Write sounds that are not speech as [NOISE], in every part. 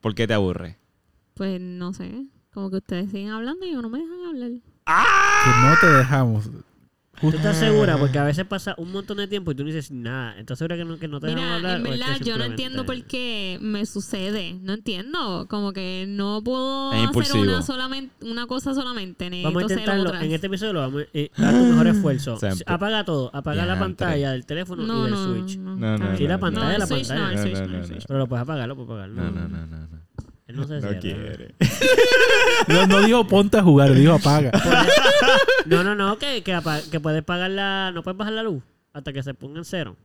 ¿Por qué te aburre? Pues no sé. Como que ustedes siguen hablando y no me dejan hablar. Que no te dejamos. ¿Tú estás Ah. segura? Porque a veces pasa un montón de tiempo y tú no dices nada. ¿Estás segura que no, que no te dejan Mira, hablar? en o es que verdad yo no simplemente- entiendo por qué me sucede. No entiendo. Como que no puedo Es hacer impulsivo. una, solamente, una cosa solamente. Necesito Vamos a hacer intentarlo. otras. En este episodio lo vamos a eh, dar [LAUGHS] tu mejor esfuerzo. Siempre. Apaga todo. Apaga la Diantre. pantalla del teléfono no, y del no, Switch. No, No, no, está Sí, bien. la pantalla, no, la el Switch no, pantalla. el Switch No, no, el no, Switch. Pero lo puedes apagarlo, puedes apagarlo. No, no, no, no. No, Él no se no cierra. quiere. No, no dijo ponte a jugar, dijo apaga. [LAUGHS] No, no, no, que, que, apa- que puedes pagar la. No puedes bajar la luz hasta que se ponga en cero.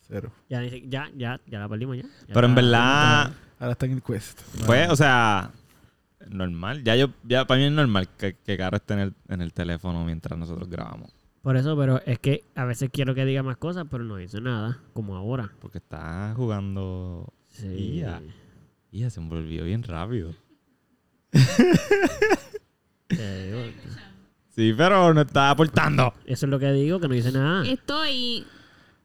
Cero. Ya, ni si- ya, ya, ya la perdimos ya. Ya Pero en la- verdad, Ahora está en el quest. pues, o sea, normal. Ya yo, ya para mí es normal que, que Caro esté en el, en el teléfono mientras nosotros grabamos. Por eso, pero es que a veces quiero que diga más cosas, pero no dice nada. Como ahora. Porque está jugando. Sí. Ya. Y ya se envolvió bien rápido. Te digo, Sí, pero no está aportando. eso es lo que digo, que no dice nada. Estoy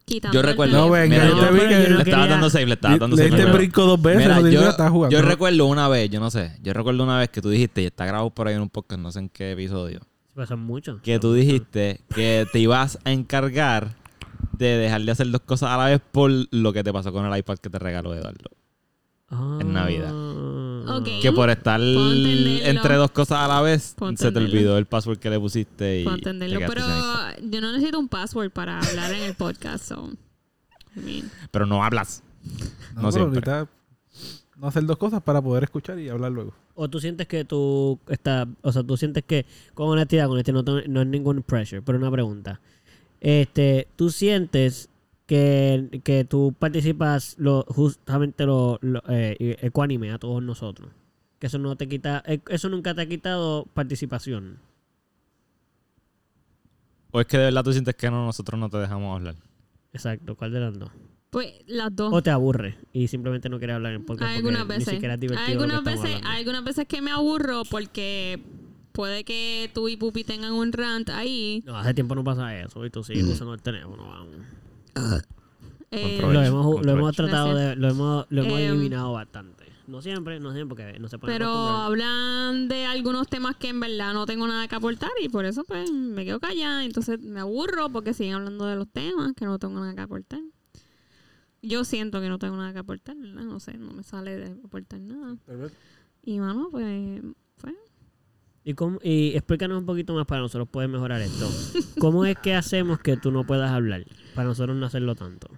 quitando. Yo el recuerdo- No, teléfono. venga, Mira, yo te yo- vi pero que yo no Le estaba quería- dando safe, le estaba dando le safe. diste pero- brinco dos veces. Mira, no te dije que yo, estabas jugando. yo recuerdo una vez, yo no sé, yo recuerdo una vez que tú dijiste, y está grabado por ahí en un podcast, no sé en qué episodio, Pues son muchos. que tú dijiste que te ibas a encargar de dejar de hacer dos cosas a la vez por lo que te pasó con el iPad que te regaló Eduardo. Ah. en Navidad. Ok. Que por estar Puedo entenderlo. entre dos cosas a la vez, Puedo se te entenderlo. olvidó el password que le pusiste y... Puedo te entenderlo, quedaste pero sin iPad. yo no necesito un password para hablar en el podcast. so, I mean, Pero no hablas. No, No pero siempre. ahorita no hacer dos cosas para poder escuchar y hablar luego. O tú sientes que tú estás, o sea, tú sientes que con honestidad, con honestidad, no, te- no es ningún pressure, pero una pregunta. Este, tú sientes que, que tú participas lo, justamente lo, lo, eh, ecuánime a todos nosotros. Que eso no te quita, eh, eso nunca te ha quitado participación. O es que de verdad tú sientes que no, nosotros no te dejamos hablar. Exacto, ¿cuál de las dos? pues las dos. O te aburre y simplemente no quieres hablar en podcast porque algunas ni veces. siquiera es divertido lo que algunas estamos veces, hablando. algunas veces que me aburro porque puede que tú y Pupi tengan un rant ahí. No, hace tiempo no pasa eso y tú sigues usando el teléfono, vamos. Eh, Control. lo Provecho, hemos, lo provecho. hemos tratado de, lo hemos, lo hemos Em, eliminado bastante. No siempre, no siempre, porque no se puede pero acostumbrar. hablan de algunos temas que en verdad no tengo nada que aportar y por eso pues me quedo callada. Entonces me aburro porque siguen hablando de los temas que no tengo nada que aportar. Yo siento que no tengo nada que aportar, ¿verdad? No sé, no me sale de aportar nada. Y mano, pues, pues ¿Y, cómo- y explícanos un poquito más para nosotros poder mejorar [LAUGHS] esto. ¿Cómo es que hacemos que tú no puedas hablar? Para nosotros no hacerlo tanto.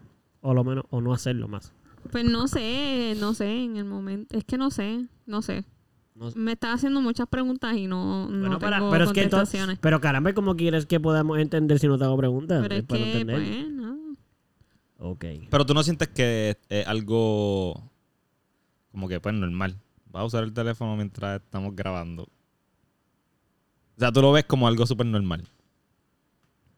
O lo menos, o no hacerlo más. Pues no sé, no sé en el momento. Es que no sé, no sé. No- Me estás haciendo muchas preguntas y no, Mm, no Bueno, para- tengo pero es que to- contestaciones. pero caramba, ¿cómo quieres que podamos entender si no te hago preguntas? pero es Para que, entender. pues, no. Ok. Pero tú no sientes que es algo como que pues normal. Vas a usar el teléfono mientras estamos grabando. O sea, tú lo ves como algo súper normal.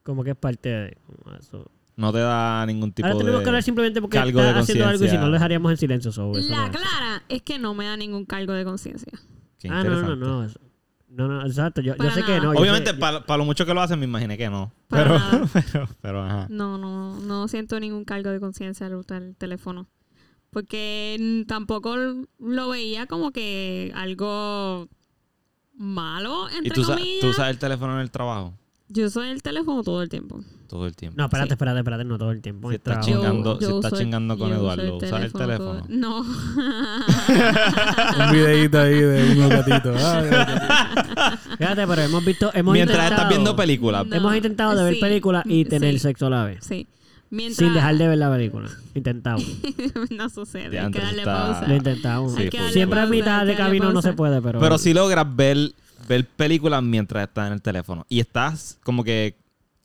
Como que es parte de como eso. No te da ningún tipo Ahora tenemos de... que hablar simplemente porque cargo de está haciendo algo y si conciencia. no lo dejaríamos en silencio sobre eso. La no. clara es que no me da ningún cargo de conciencia. Qué Ah, no, no, interesante. no. eso- No, no, exacto. Yo, yo Para sé que nada. no. yo sé- Obviamente, para lo mucho que lo hacen, me imaginé que no. Para Pero, nada. [LAUGHS] pero, pero, ajá. No, no, no siento ningún cargo de conciencia al usar el teléfono. Porque mm, tampoco l- lo veía como que algo malo, entre ¿Y tú, sa- comillas. tú usas el teléfono en el trabajo? Yo soy el teléfono todo el tiempo. Todo el tiempo. No, espérate, Sí. espérate, espérate, no todo el tiempo. Si el estás trabajo. chingando, si uso estás el- chingando con yo uso Eduardo, ¿usas el teléfono? todo- [LAUGHS] No. [LAUGHS] Un videito ahí de [LAUGHS] unos gatitos. Ay, Fíjate, pero hemos visto, hemos Mientras intentado, estás viendo películas. No. hemos intentado de ver Sí, películas y tener sí. sexo a la vez. Sí. Mientras Sin dejar de ver la película. Intentado. [LAUGHS] no sucede, hay que Diantre, darle está- pausa. Lo intentamos. Sí, Hay que darle Siempre a pausa, mitad hay de que darle camino no pausa. se puede, pero. Pero si logras ver, ver películas mientras estás en el teléfono. Y estás como que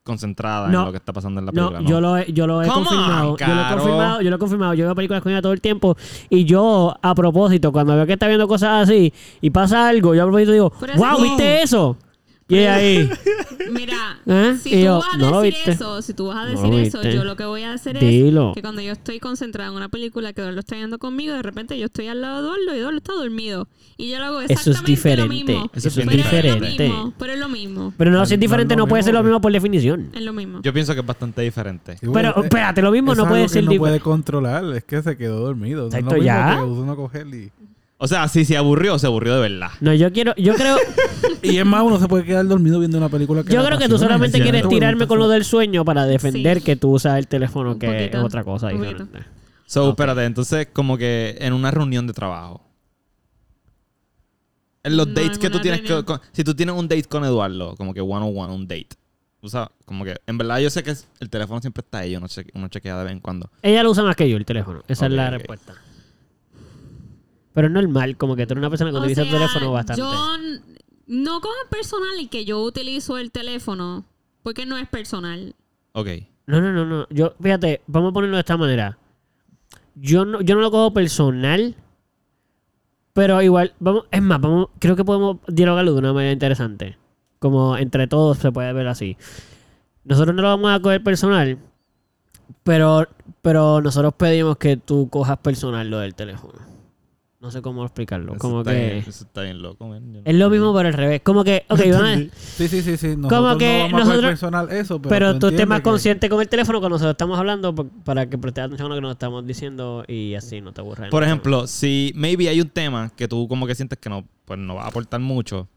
concentrada en No. lo que está pasando en la película. No, ¿no? yo lo he, yo lo he Come on, confirmado. yo lo he Caro. confirmado, yo lo he confirmado. Yo veo películas con ella todo el tiempo. Y yo, a propósito, cuando veo que está viendo cosas así y pasa algo, yo a propósito digo, Pero es wow, como- [LAUGHS] ¿viste eso? Y Pero- ahí. Mira, [LAUGHS] ¿Eh? si Y tú yo, vas a no lo decir viste. eso, si tú vas a No decir lo eso, viste. yo lo que voy a hacer Dilo. es que cuando yo estoy concentrada en una película que Eduardo está viendo conmigo, de repente yo estoy al lado de Eduardo y Eduardo está dormido. Y yo lo hago Eso es exactamente diferente. lo mismo. Eso es bien pero diferente. Es lo mismo, pero es lo mismo. Pero no, No, si es no es diferente, lo no puede mismo ser lo que- mismo por definición. Es lo mismo. Yo pienso que es bastante diferente. sí, bueno, Pero, eh, espérate, lo mismo es no algo puede que ser no diferente. puede controlar, es que se quedó dormido. No es lo Exacto, mismo ya. que uno coger y O sea, si se aburrió, se aburrió de verdad. No, yo quiero, yo creo, Y es más, uno se puede quedar dormido viendo una película que yo la creo que tú apasiona. solamente sí, quieres no. tirarme con lo del sueño para defender Sí. que tú usas el teléfono Un que poquito, es otra cosa. un diferente. poquito. So, Ah, espérate, entonces, como que en una reunión de trabajo. En los No, dates en que tú una tienes que, reunión. con- Si tú tienes un date con Eduardo, como que one on one, un date. O sea, como que. En verdad, yo sé que es- el teléfono siempre está ahí, uno, cheque- uno chequea de vez en cuando. Ella lo usa más que yo, el teléfono. Esa es Ok, la ok. respuesta. Pero es normal, como que tú eres una persona que O utiliza el sea, teléfono bastante. Yo n- no cojan personal y que yo utilizo el teléfono, porque no es personal. Ok. No, no, no, no. Yo, fíjate, vamos a ponerlo de esta manera. Yo no, yo no lo cojo personal, pero igual, vamos, es más, vamos, creo que podemos dialogarlo de una manera interesante. Como entre todos se puede ver así. Nosotros no lo vamos a coger personal, pero, pero nosotros pedimos que tú cojas personal lo del teléfono. No sé cómo explicarlo. Eso como está que. bien- eso está bien loco, man. Yo no- Es lo mismo pero al revés. Como que, ok, vamos a- Sí, sí, sí, sí. Nosotros Como que no vamos a coger nosotros- personal eso, pero, pero tú estés entiendes más que- consciente con el teléfono cuando nosotros estamos hablando por- para que prestes atención a lo que nos estamos diciendo y así no te aburres. Por ejemplo, si maybe hay un tema que tú como que sientes que no, pues no va a aportar mucho.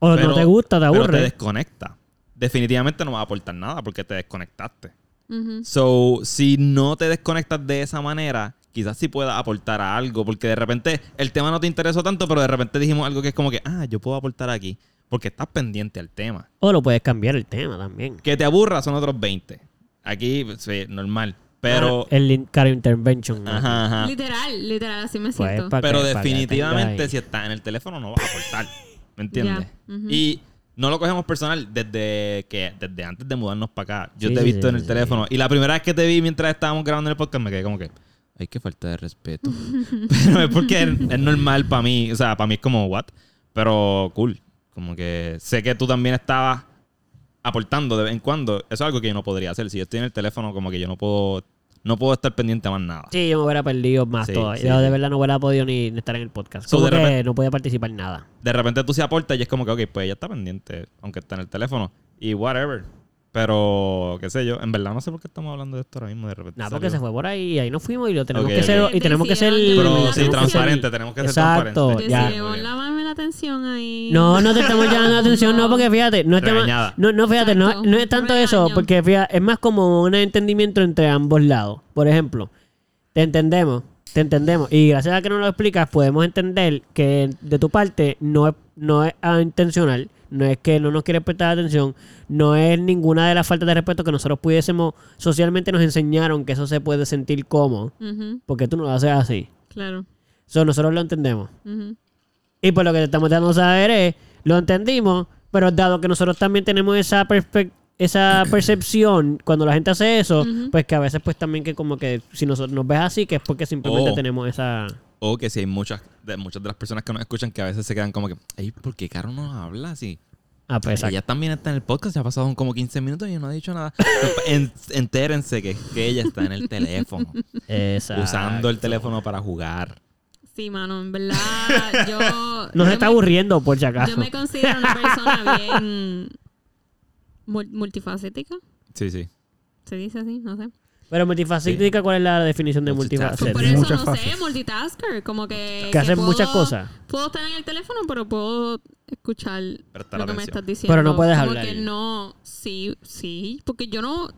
o pero- no te gusta, te Pero te aburre. desconecta. Definitivamente no va a aportar nada porque te desconectaste. Ujú. So, si no te desconectas de esa manera, quizás sí puedas aportar a algo, porque de repente el tema no te interesó tanto, pero de repente dijimos algo que es como que, ah, yo puedo aportar aquí, porque estás pendiente al tema. O lo puedes cambiar el tema también. Que te aburra son otros 20. Aquí, sí, normal. Pero, Ah, el in- cara intervention. ¿no? ajá, ajá. Literal, literal, así me Ah. Pues, siento. pa' que- pero pa' que tenga definitivamente ahí. si estás en el teléfono no vas a aportar. ¿Me entiendes? Ya, ujú. Y no lo cogemos personal desde que desde antes de mudarnos para acá. Yo Sí, te he sí, visto sí, en el sí, sí. teléfono. Y la primera vez que te vi mientras estábamos grabando el podcast me quedé como que, ay, qué falta de [LAUGHS] respeto. Pero es porque es, es normal para mí. O sea, para mí es como, what? Pero cool. Como que sé que tú también estabas aportando de vez en cuando. Eso es algo que yo no podría hacer. Si yo estoy en el teléfono, como que yo no puedo, no puedo estar pendiente a más nada. Sí, yo me hubiera perdido más Sí, todavía. sí, yo de sí. verdad no hubiera podido ni ni estar en el podcast. So, Como de que repente- no podía participar en nada. de repente tú se aportas y es como que, ok, pues ella está pendiente, aunque está en el teléfono. Y whatever. Pero, qué sé yo, en verdad no sé por qué estamos hablando de esto ahora mismo de repente. Nada, porque se salió. fue por ahí y ahí nos fuimos y lo tenemos Ok, que ok. ser. Y tenemos que ser. Pero Pero la sí, atención. transparente, tenemos que ser Exacto, transparentes. ya. Que si la la atención ahí. No, no te estamos llamando la atención, no, porque fíjate, no es tema- Regañada. no, no, fíjate, no, Exacto, no es tanto regaño. eso, porque fíjate, es más como un entendimiento entre ambos lados. Por ejemplo, te entendemos, te entendemos, y gracias a que nos lo explicas, podemos entender que de tu parte no es, no es ah, intencional, no es que no nos quieres prestar atención, no es ninguna de las faltas de respeto que nosotros pudiésemos, socialmente nos enseñaron que eso se puede sentir cómodo, Ujú, porque tú no lo haces así. claro. Eso nosotros lo entendemos. ujú. Y por lo que te estamos dando a saber es, lo entendimos, pero dado que nosotros también tenemos esa perspe- [CLEARS THROAT] esa percepción cuando la gente hace eso, pues que a veces pues también que como que si nosotros nos ves así, que es porque simplemente Oh. tenemos esa... O que si hay muchas de, muchas de las personas que nos escuchan que a veces se quedan como que, ay, ¿por qué Caro no habla así? Ah, pues, Ella también está en el podcast, ya ha pasado como 15 minutos y no ha dicho nada. Pero pues, en- entérense que, que ella está en el [LAUGHS] teléfono, exacto. Exacto. usando el teléfono para jugar. Sí, mano, en verdad, yo. [LAUGHS] Nos yo está me- aburriendo, por si acaso. Yo me considero una persona bien. mul- multifacética. Sí, sí. Se dice así, no sé. Pero multifacética, ¿cuál es la definición de Multitasking. Pues por multifacética? eso muchas no sé, fases. multitasker. Como que. Que hacen muchas cosas. Puedo estar en el teléfono, pero puedo escuchar Prestar lo que me atención. estás diciendo. Pero no puedes Como hablar. que no. Sí, sí. Porque yo no.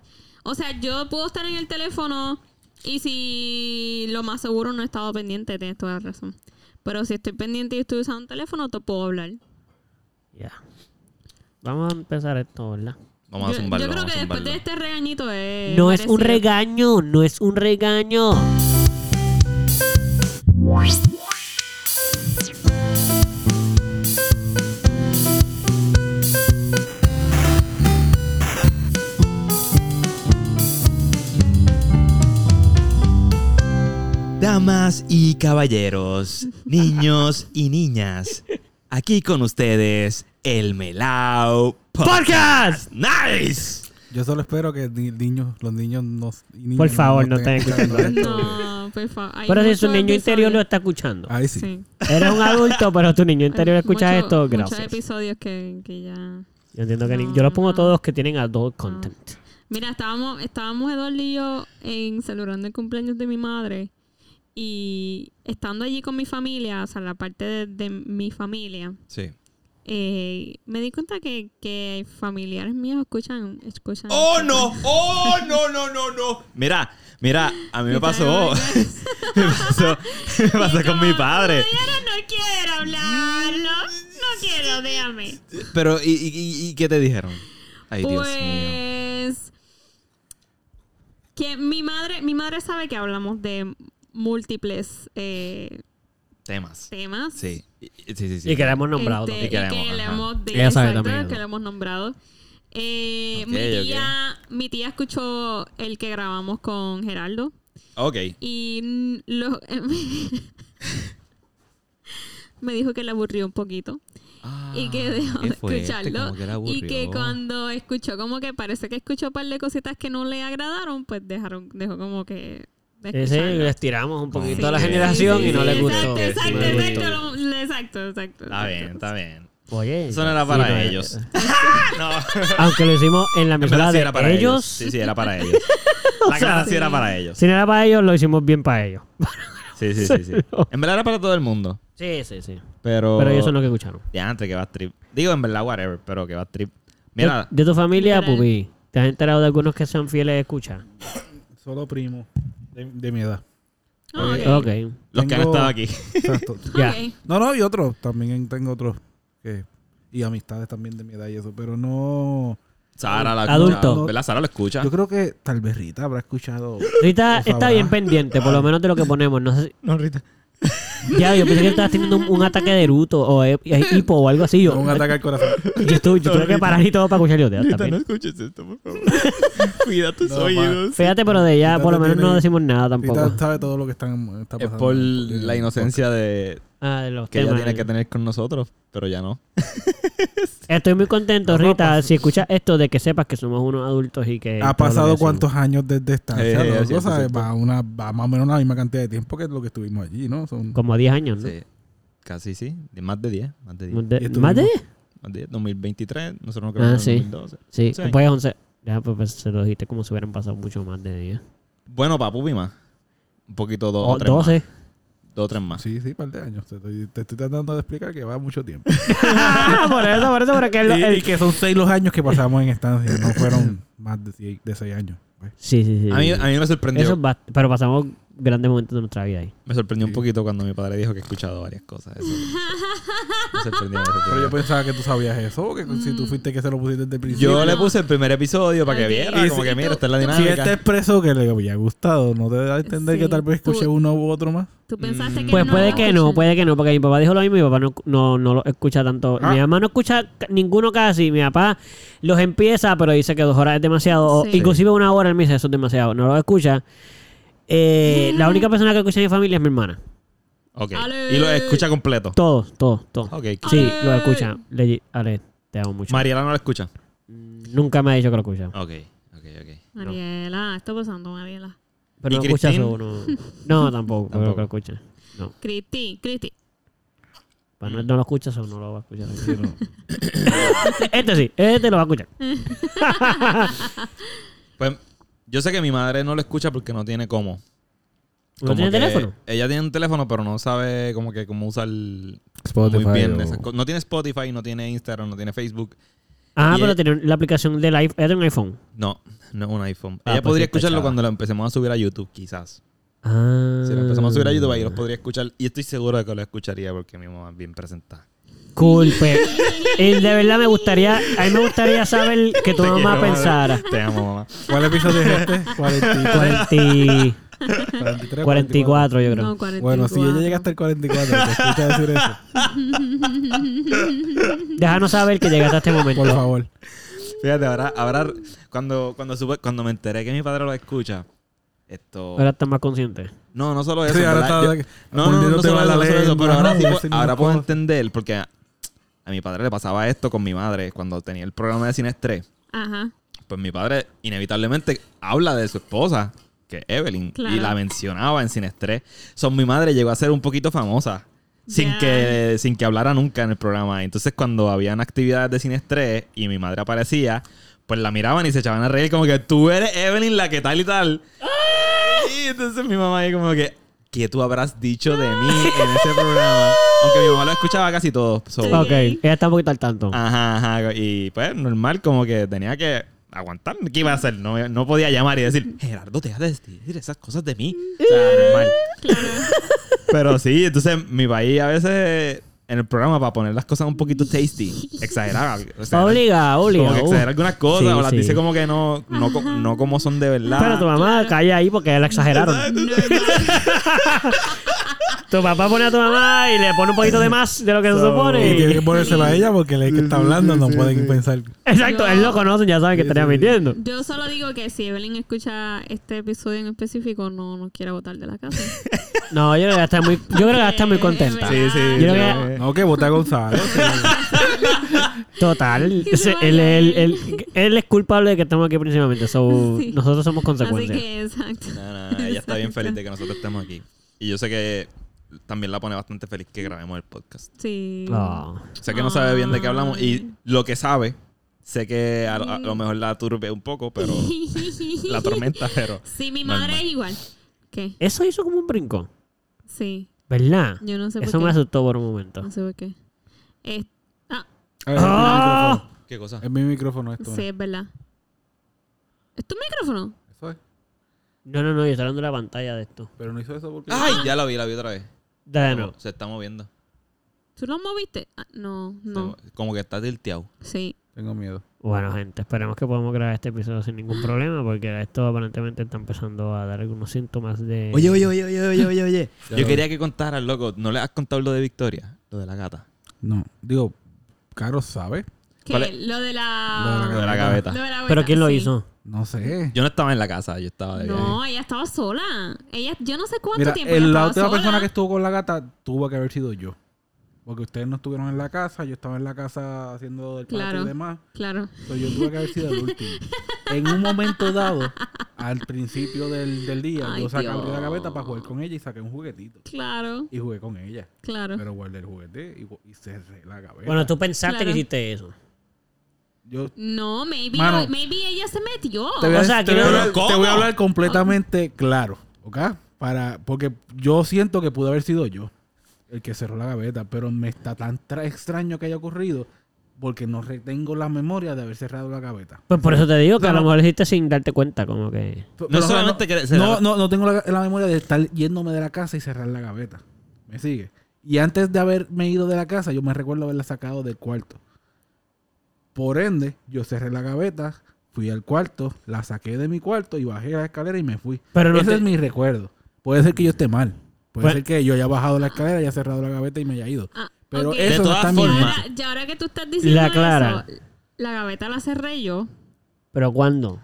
O sea, yo puedo estar en el teléfono y si lo más seguro no he estado pendiente, tienes toda la razón. Pero si estoy pendiente y estoy usando un teléfono, te puedo hablar. Ya. Vamos a empezar esto, ¿verdad? Vamos a yo, zumbarlo, yo creo vamos que a después zumbarlo. de este regañito es. No es un merecido. regaño, no es un regaño. Damas y [LAUGHS] caballeros, niños y niñas, aquí con ustedes el Melao ¡Podcast! ¡Nice! Yo solo espero que ni- niños, los niños no. y niñas Por favor, no estén estén escuchando esto, porque- No, por favor. Hay Pero si su muchos niño interior lo episodios- está escuchando. Ahí sí. Sí. Eres un adulto, pero tu niño interior Hay escucha mucho- esto, Muchos gracias. episodios que, que ya. Yo entiendo que ni- No, yo los pongo no. todos que tienen adult content. Mira, estábamos, estábamos Eduardo y yo en celebrando el cumpleaños de mi madre. Y estando allí con mi familia, o sea, la parte de, de mi familia, Sí. eh, me di cuenta que, que familiares míos escuchan. escuchan ¡Oh, no! ¡Oh, no, no, no, no! Mira, mira, a mí me pasó. [LAUGHS] Me pasó, me pasó con mi padre. Ahora no quiero hablarlo. No quiero, déjame. Pero, ¿y, y- y- y qué te dijeron? Ay, Dios mío. pues que mi madre, mi madre sabe que hablamos de múltiples eh, Temas. temas. Sí. Y- y- Sí, sí, sí. Y que la hemos nombrado Este, Y que la y que hemos- le ajá. hemos de- Ella sabe exacto, también eso. que le hemos nombrado. Eh, Ok, mi, tía, mi tía escuchó el que grabamos con Geraldo. Ok. Y mm, lo- [LAUGHS] me dijo que le aburrió un poquito. y Ah, que dejó de escucharlo. y que cuando escuchó, como que parece que escuchó un par de cositas que no le agradaron, pues dejaron, dejó como que. de Sí, sí, escucharlo. les tiramos un poquito Sí, a la sí, generación sí, y no sí, les gustó. Exacto, exacto, No les exacto, gustó. lo- exacto, Está exacto, exacto. bien, está bien. Oye, Eso no era sí, para no era- ellos. no. Aunque lo hicimos en la En verdad emisora sí de era para ellos. ellos. Sí, sí, era para ellos. [LAUGHS] La cara sí era para ellos. Si no era para ellos, lo hicimos bien para ellos. Sí, sí, sí, sí. En verdad era para todo el mundo. Sí, sí, sí. Pero. Pero ellos son los que escucharon. Ya, antes que va trip. Digo, en verdad, whatever, pero que va trip. Mira, De, de tu familia, Literal. Pupi, ¿te has enterado de algunos que son fieles de escucha? Solo primo de, de mi edad. Ah, ok. Ok. los que han Tengo- estado aquí. [LAUGHS] Exacto. Ya. Ok. No, no, y otros. También tengo otros. que- y amistades también de mi edad y eso. Pero no. Sara la Adulto. escucha. ¿Verdad? Sara lo escucha. Yo creo que tal vez Rita habrá escuchado. Rita Por favor. está bien pendiente, por lo menos de lo que ponemos. No sé si- No, Rita. Ya, yo pensé que estabas teniendo un, un ataque de eruto o eh, hipo o algo así. Yo, Un ataque al corazón. [LAUGHS] yo, estuve- yo tuve que parar y todo para escuchar yo. ya, está bien. escuches esto, por favor. [LAUGHS] Cuida tus No, ma. oídos. Fíjate, pero de ella Rita por lo no menos no tiene- decimos nada tampoco. Rita sabe todo lo que están, está Es pasando. este por la inocencia de Ah, de los que ella temas. tiene que tener con nosotros, pero ya no. Estoy muy contento, Rita, si escuchas esto, de que sepas que somos unos adultos y Ha que... todo lo que pasado hacemos. cuántos años desde esta. Eh, ¿no? es Tú cierto, sabes, es cierto. va, una, va más o menos la misma cantidad de tiempo que lo que estuvimos allí, ¿no? Son, Como 10 años, ¿no? Sí. Casi sí. De más de 10. Más de 10. Más de- Y estuvimos- ¿Más de? Más de 10. 2023. Nosotros no Ah, creamos sí. en 2012. Sí, Sí. pues 11. Ya, pues, pues, se lo dijiste como si hubieran pasado mucho más de 10. Bueno, para Pupi más. Un poquito dos O o tres más. 12. Dos o tres más. Sí, sí, par de años. Te estoy, te estoy tratando de explicar que va mucho tiempo. [LAUGHS] por eso, por eso, porque el, [LAUGHS] y, el- y que son seis los años que pasamos en estancia. No [COUGHS] fueron más de, sie- de seis años. pues. Sí, sí, sí. A mí, a mí me sorprendió. Eso es bast- pero pasamos grandes momentos de nuestra vida ahí. Me sorprendió un Sí. poquito cuando mi padre dijo que he escuchado varias cosas. Eso. Me sorprendió. me sorprendió. Pero yo pensaba que tú sabías eso, o que si tú fuiste que se lo pusiste desde el principio. Yo le puse el primer episodio para que Ok. viera, Y como si- que mira, tú- esta es la tú- si dinámica. este expreso que le había gustado, ¿no te da a entender Sí, que tal vez escuché tú- uno u otro más? Tú pensaste que Pues no puede lo que no, escuchan. puede que no, porque mi papá dijo lo mismo, mi papá no, no, no lo escucha tanto. Ah. Mi mamá no escucha ca- ninguno casi, mi papá los empieza, pero dice que dos horas es demasiado, o Sí. inclusive una hora él me dice eso es demasiado, no lo escucha. Eh, La única persona que escucha en mi familia es mi hermana. Ok. Ale. Y lo escucha completo. Todos, todos, todos. Ok. Sí, Ale. lo escucha. Legit. Ale, te amo mucho. Mariela no lo escucha. Nunca me ha dicho que lo escucha. Ok, ok, ok. Mariela, está pasando, Mariela. Pero ¿Y no escucha Cristín? eso, no. [LAUGHS] No, tampoco, pero Tampoco. que lo escucha. No, Cristi, Cristi. pues no, no lo escucha eso, no lo va a [LAUGHS] escuchar. este sí, este lo va a escuchar. Pues yo sé que mi madre no lo escucha porque no tiene cómo. ¿No Como tiene que teléfono? Ella tiene un teléfono, pero no sabe como que cómo usar Spotify muy bien o- esas co- No tiene Spotify, no tiene Instagram, no tiene Facebook. Ah, Y pero él- tiene la aplicación del iPhone. Era un iPhone. No, no es un iPhone. Ah, ella pues sí, podría está escucharlo chava. cuando lo empecemos a subir a YouTube, quizás. Ah. Si lo empezamos a subir a YouTube, ahí los podría escuchar. Y estoy seguro de que lo escucharía porque mi mamá es bien presentada. [LAUGHS] Cool, pues. Y de verdad me gustaría, a mí me gustaría saber que tu Te quiero, mamá mamá. pensara. Te amo, mamá. ¿Cuál episodio es [LAUGHS] este? 43, 40, 43, 44, yo creo. No, 44. Bueno, si ella llega hasta el 44, te [LAUGHS] escucha decir eso, Déjanos saber que llegaste a este momento. por favor. Fíjate, ahora, ahora cuando, cuando, supe- cuando me enteré que mi padre lo escucha, esto... Ahora estás más consciente. No, no solo eso. Sí, ahora ¿verdad? está- Yo- no, no, no, mordiéndote solo la eso, no solo eso, lengua, pero ahora, sí ¿no? Y puedo- haciendo ahora puedo cosas. entender porque a, a mi padre le pasaba esto con mi madre cuando tenía el programa de Cines 3. Ajá. Pues mi padre inevitablemente habla de su esposa, que es Evelyn, Claro. y la mencionaba en Cines 3. Son mi madre llegó a ser un poquito famosa. Sin Ya. que, sin que hablara nunca en el programa. Entonces, cuando habían actividades de Cines 3 y mi madre aparecía, pues la miraban y se echaban a ¡Ah! reír como que tú eres Evelyn la que tal y tal. Y entonces mi mamá ahí como que, ¿Qué tú habrás dicho de ¡Ah! mí en ese programa? Aunque mi mamá lo escuchaba casi todo. so- Sí. Ok, ella está un poquito al tanto. Ajá, ajá. Y pues normal, como que tenía que aguantar. ¿Qué iba a hacer? No, no podía llamar y decir, Gerardo, deja de decir esas cosas de mí. O sea, normal. Pero sí, entonces mi país a veces en el programa para poner las cosas un poquito tasty, exageraba. o sea, Obliga, obliga. Como que uh. exagera algunas cosas Sí, o las sí. dice como que no, no, co- no como son de verdad. Pero tu mamá calla ahí porque la exageraron. tu papá pone a tu mamá y le pone un poquito de más de lo que se supone. Y y- [LAUGHS] tiene que ponérsela a ella porque el que está hablando no pueden pensar. Exacto, él lo conoce, ya sabe que estaría mintiendo. Yo solo digo que si Evelyn escucha este episodio en específico, no nos quiere votar de la casa. No, yo creo que va a estar muy, yo creo que va a estar muy contenta. Sí, sí. Yo creo que- No, que vota a González. [LAUGHS] Total. Que se ese- vaya Él, él- él. él- él es culpable de que estemos aquí principalmente. so, Sí. Nosotros somos Así consecuencias. que, exacto. No, no, ella está bien feliz de que nosotros estemos aquí. Y yo sé que también la pone bastante feliz que grabemos el podcast. Sí. Oh. Sé que no sabe bien de qué hablamos y lo que sabe, sé que a, lo- a lo mejor la turbe un poco, pero [LAUGHS] la tormenta, pero... Sí, mi madre Normal. es igual. ¿Qué? Eso hizo como un brinco, Sí. ¿verdad? Yo no sé por Eso qué. me asustó por un momento. No sé por qué. Eh, ah, A ver, ¡Ah! ¿Qué cosa? Es mi micrófono, es mi micrófono esto. sí, es verdad. ¿Es tu micrófono? Eso es. No, no, no, yo estoy hablando de la pantalla de esto. Pero no hizo eso Ah. porque. Ay, ya la vi, la vi otra vez. Dale, no. Se está moviendo. ¿Tú lo moviste? Ah, no, no. Como que está tilteado. Sí. Tengo miedo. Bueno, gente, esperemos que podamos grabar este episodio sin ningún problema, porque esto aparentemente está empezando a dar algunos síntomas de. Oye, oye, oye, oye, oye, oye, oye. Ya Yo lo- quería que contaras, loco. ¿No le has contado lo de Victoria? Lo de la gata. No, digo, Caro sabe. ¿Qué? ¿Cuál es? Lo de Lo la... de la gaveta. lo de la ¿Pero abuela, quién lo sí. hizo? No sé. Yo no estaba en la casa, yo estaba de viaje. No, ella estaba sola. Ella, yo no sé cuánto Mira, tiempo. el- ella estaba la última sola. persona que estuvo con la gata tuvo que haber sido yo. Porque ustedes no estuvieron en la casa, yo estaba en la casa haciendo el patio Claro. y demás. Claro. So, yo tuve que haber sido el último. En un momento dado, al principio del, del día, Ay, yo saqué abrí la Dios. gaveta para jugar con ella y saqué un juguetito. Claro. Y jugué con ella. Claro. Pero guardé el juguete y, gu- y cerré la gaveta. Bueno, tú pensaste Claro. que hiciste eso. Yo No, maybe, Mano. lo- maybe ella se metió. te voy, a, O sea, te voy a quiero- hablar, ¿Pero te voy a cómo? hablar [LAUGHS] completamente claro, ¿ok? Para, porque yo siento que pudo haber sido yo el que cerró la gaveta, pero me está tan tra- extraño que haya ocurrido porque no retengo la memoria de haber cerrado la gaveta. Pues por eso te digo que a No, lo no. mejor lo hiciste sin darte cuenta, como que. P- No o sea, solamente que se no, la- no, no tengo la, la memoria de estar yéndome de la casa y cerrar la gaveta. ¿Me sigue? Y antes de haberme ido de la casa, yo me recuerdo haberla sacado del cuarto. Por ende, yo cerré la gaveta, fui al cuarto, la saqué de mi cuarto y bajé la escalera y me fui. Pero no Ese te- es mi recuerdo. Puede ser que yo esté mal. Puede Bueno. ser que yo haya bajado la escalera, haya cerrado la gaveta y me haya ido. Ah, Pero ok. De eso no todas está en mi Y formas, ahora, y ahora que tú estás diciendo La Clara. eso, la gaveta la cerré yo. ¿Pero cuándo?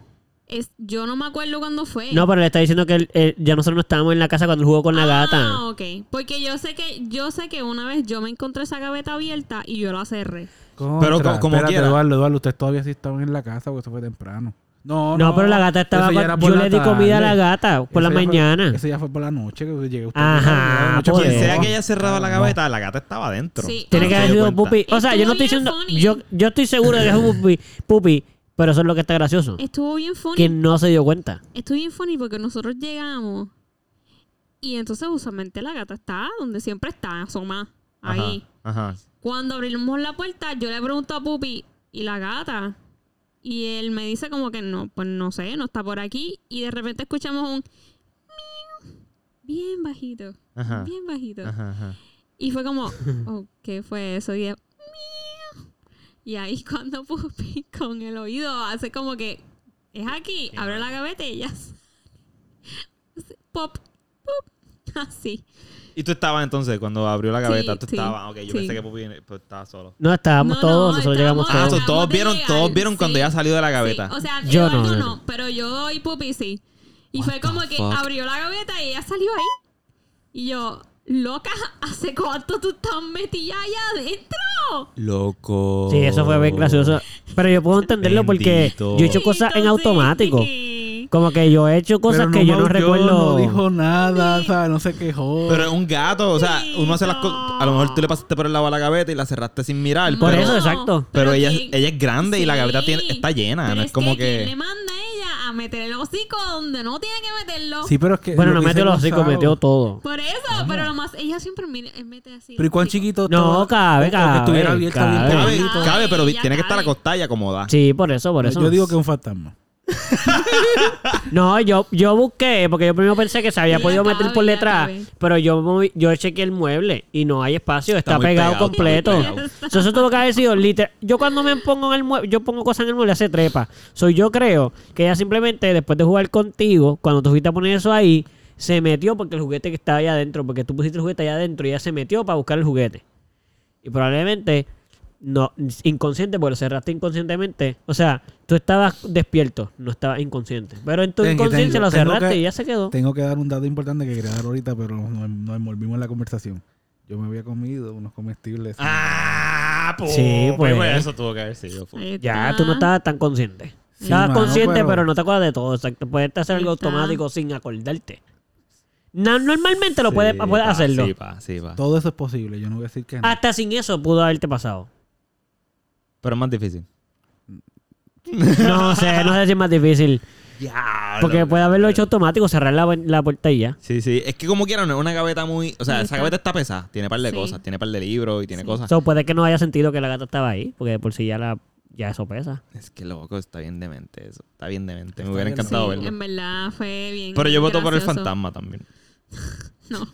Es, yo no me acuerdo cuándo fue. No, pero le está diciendo que él- él- ya nosotros no estábamos en la casa cuando él jugó con la Ah, gata. ok. Porque yo sé que yo sé que una vez yo me encontré esa gaveta abierta y yo la cerré. Pero co- como espérate, quiera. Eduardo, Eduardo, usted todavía sí estaba en la casa porque eso fue temprano. No, no. No, pero la gata estaba. eso ya era con- por Yo la le di comida a la tarde. gata por la Eso ya fue- mañana. Eso ya fue por la noche que llegué usted. Ajá, Noche por Quien eso. pasada. sea que ella cerraba la Ah, gaveta, la gata estaba adentro. Sí. Tiene No que se haber dio sido cuenta. Pupi. O sea, yo no estoy Estuvo diciendo. bien funny. Yo, yo estoy seguro de que es un Pupi, pupi, pero eso es lo que está gracioso. Estuvo bien funny. Que no se dio cuenta. Estuvo bien funny porque nosotros llegamos y entonces usualmente la gata está donde siempre está, asoma. Ajá, Ahí. Ajá. Cuando abrimos la puerta, yo le pregunto a Pupi y la gata. Y él me dice como que no, pues no sé, no está por aquí. Y de repente escuchamos un miau, bien bajito, Ajá. bien bajito. Ajá, ajá. Y [LAUGHS] fue como, oh, ¿qué fue eso? Y, de, miau. y ahí [LAUGHS] cuando Pupi con el oído hace como que, es aquí, abre la gaveta y ya. [LAUGHS] sale. Hace Pop, pop, [LAUGHS] así. Y tú estabas entonces, cuando abrió la gaveta, Sí, tú sí, estabas. Ok, yo sí. pensé que Pupi pues, estaba solo. No, estábamos No, todos, no, nosotros estábamos- llegamos Ah, todos. so, todos Acabamos de vieron, llegar, todos vieron sí. cuando ella salió de la gaveta. Sí, o sea, Yo yo no, no, yo no, no. pero yo y Pupi sí. Y fue como que fuck? abrió la gaveta y ella salió ahí. Y yo, loca, [LAUGHS] ¿hace cuánto tú estás metida allá adentro? Loco. Sí, eso fue bien gracioso. Pero yo puedo entenderlo porque Bendito. yo he hecho cosas en Entonces, automático. dije, Como que yo he hecho cosas Pero que yo maulló, no No recuerdo. dijo nada, o sea, no se quejó. Pero es un gato, o sea, uno hace las cosas. A lo mejor tú le pasaste por el lado a la gaveta y la cerraste sin mirar. Por pero, eso, exacto. Pero ella, ¿quién? ella es grande y la Sí, gaveta tiene- está llena. pero No es como que. ¿quién le manda a ella a meter el hocico donde no tiene que meterlo. Sí, pero es que. Bueno, lo no que metió hizo los hocico, Gonzalo- metió todo. Por eso, pero lo más, ella siempre mira, eh, mete así. Pero ¿y cuán el hocico. chiquito? No, estaba? cabe, O que cabe, estuviera abierta bien cabe. Cabe, pegadito. Ay, cabe, pero ya tiene que estar cabe. acostada y acomodada. Sí, por eso, por eso. Yo digo que es un fantasma. No, yo, yo busqué, porque yo primero pensé que se había Ya podido meter cabe, por ya detrás, cabe. pero yo, moví- yo chequeé el mueble y no hay espacio, está, Está muy pegado, pegado, está muy completo. pegado. [LAUGHS] So, eso tuvo que haber sido literal. Yo cuando me pongo en el mueble, yo pongo cosas en el mueble, hace trepa. Soy yo creo que ella simplemente después de jugar contigo, cuando tú fuiste a poner eso ahí, se metió porque el juguete que estaba allá adentro, porque tú pusiste el juguete allá adentro y ella se metió para buscar el juguete. Y probablemente, no, inconsciente, porque lo cerraste inconscientemente. O sea, tú estabas despierto, no estabas inconsciente. Pero en tu Tengo- inconsciencia tengo- lo tengo cerraste que- y ya se quedó. Tengo que dar un dato importante que quería dar ahorita, pero nos, nos envolvimos en la conversación. Yo me había comido unos comestibles. Ah, pues. Sí, pues. pues, Eso tuvo que haber sido. pues. full. Ahí Ya, está. tú no estabas tan consciente. Sí, estabas mano, consciente, pero... pero- no te acuerdas de todo. Exacto. Puedes hacer Ahí algo está. automático sin acordarte. No- normalmente lo Sí, puedes, puedes pa, hacerlo. Sí, pa, sí, pa. Todo eso es posible, yo no voy a decir que no. Hasta sin eso pudo haberte pasado. Pero es más difícil. No sé, no sé si es [LAUGHS] más difícil. Ya. Porque puede haberlo hecho automático, cerrar la, la puerta y ya. Sí, sí. Es que como quieran, es una gaveta muy. O sea, Ahí esa está. gaveta está pesada. Tiene par de Sí. cosas. Tiene par de libros y tiene Sí. cosas. So, puede que no haya sentido que la gata estaba ahí, porque de por sí ya, la, ya eso pesa. Es que loco, está bien demente eso. Está bien demente. Me Está hubiera bien encantado Sí, verlo. en verdad fue bien. Pero yo voto por el gracioso. fantasma también. No.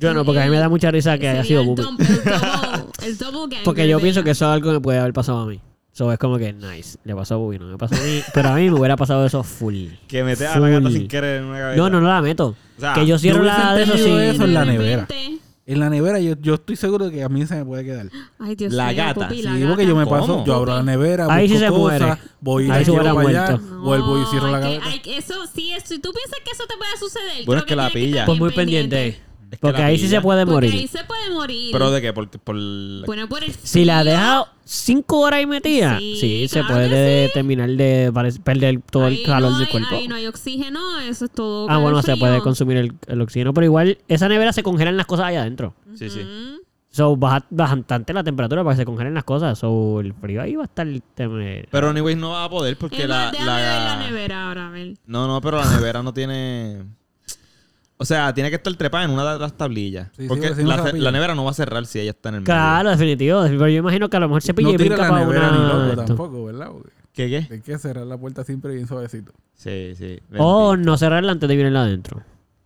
Yo no, porque a mí me da mucha risa que haya Sería sido el, Bubi. dump- el double- el [LAUGHS] doppelganger Porque yo pienso de que ella. eso es algo que me puede haber pasado a mí. So, es como que nice. Le pasó a Bubi, no me pasó a mí. Pero a mí me hubiera pasado eso full. Que mete a la gata Full. sin querer en una gaveta. No, no, no la meto. O sea, que yo cierro yo la de hubiese eso sí. entendido eso en la De nevera. repente- En la nevera yo, yo estoy seguro de que a mí se me puede quedar. Ay, Dios La mío, gata. Pupi, Sí, la porque yo me ¿Cómo? paso, yo abro la nevera, Ahí busco sí se cosas, muere. voy y Ahí la se llevo hubiera para allá, muerto. No, vuelvo y cierro hay la que- gaveta. hay que- eso sí, es- si tú piensas que eso te puede Bueno, suceder. creo es que la tienes pilla. estar Pues bien muy pendiente. Es que Porque la ahí sí pilla. se puede Porque morir. ahí se puede morir. ¿Pero de qué? Por, por la- Bueno, por el Si la frío. deja cinco horas ahí metida, sí, Sí, se claro que puede terminar de pare- perder todo Ahí el calor no del hay- cuerpo. Ahí no hay oxígeno, eso es todo. ah, con bueno, el se puede frío. consumir el, el oxígeno, pero igual esa nevera se congelan las cosas allá adentro. Sí, sí. Ujú. So, baja, bajan tanto la temperatura para que se congelen las cosas. So, el frío ahí va a estar... tem- Pero anyways no va a poder porque Es la, más, Eh, déjame ver la- la nevera ahora, a ver. No, no, pero la nevera no tiene... O sea, tiene que estar trepada en una de las tablillas. Sí, sí, porque porque si no la, se la ce- pilla. la nevera no va a cerrar si ella está en el medio. Claro, definitivo. Pero yo imagino que a lo mejor se pilla No y tira brinca la para nevera ni una... loco esto. tampoco, ¿verdad? Porque ¿Qué, qué? Hay que cerrar la puerta siempre bien suavecito. Sí, sí. o bendito. Oh, no cerrarla antes de venirla adentro.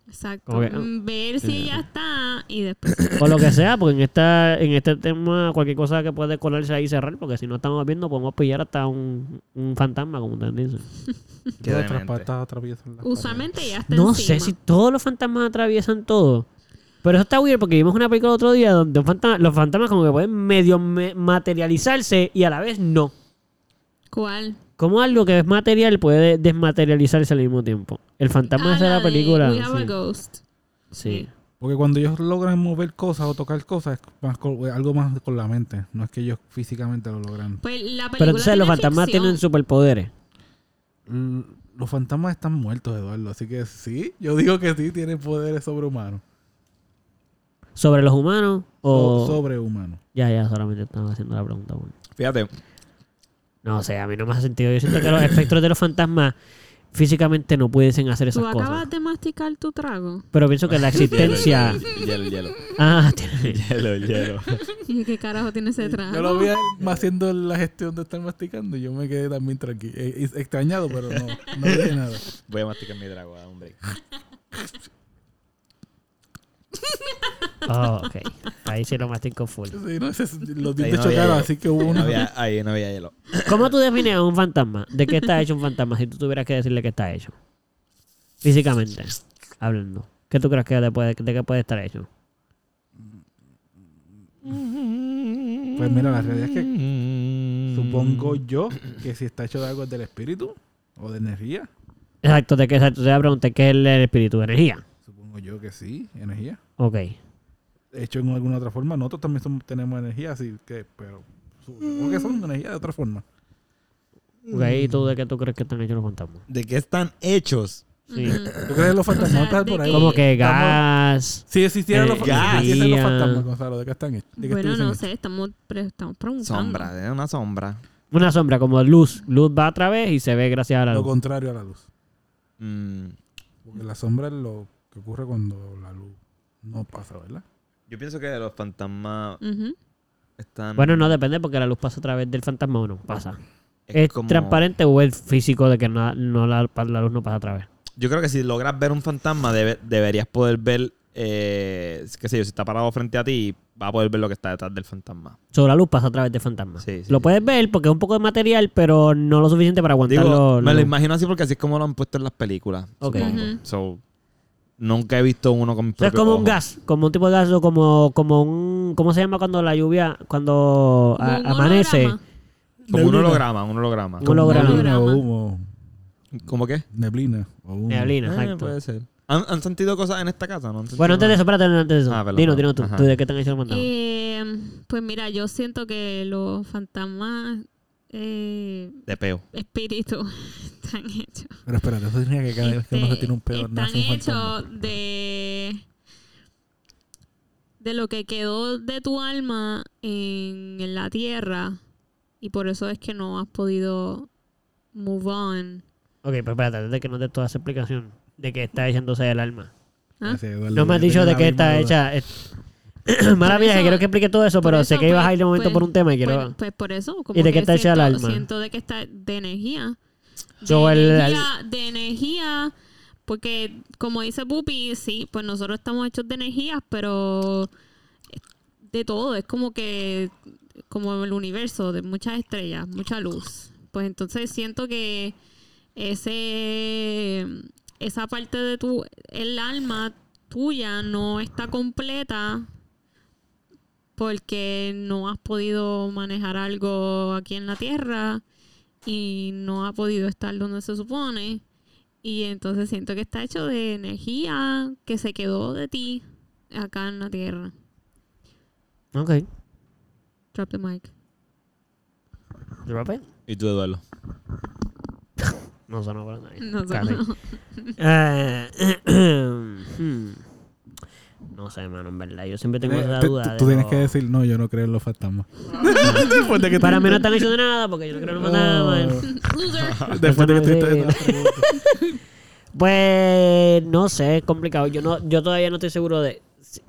Exacto. Como que- Mm, Ver si ella está y después. O lo que sea, porque en esta, en este tema, cualquier cosa que puede colarse ahí y cerrar, porque si no estamos viendo, podemos pillar hasta un, un fantasma, como ustedes dicen. Qué Todas otras demente. patas atraviesan las paredes. Usualmente ella está No encima. sé si todos los fantasmas atraviesan todo. Pero eso está weird porque vimos una película el otro día donde un fantasma- los fantasmas como que pueden medio me- materializarse y a la vez no. ¿Cuál? Como algo que es material puede desmaterializarse al mismo tiempo. El fantasma Ah, esa de la de película. We Have a sí. Ghost. Sí. Porque cuando ellos logran mover cosas o tocar cosas, es más con- algo más con la mente. No es que ellos físicamente lo logran. Pues la película. Pero entonces tiene los fantasmas ficción. tienen superpoderes. Mm, L- Los fantasmas están muertos, Eduardo. Así que sí, yo digo que sí tienen poderes sobrehumanos. ¿Sobre los humanos? O... O sobrehumanos. Ya, ya, solamente estaba haciendo la pregunta. bueno. Fíjate, No sé, a mí no me hace sentido. Yo siento que los espectros de los fantasmas físicamente no pudiesen hacer esas Tú cosas. acabas de masticar tu [LAUGHS] trago. Pero [LAUGHS] pienso que la existencia... [LAUGHS] hielo, hielo. ah, [LAUGHS] tiene- [LAUGHS] Hielo, hielo. Y qué carajo tiene ese trago. Yo lo vi a él haciendo la gestión de estar masticando y yo me quedé también tranquilo. Eh, eh, extrañado, pero no, no dije nada. Voy a masticar mi trago, a un break. Oh, ok. Ahí sí lo mastico full. Sí, no, ese- los Ahí dientes no había chocaron, hielo. así que hubo Ahí no una. había, ahí no había hielo. ¿Cómo tú defines a un fantasma? ¿De qué está hecho un fantasma si tú tuvieras que decirle que está hecho? Físicamente, hablando. ¿Qué tú crees que de, puede- de qué puede estar hecho? Pues mira, la realidad es que Mm. Supongo yo que si está hecho de algo es del espíritu o de energía. Exacto, de qué exacto. Te voy a preguntar qué es el, el espíritu de energía. Supongo yo que sí, energía. Ok. Hecho en alguna otra forma. Nosotros también somos- tenemos energía, así que, pero supongo que son energía de otra forma. Ok, ¿y tú de qué tú crees que están hechos los fantasmas? ¿De qué están hechos? Sí. ¿Tú crees los fantasmas sea, por ¿de ahí? Como que Estamos- gas. Si existieran los, Eh, fa- si existieran los gas. fantasmas, Gonzalo, ¿de qué están hechos? ¿De qué Bueno, estuviesen no hechos? sé, estamos, pre- estamos preguntando. Sombra, de una sombra. Una sombra, como luz. Luz va a través y se ve gracias a la Lo luz. contrario a la luz. Mm, Porque la sombra es lo que ocurre cuando la luz no pasa, ¿verdad? yo pienso que los fantasmas Ujú. están. Bueno, no depende porque la luz pasa a través del fantasma o no. Pasa. es ¿Es, como- transparente o es físico de que no, no la, la luz no pasa a través? Yo creo que si logras ver un fantasma, debe- deberías poder ver. Eh, qué sé yo, si está parado frente a ti, va a poder ver lo que está detrás del fantasma. Sobre la luz pasa a través del fantasma. Sí, sí, lo sí. puedes ver porque es un poco de material, pero no lo suficiente para aguantar Digo, lo- me lo lo- imagino así porque así es como lo han puesto en las películas. Ok. supongo. Ujú. So, nunca he visto uno con mis O sea, es propios como un ojos. gas, como un tipo de gas o como, como un... ¿Cómo se llama cuando la lluvia, cuando a- Como un Ah, amanece? holograma. Como un Neblina. holograma, un holograma. Un holograma. Neblina o humo. ¿Cómo qué? Neblina o humo. Neblina, Eh, exacto. puede ser. ¿Han, han sentido cosas en esta casa? ¿No han sentido Bueno, antes nada? de eso, espérate, antes de eso. Ah, perdón, Dino, perdón. Dino, tú, Ajá. tú de qué te han hecho el fantasma. Eh, pues mira, yo siento que los fantasmas eh, De peo. espíritus [LAUGHS] están hechos. Pero espérate, eso significa que cada vez que uno se este, tiene un pedo están nace un fantasma. hechos de de lo que quedó de tu alma en, en la tierra y por eso es que no has podido move on. Ok, pero espérate, antes de que nos des toda esa explicación de que está hecha entonces el alma. ¿Ah? Gracias, Eduardo. No me has Yo dicho tengo de la qué misma está duda. hecha. es- [CLEARS THROAT] Mala mía, que eso- quiero que explique todo eso, Por pero sé eso, que ibas pues, a ir de momento pues, por un tema y quiero... Pues, pues por eso, como ¿Y de que qué está hecha el siento- alma? Siento de que está de energía. De, So, el- energía de energía, porque como dice Pupi, sí, pues nosotros estamos hechos de energías, pero de todo, es como que, como el universo, de muchas estrellas, mucha luz. Pues entonces siento que ese esa parte de tu el alma tuya no está completa porque no has podido manejar algo aquí en la tierra y no ha podido estar donde se supone y entonces siento que está hecho de energía que se quedó de ti acá en la tierra Ok. drop the mic Drop it. ¿Y tú, Eduardo? No sonó para nadie. No sonó. Casi. Ah, hmm. [COUGHS] No sé, mano, en verdad. Yo siempre tengo Eh, esa te- duda. tú- de Tú tienes lo- que decir, no, yo no creo en los fantasmas. Después de que Oh. Para mí no están hecho de nada porque yo no creo en [LAUGHS] los fantasmas. Loser. Ah, Después de que estuviste- Pues no sé, es complicado. Yo no, yo todavía no estoy seguro de. si-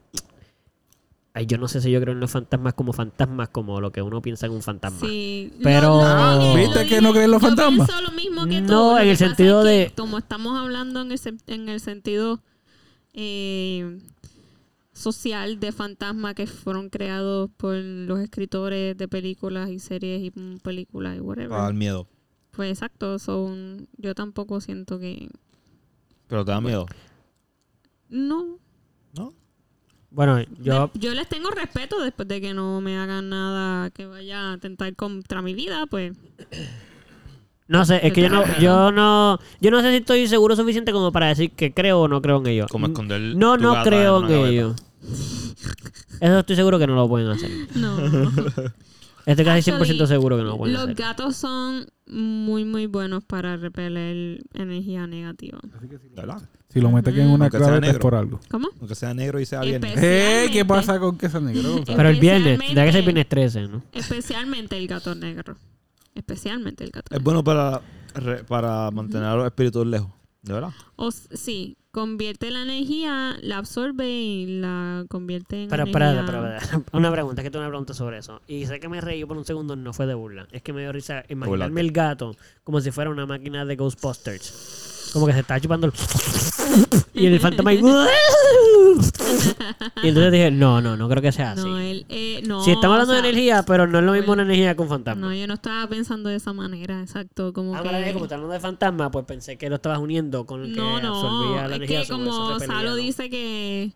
Ay, yo no sé si yo creo en los fantasmas como fantasmas, como lo que uno piensa en un fantasma. Sí. Pero- dije, ¿Viste que no creen los yo fantasmas? pienso lo mismo que tú. No, Lo en que el pasa sentido es que de- Como estamos hablando en el, sen- en el sentido eh, social de fantasmas que fueron creados por los escritores de películas y series y mm, películas y whatever. Para dar miedo. Pues exacto, son, yo tampoco siento que... Pero te da miedo. No. ¿No? Bueno, yo. Me- yo les tengo respeto después de que no me hagan nada que vaya a atentar contra mi vida, pues... No sé, es que yo Yo no, creo que yo no. Yo no sé si estoy seguro suficiente como para decir que creo o no creo en ellos. Como esconder No, tu no gata creo en en, una gaveta. ellos. Eso estoy seguro que no lo pueden hacer. No, no. [LAUGHS] Estoy casi Actually, 100% seguro que no lo pueden Los hacer. gatos son muy, muy buenos para repeler energía negativa. ¿De verdad? Si lo meten Mm. en una Aunque sea claveta es negro. por algo. ¿Cómo? Aunque sea negro y sea bien. Empe- ¡Eh! ¿Qué Especialmente. pasa con que ese negro? O sea, Pero el viernes, especialmente- ya que es el viernes 13, ¿no? Especialmente el gato negro. Especialmente el gato Es negro. bueno para, re- para mantener a los espíritus lejos. ¿De verdad? O, s- sí, convierte la energía, la absorbe y la convierte en Pero, energía. espera, espera, espera. Una pregunta, que tengo una pregunta sobre eso. Y sé que me reí yo por un segundo, no fue de burla. Es que me dio risa imaginarme Burlate. el gato como si fuera una máquina de Ghostbusters. Como que se está chupando el... [LAUGHS] Y el [LAUGHS] fantasma ahí... Y entonces dije, no, no, no creo que sea así. No, él, eh, no, ah, si estamos hablando o sea, de energía, pero no es lo mismo una energía que un fantasma. No, yo no estaba pensando de esa manera, exacto. Como Ah, que... maravilla, como estás hablando de fantasma, pues pensé que lo estabas uniendo con el que No, no, absorbía la es energía. que sobre eso como repelía, Salo ¿no? dice que,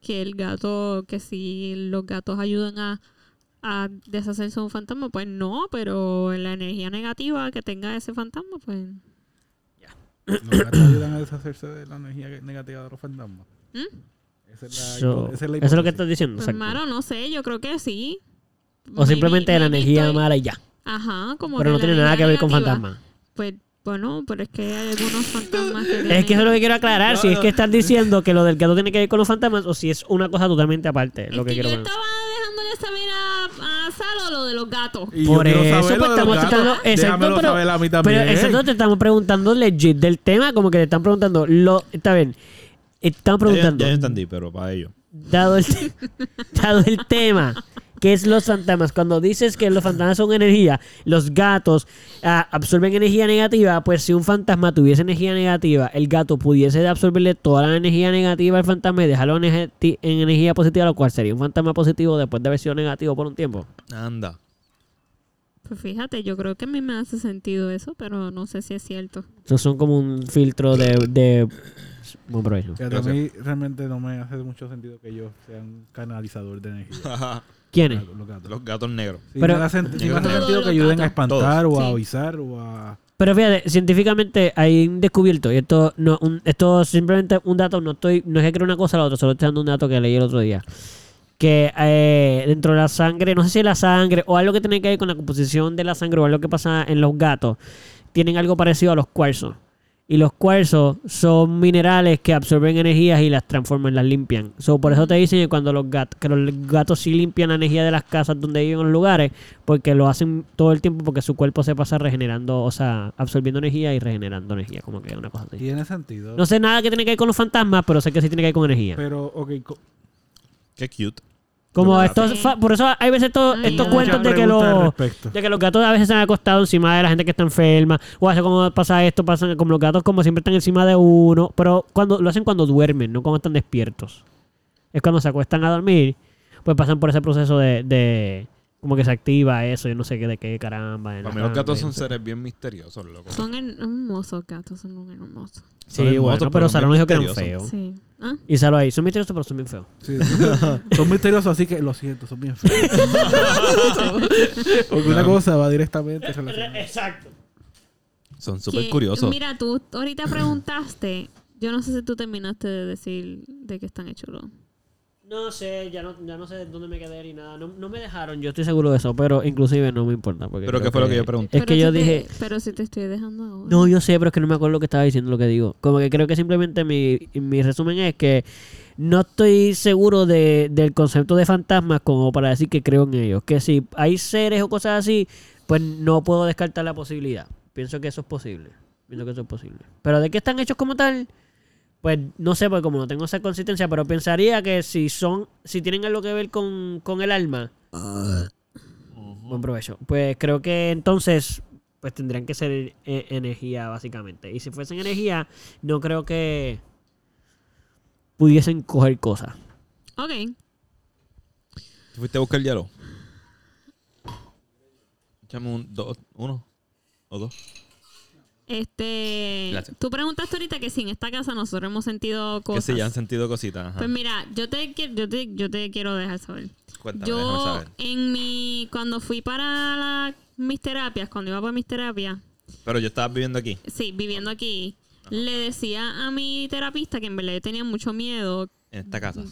que el gato, que si los gatos ayudan a, a deshacerse de un fantasma, pues no, pero la energía negativa que tenga ese fantasma, pues... Los gatos ayudan a deshacerse de la energía negativa de los fantasmas. Esa es la, ¿Mm? So, hipo- esa es la eso es lo que hipótesis. estás diciendo. pues, exacto. Mano, no sé, yo creo que sí. O simplemente Maybe- la maybe energía estoy- mala y ya. Ajá, como Pero que no la tiene nada que energía ver con negativa, fantasmas. Pues bueno, pero es que hay algunos fantasmas que... Es que eso es lo que quiero aclarar. si es no. que estás diciendo que lo del gato tiene que ver con los fantasmas o si es una cosa totalmente aparte. Lo que, quiero yo ver. estaba dejándole saber a, a pasar o lo de los gatos? Y Por yo quiero eso, saber pues, lo de los estamos gatos. tratando- Déjamelo Exacto, pero, saber a mí pero también. exacto, te estamos preguntando legit del tema, como que te están preguntando. Lo, está bien. Estamos preguntando. Ya, ya entendí, pero para ello. Dado el, te- [LAUGHS] dado el tema, ¿qué es los fantasmas? Cuando dices que los fantasmas son energía, los gatos ah, absorben energía negativa, pues si un fantasma tuviese energía negativa, el gato pudiese absorberle toda la energía negativa al fantasma y dejarlo en, eje- en energía positiva, lo cual sería un fantasma positivo después de haber sido negativo por un tiempo. Anda. Pues fíjate, yo creo que a mí me hace sentido eso, pero no sé si es cierto. Esos son como un filtro de... de... Buen provecho. Fíjate, a mí realmente no me hace mucho sentido que yo sea un canalizador de energía. ¿Quiénes? Los gatos. Los gatos negros. Sí, Pero- me hace, sí me hace Todos sentido los que ayuden a gatos. espantar o a Sí. avisar o a... Pero fíjate, científicamente hay un descubierto, y esto no un- esto simplemente un dato, no estoy, no es que creo una cosa a la otra, solo estoy dando un dato que leí el otro día. Que eh, dentro de la sangre, no sé si la sangre o algo que tiene que ver con la composición de la sangre o algo que pasa en los gatos, tienen algo parecido a los cuarzos. Y los cuarzos son minerales que absorben energías y las transforman, las limpian. So, por eso te dicen que cuando los gatos, que los gatos sí limpian la energía de las casas donde viven los lugares, porque lo hacen todo el tiempo porque su cuerpo se pasa regenerando, o sea, absorbiendo energía y regenerando energía, como que una cosa así. Tiene sentido. No sé nada que tiene que ver con los fantasmas, pero sé que sí tiene que ver con energía. Pero, ok, co- Qué cute. Como Pero- estos, Sí. fa- por eso hay veces estos, Mm. Ay, estos ya. cuentos muchas de que preguntas al los respecto. de que los gatos a veces se han acostado encima de la gente que está enferma, o hace como pasa esto, pasan como los gatos como siempre están encima de uno, pero cuando lo hacen cuando duermen, no cuando están despiertos. Es cuando se acuestan a dormir, pues pasan por ese proceso de, de- como que se activa eso, yo no sé qué de qué caramba. de Para la mí los sangre, gatos son no sé. seres bien misteriosos, loco. Son en- hermosos gatos, son muy hermosos. son Sí, hermosos, bueno, pero pero son Salón no bien dijo que eran misteriosos. feos. Sí. ¿Ah? Y Salón ahí, son misteriosos, pero son bien feos. sí, son misteriosos, así que lo siento, son bien feos. Porque una cosa va directamente relacionada. Exacto. Son súper Que- curiosos. Mira, tú [CLEARS THROAT] ahorita preguntaste, yo no sé si tú terminaste de decir de qué están hechos los... No sé, ya no, ya no sé dónde me quedé ni nada. No, no me dejaron, yo estoy seguro de eso, pero inclusive no me importa. Porque ¿Pero creo qué fue lo que yo pregunté? Es Pero que yo si te- dije, Pero si te estoy dejando ahora. no, yo sé, pero es que no me acuerdo lo que estaba diciendo, lo que digo. Como que creo que simplemente mi, mi resumen es que no estoy seguro de- del concepto de fantasmas como para decir que creo en ellos. Que si hay seres o cosas así, pues no puedo descartar la posibilidad. Pienso que eso es posible. Pienso que eso es posible. Pero de qué están hechos como tal, pues no sé, porque como no tengo esa consistencia, pero pensaría que si son, si tienen algo que ver con, con el alma. Buen provecho. Pues creo que entonces, pues tendrían que ser eh, energía, básicamente. Y si fuesen energía, no creo que pudiesen coger cosas. Ok. ¿Tú fuiste a buscar el hielo? Échame un, dos, uno o dos. Este, Gracias. tú preguntaste ahorita que si en esta casa nosotros hemos sentido Que cosas. se ya han sentido cositas. Ajá. Pues mira, yo te, qui- yo te, yo te quiero dejar saber. Cuéntame, déjame yo saber. en mi cuando fui para la- mis terapias, cuando iba para mis terapias, Pero yo estaba viviendo aquí. sí, viviendo aquí, le decía a mi terapista que en verdad yo tenía mucho miedo En esta casa.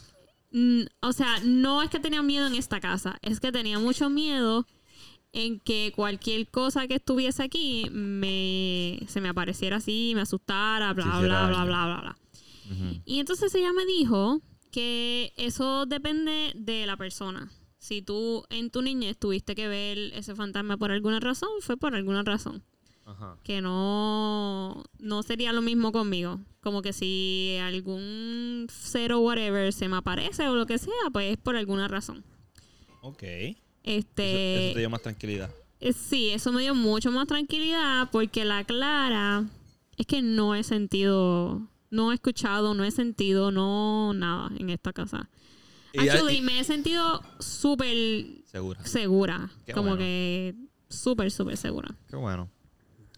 Mm, o sea, no es que tenía miedo en esta casa, es que tenía mucho miedo en que cualquier cosa que estuviese aquí me, se me apareciera así, me asustara, bla, Te bla, hiciera bla, daño. bla, bla, bla, bla. Ujú. Y entonces ella me dijo que eso depende de la persona. Si tú en tu niñez tuviste que ver ese fantasma por alguna razón, fue por alguna razón Ajá. que no, no sería lo mismo conmigo. Como que si algún cero whatever se me aparece o lo que sea, pues es por alguna razón. Ok. Eso, Este, eso te dio más tranquilidad. eh, sí, eso me dio mucho más tranquilidad porque la Clara es que no he sentido, no he escuchado, no he sentido, no nada en esta casa. Y- Actually, y- me he sentido súper Segura. segura, Qué como bueno. que súper, súper segura. Qué bueno.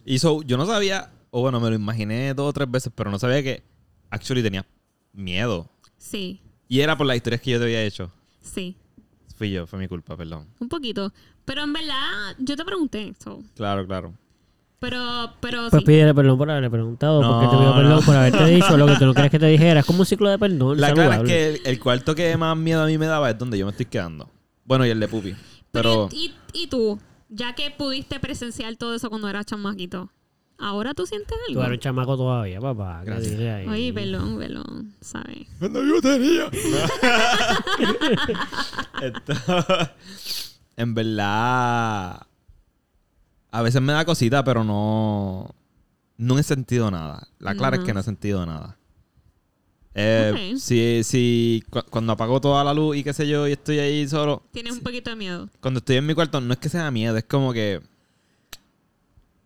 Y so, yo no sabía, o bueno, me lo imaginé dos o tres veces, pero no sabía que actually tenía miedo. Sí, Y era por las historias que yo te había hecho. sí. Fui yo, fue mi culpa, perdón. Un poquito. Pero en verdad, yo te pregunté. so. Claro, claro. Pero, pero Pues sí. pídele perdón por haberle preguntado, porque te pido No, perdón no. por haberte dicho lo que tú no querías que te dijera. Es como un ciclo de perdón. La clara es saludable. que el, el cuarto que más miedo a mí me daba es donde yo me estoy quedando. Bueno, y el de Pupi. Pero, Pero, ¿y, y tú? Ya que pudiste presenciar todo eso cuando eras chamaquito, ¿ahora tú sientes Tú eres algo? un chamaco todavía, papá. ¿qué Gracias. dices ahí? Oye, pelón, pelón, ¿sabes? [LAUGHS] Cuando yo tenía. Esto- en verdad, a veces me da cosita, pero no, no he sentido nada. La clara es Ajá. que no he sentido nada. Eh, Ok. Si, si cu- cuando apago toda la luz y qué sé yo, y estoy ahí solo, Tienes un poquito de miedo. cuando estoy en mi cuarto, no es que sea miedo, es como que,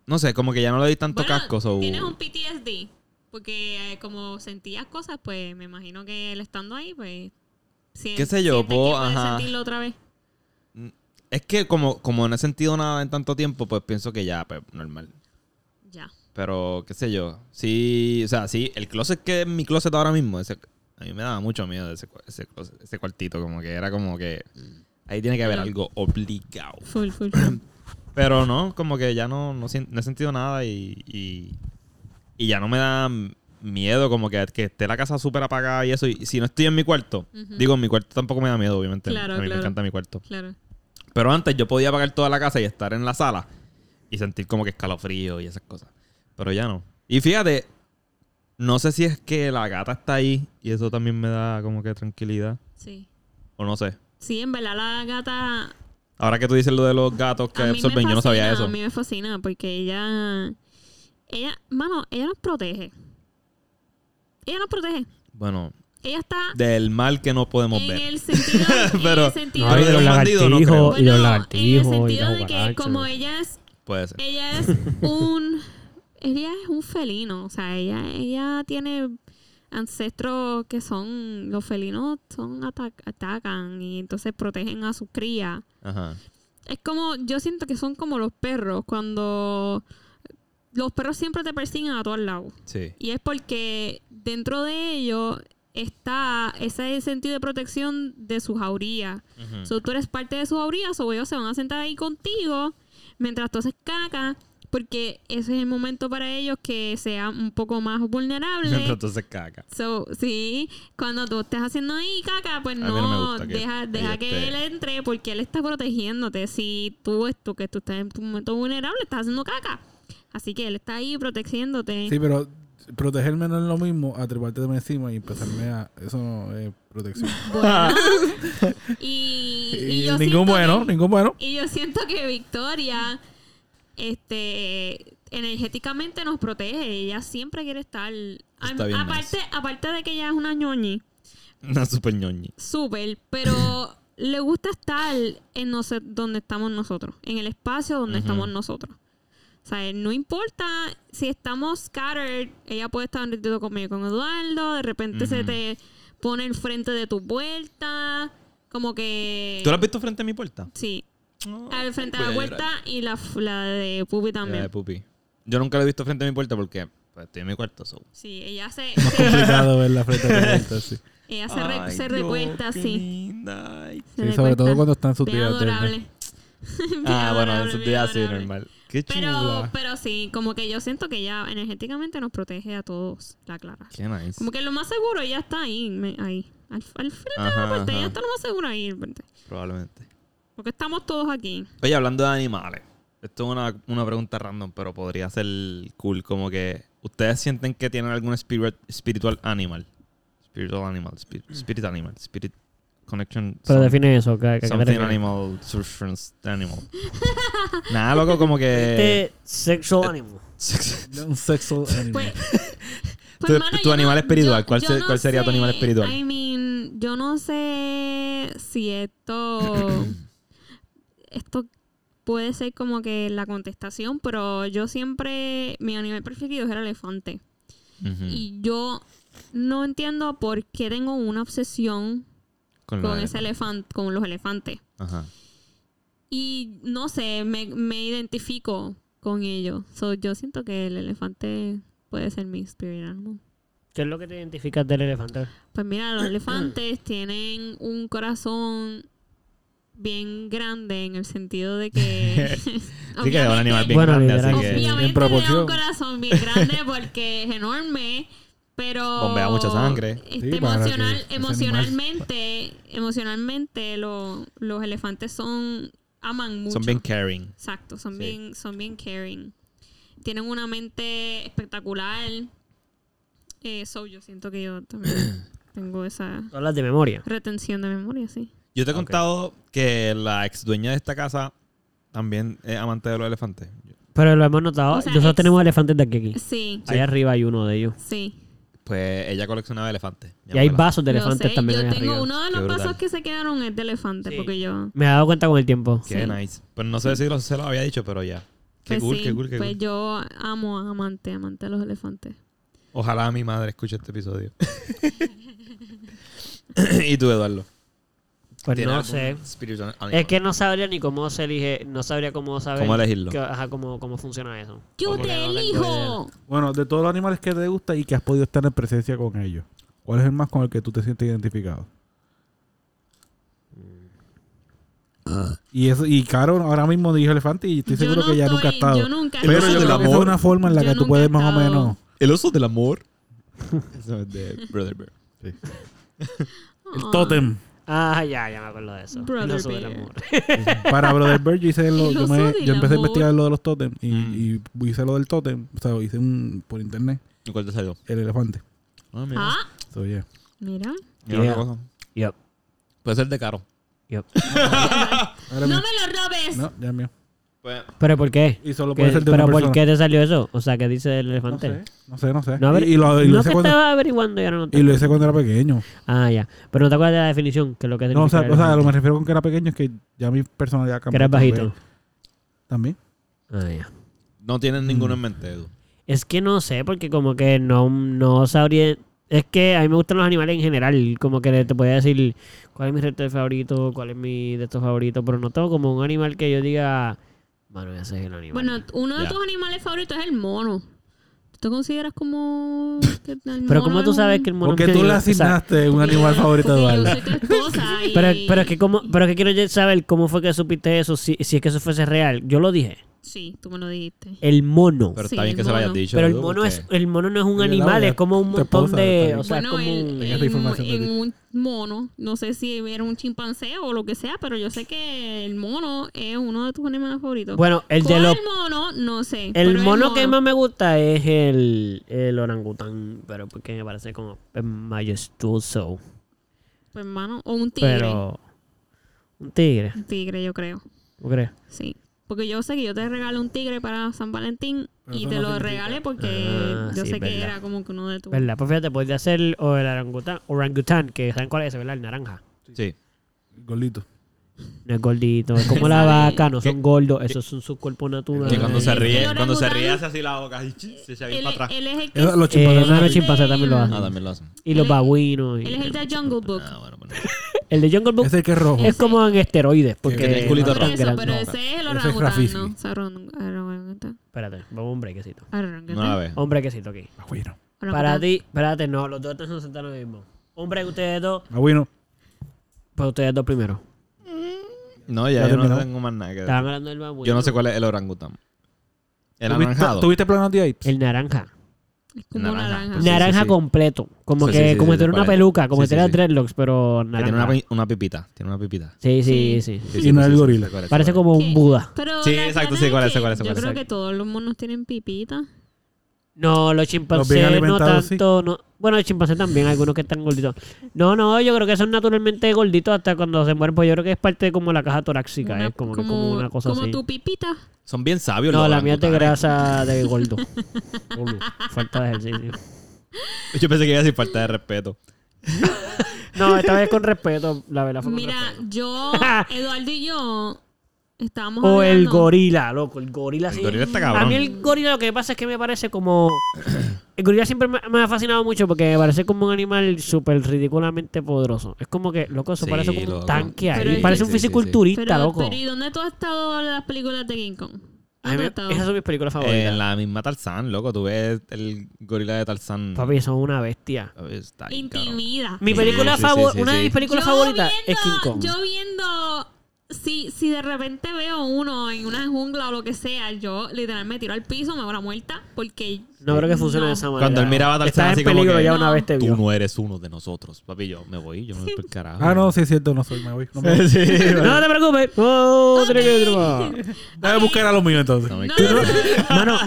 no sé, como que ya no le doy tanto Bueno, casco. so- Tienes un PTSD. Porque eh, como sentías cosas, pues me imagino que él estando ahí, pues. sien- ¿Qué sé yo? sientes que Puedo- puedes ajá. sentirlo otra vez. Es que como, como no he sentido nada en tanto tiempo, pues pienso que ya, pues normal. Ya. Pero, qué sé yo. Sí, o sea, sí, el closet que es mi closet ahora mismo, ese, a mí me daba mucho miedo ese, cu- ese, closet- ese cuartito, como que era como que ahí tiene que haber algo obligado. [COUGHS] Full, full. full. Pero no, como que ya no, no, sien- no he sentido nada y, y, y ya no me da miedo, como que, que esté la casa súper apagada y eso. Y si no estoy en mi cuarto, Ujú. digo, en mi cuarto tampoco me da miedo, obviamente. Claro, a mí me claro. encanta mi cuarto. claro. Pero antes yo podía apagar toda la casa y estar en la sala y sentir como que escalofrío y esas cosas. Pero ya no. Y fíjate, no sé si es que la gata está ahí y eso también me da como que tranquilidad. Sí. O no sé. Sí, en verdad la gata Ahora que tú dices lo de los gatos que a mí me absorben, yo no sabía fascina, eso. A mí me fascina porque ella. Ella, mano, ella nos protege. Ella nos protege. Bueno, Ella está del mal que no podemos en ver. el sentido. [LAUGHS] en Pero- el sentido No, y de los los bandidos no creo. lagartijos, y los Bueno, lagartijos, en el y sentido las de que como cucarachas. ella es Puede ser. ella es un ella es un felino o sea ella ella tiene ancestros que son los felinos son ata- atacan y entonces protegen a sus crías Ajá. es como yo siento que son como los perros cuando los perros siempre te persiguen a todos lados Sí. y es porque dentro de ellos está ese sentido de protección de sus jaurías Ujú. So, tú eres parte de su jauría, so, ellos se van a sentar ahí contigo mientras tú haces caca, porque ese es el momento para ellos que sean un poco más vulnerables. [LAUGHS] Entonces caca. So, sí, cuando tú estés haciendo ahí caca, pues A mí no no, me gusta que deja, ella deja que esté- él entre porque él está protegiéndote. Si tú, tú, que tú estás en tu momento vulnerable, estás haciendo caca. Así que él está ahí protegiéndote. Sí, pero protegerme no es lo mismo a treparte de encima y empezarme a... Eso no es protección. Y, Y y yo ningún siento bueno, que- [LAUGHS] ningún bueno. Y yo siento que Victoria, este, energéticamente nos protege. Ella siempre quiere estar. A- Está bien aparte, aparte de que ella es una ñoñi, Una super ñoñi. súper, [COUGHS] pero le gusta estar en no sé, donde estamos nosotros, en el espacio donde Ujú. estamos nosotros. O sea, no importa si estamos scattered, ella puede estar en retiro conmigo, con Eduardo, de repente se Ujú. te pone el frente de tu puerta, como que... ¿Tú la has visto frente a mi puerta? Sí, No. al frente de Voy la a Ah, llorar. puerta y la, f- la de La Pupi de también. Pupi. Yo nunca la he visto frente a mi puerta porque pues, estoy en mi cuarto. so. Sí, [LAUGHS] ella se, Más complicado ver la frente de vuelta, sí. ella se, re- se recuesta, sí. [LAUGHS] Se Sí, sobre recuesta. todo cuando están sus Bien [LAUGHS] tías. adorable. Bien Ah, bueno, adorable, eso bien te así adorable. normal. Qué Pero, chula. pero sí, como que yo siento que ella energéticamente nos protege a todos, la Clara. Qué nice. Como que lo más seguro ella está ahí, me- ahí. Al, al frente de Ajá, la puerta, ajá. ella está lo más seguro ahí, al frente. Probablemente. Porque estamos todos aquí. Oye, hablando de animales. Esto es una, una pregunta random, pero podría ser cool. Como que, ¿ustedes sienten que tienen algún spirit, spiritual animal? Spiritual animal, spirit, spirit animal, spirit connection. Pero some- define eso, ¿qué- qué- qué te something refieres? animal, surfer's [LAUGHS] animal. Nada, loco, como que. Este sexual animal. Este Un sexo [LAUGHS] Pues, Tu- mano, tu yo animal espiritual, ¿cuál se- no cuál sería tu animal espiritual? I mean, yo no sé si esto. [COUGHS] esto puede ser como que la contestación, pero yo siempre. Mi animal preferido era el elefante. [LAUGHS] Ujú. Y yo no entiendo por qué tengo una obsesión Con con la- ese elefante, con los elefantes. Ajá. Y no sé, me, me identifico con ellos. So, yo siento que el elefante puede ser mi spirit animal. ¿Qué es lo que te identificas del elefante? Pues mira, [CLEARS THROAT] los elefantes tienen un corazón bien grande en el sentido de que. [LAUGHS] Sí [LAUGHS] que es un animal bien Bueno, grande, así literal, que sí. Obviamente le da proporción. un corazón bien [LAUGHS] grande porque es enorme, pero. Bombea mucha sangre. Este, Sí, para que emocional, ese emocionalmente, emocionalmente lo- los elefantes son. aman mucho. son bien caring. Exacto, son Sí. bien, son bien caring. Tienen una mente espectacular. Eh, so yo siento que yo también tengo esa [COUGHS] Todas las de memoria. retención de memoria, sí. Yo te he contado que la ex dueña de esta casa también es amante de los elefantes. Pero lo hemos notado. O sea, Nosotros es- tenemos elefantes de aquí. a aquí. Sí, Allá arriba hay uno de ellos. sí. Pues ella coleccionaba elefantes. mi Y hay abuela. vasos de Yo elefantes sé, también Yo allá tengo arriba. uno de Qué los brutal. vasos que se quedaron es de elefante, Sí. porque yo. Me he dado cuenta con el tiempo. Qué Sí. nice. Pero no sé si lo- se lo había dicho, pero ya. Qué pues cool, sí, qué cool, qué Pues cool. yo amo a amante, amante a los elefantes. Ojalá mi madre escuche este episodio. [LAUGHS] y tú, Eduardo. Pues ¿Tienes no algún sé. spirit animal? Es que no sabría ni cómo se elige, no sabría cómo saber. ¿Cómo elegirlo? que- ajá, cómo, cómo funciona eso. ¡Yo Porque te no tengo elijo! Bueno, de todos los animales que te gusta y que has podido estar en presencia con ellos, ¿cuál es el más con el que tú te sientes identificado? Y eso y Caro ahora mismo dijo elefante y estoy Yo seguro no que ya nunca ha estoy- estado. Yo nunca he Pero Pero yo yo estado. creo que esa es una forma en la Yo que tú nunca puedes he más o estado. menos. El oso del amor. [LAUGHS] Eso es de Brother Bear. Ah, Ah, ya, ya me acuerdo de eso. Brother El oso del Bear. [LAUGHS] amor. Para Brother Bird yo hice lo- El yo, oso me- del yo empecé a amor. investigar lo de los totem y, Mm. y hice lo del totem, o sea, hice un por internet, ¿Y cuál te salió? el elefante. Ah, mira. Ah, So, yeah. mira. Mira Yeah. otra cosa. Yep, Puede ser de caro. yep. Ahora ¡No me mío. lo robes! No, ya es mío. Pues, ¿Pero por qué? Y solo ¿Qué- puede ser de una ¿Pero por persona. qué te salió eso? O sea, ¿qué dice el elefante? No sé, no sé. No, a ver, y, y lo, y lo no hice que cuando, estaba averiguando y ahora no te... y lo hice cuando era pequeño. Ah, ya. Pero no te acuerdas de la definición, que es lo que No, o sea, significa o sea, elefante. lo que me refiero con que era pequeño es que ya mi personalidad cambió. que eras bajito. También. Ah, ya. no tienes Mm. ninguno en mente, Edu. Es que no sé, porque como que no, no sabría... Es que a mí me gustan los animales en general. Como que te podía decir cuál es mi reto favorito, cuál es mi de estos favoritos. Pero no tengo como un animal que yo diga... Bueno, ese es el animal. Bueno, uno de Ya. tus animales favoritos es el mono. ¿Tú te consideras como.? que el [LAUGHS] pero mono ¿cómo tú es sabes un- que el mono... Porque es tú un- le o sea, asignaste [LAUGHS] un animal favorito Porque a [LAUGHS] Eduardo. Yo soy tu esposa y... Pero, pero es que como, pero que quiero ya saber cómo fue que supiste eso, si, si es que eso fuese real. Yo lo dije. Sí, tú me lo dijiste. El mono. Pero Sí, está bien el que se lo hayas mono. dicho. Pero el Edu, mono es, porque- el mono no es un Oye, animal, Laura, es como un tu montón esposa de, también. o sea, es bueno, como el- un- esa en, información de en ti. un mono, no sé si era un chimpancé o lo que sea, pero yo sé que el mono es uno de tus animales favoritos. Bueno, el de ¿Cuál los mono? No sé. pero el es mono que más me gusta es el, el orangután, pero porque me parece como majestuoso, Pues, hermano, o un tigre. pero un tigre, Un tigre, yo creo. ¿tú crees? Sí. Porque yo sé que yo te regalé un tigre para San Valentín Pero y eso te no lo significa. regalé porque Ah, yo sí, sé que verdad. era como que uno de tus... ¿Verdad? Pues fíjate, podría ser o el orangután, orangután, que saben cuál es ese, ¿verdad? El naranja. Sí. Golito. No es gordito, es como la vaca, no son ¿Qué? gordos, esos son sus cuerpos Que naturales. cuando se Es que ríe, el cuando se orangután- ríe hace así la boca y ch- se echa bien Él, para atrás. él es el que... Eso, los Eh, no, chimpancés. los chimpancés también lo hacen. Ah, también lo hacen. Y los babuinos. y- Él es el de Jungle Book. Ah, bueno, bueno. El de Jungle Book Ese que es rojo. es como en esteroides, porque tiene el no culito es tan rojo. Eso, grande. pero No, ese es el Ese es orangután, Rafiki. ¿no? Ese oran- orangután. Espérate, vamos a un brequecito. Orangután. No la veo. Un brequecito aquí. Agüino. Para ti, espérate, no, los dos no sentaron lo mismo. Un break ustedes dos, Agüino. pues ustedes dos primero. No, ya, Ya yo no terminó. tengo más nada que decir. Estaban hablando del babuino. Yo no sé cuál es el orangután. El ¿Tuviste- anaranjado. ¿Tuviste planos de apes? El naranja. Es como Naranja. naranja. Pues sí, naranja sí, sí. completo. Como Sí, que, sí, sí, como sí, si tuviera una parece. peluca, como Sí, si tuviera sí, sí. dreadlocks, pero Que tiene una, naranja. pi- una pipita. Tiene una pipita. Sí, sí, sí. Sí, Y sí, no sí, el sí, gorila. sí, sí, sí, sí, Parece sí. como un ¿Qué? Buda. Pero Sí, la exacto, verdad sí, es cuál es, que cuál es, Yo cuál es. creo que todos los monos tienen pipita. No, los bien chimpancés no alimentados, sí. tanto. No. Bueno, los chimpancés también, algunos que están gorditos. No, no, yo creo que son naturalmente gorditos hasta cuando se mueren, pues yo creo que es parte de como la caja torácica, Una- es como, que- como una cosa como así. tu pipita. Son bien sabios No, los la mía es de orangutanes. grasa de gordo. [LAUGHS] Gordo. Falta de ejercicio. [LAUGHS] Yo pensé que iba a decir falta de respeto. No, esta vez con respeto, la verdad fue con Mira, respeto. [LAUGHS] yo, Eduardo y yo estábamos O el hablando- gorila, loco, el gorila sí. El gorila está A cabrón. Eh, mí el gorila lo que pasa es que me parece como... [CLEARS THROAT] El gorila siempre me, me ha fascinado mucho porque me parece como un animal súper ridículamente poderoso. Es como que, loco, eso Sí, parece como loco. un tanque ahí. Pero es- parece un Sí, sí, sí, sí. fisiculturista, Pero, loco. pero ¿y dónde tú has estado en las películas de King Kong? A mí ¿Dónde me- has estado? esas son mis películas favoritas. En Eh, la misma Tarzán, loco. Tú ves el gorila de Tarzán. Papi, son una bestia. Está bien, cabrón. Intimida. Mi Sí, película sí, favor- sí, sí, una de sí. mis películas favoritas es King Kong. Yo viendo... Si, si de repente veo uno en una jungla o lo que sea, yo literalmente me tiro al piso, me hago la muerta, porque... No creo que funcione No. de esa manera. Cuando él miraba a Tarzán Estás así en como peligro que, "Ah, ya una No. vez te Tú vio. no eres uno de nosotros. Papi, yo me voy. Yo me voy por el carajo. Ah, no, sí es cierto, no soy. Me voy. No me [LAUGHS] [LAUGHS] voy. Sí, bueno. No te preocupes. Oh, Ok. tiene que [LAUGHS] ir, Dame buscar a los míos entonces. No, No, me- [LAUGHS] no, no, no. va. Mano,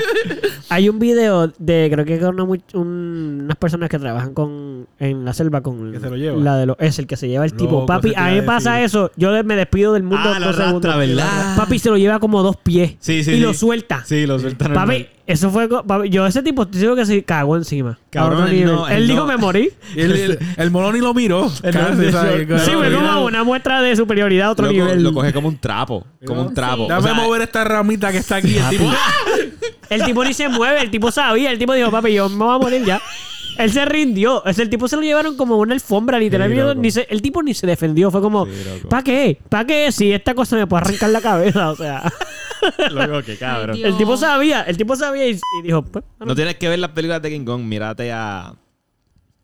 hay un video de, creo que con una much- un- unas personas que trabajan con en, en la selva con Que se lo lleva. la de los es el que se lleva el tipo. Loco, Papi, se te a iba mí a me pasa decir. eso. Yo de- me despido del mundo Ah, lo dos arrastra, segundos. ¿verdad? Papi se lo lleva como dos pies Sí, sí, y sí. lo suelta. Sí, lo sueltan. Papi, eso fue. co- papi, yo ese tipo te digo que se cagó encima. A Cabrón, otro él nivel. no, él él dijo no. me morí. El, el, el mono ni lo miró. El Casi, mono- ¿sabes? Claro, sí, fue mira. como una muestra de superioridad a otro Loco, nivel. Lo coge como un trapo. Como un trapo. Sí. O Dame sea, [LAUGHS] mover esta ramita que está aquí. El tipo, El tipo ni se mueve, el tipo sabía, el tipo dijo, papi, yo me voy a morir ya. Él se rindió. O sea, el tipo se lo llevaron como una alfombra, literalmente. loco. ni se- el tipo ni se defendió. Fue como, Sí, loco. ¿pa' qué? ¿Pa' qué? Si esta cosa me puede arrancar la cabeza. O sea, Loco, qué cabrón. Ay, Dios. el tipo sabía, el tipo sabía y, y dijo, pues, No tienes que ver las películas de King Kong. Mírate a.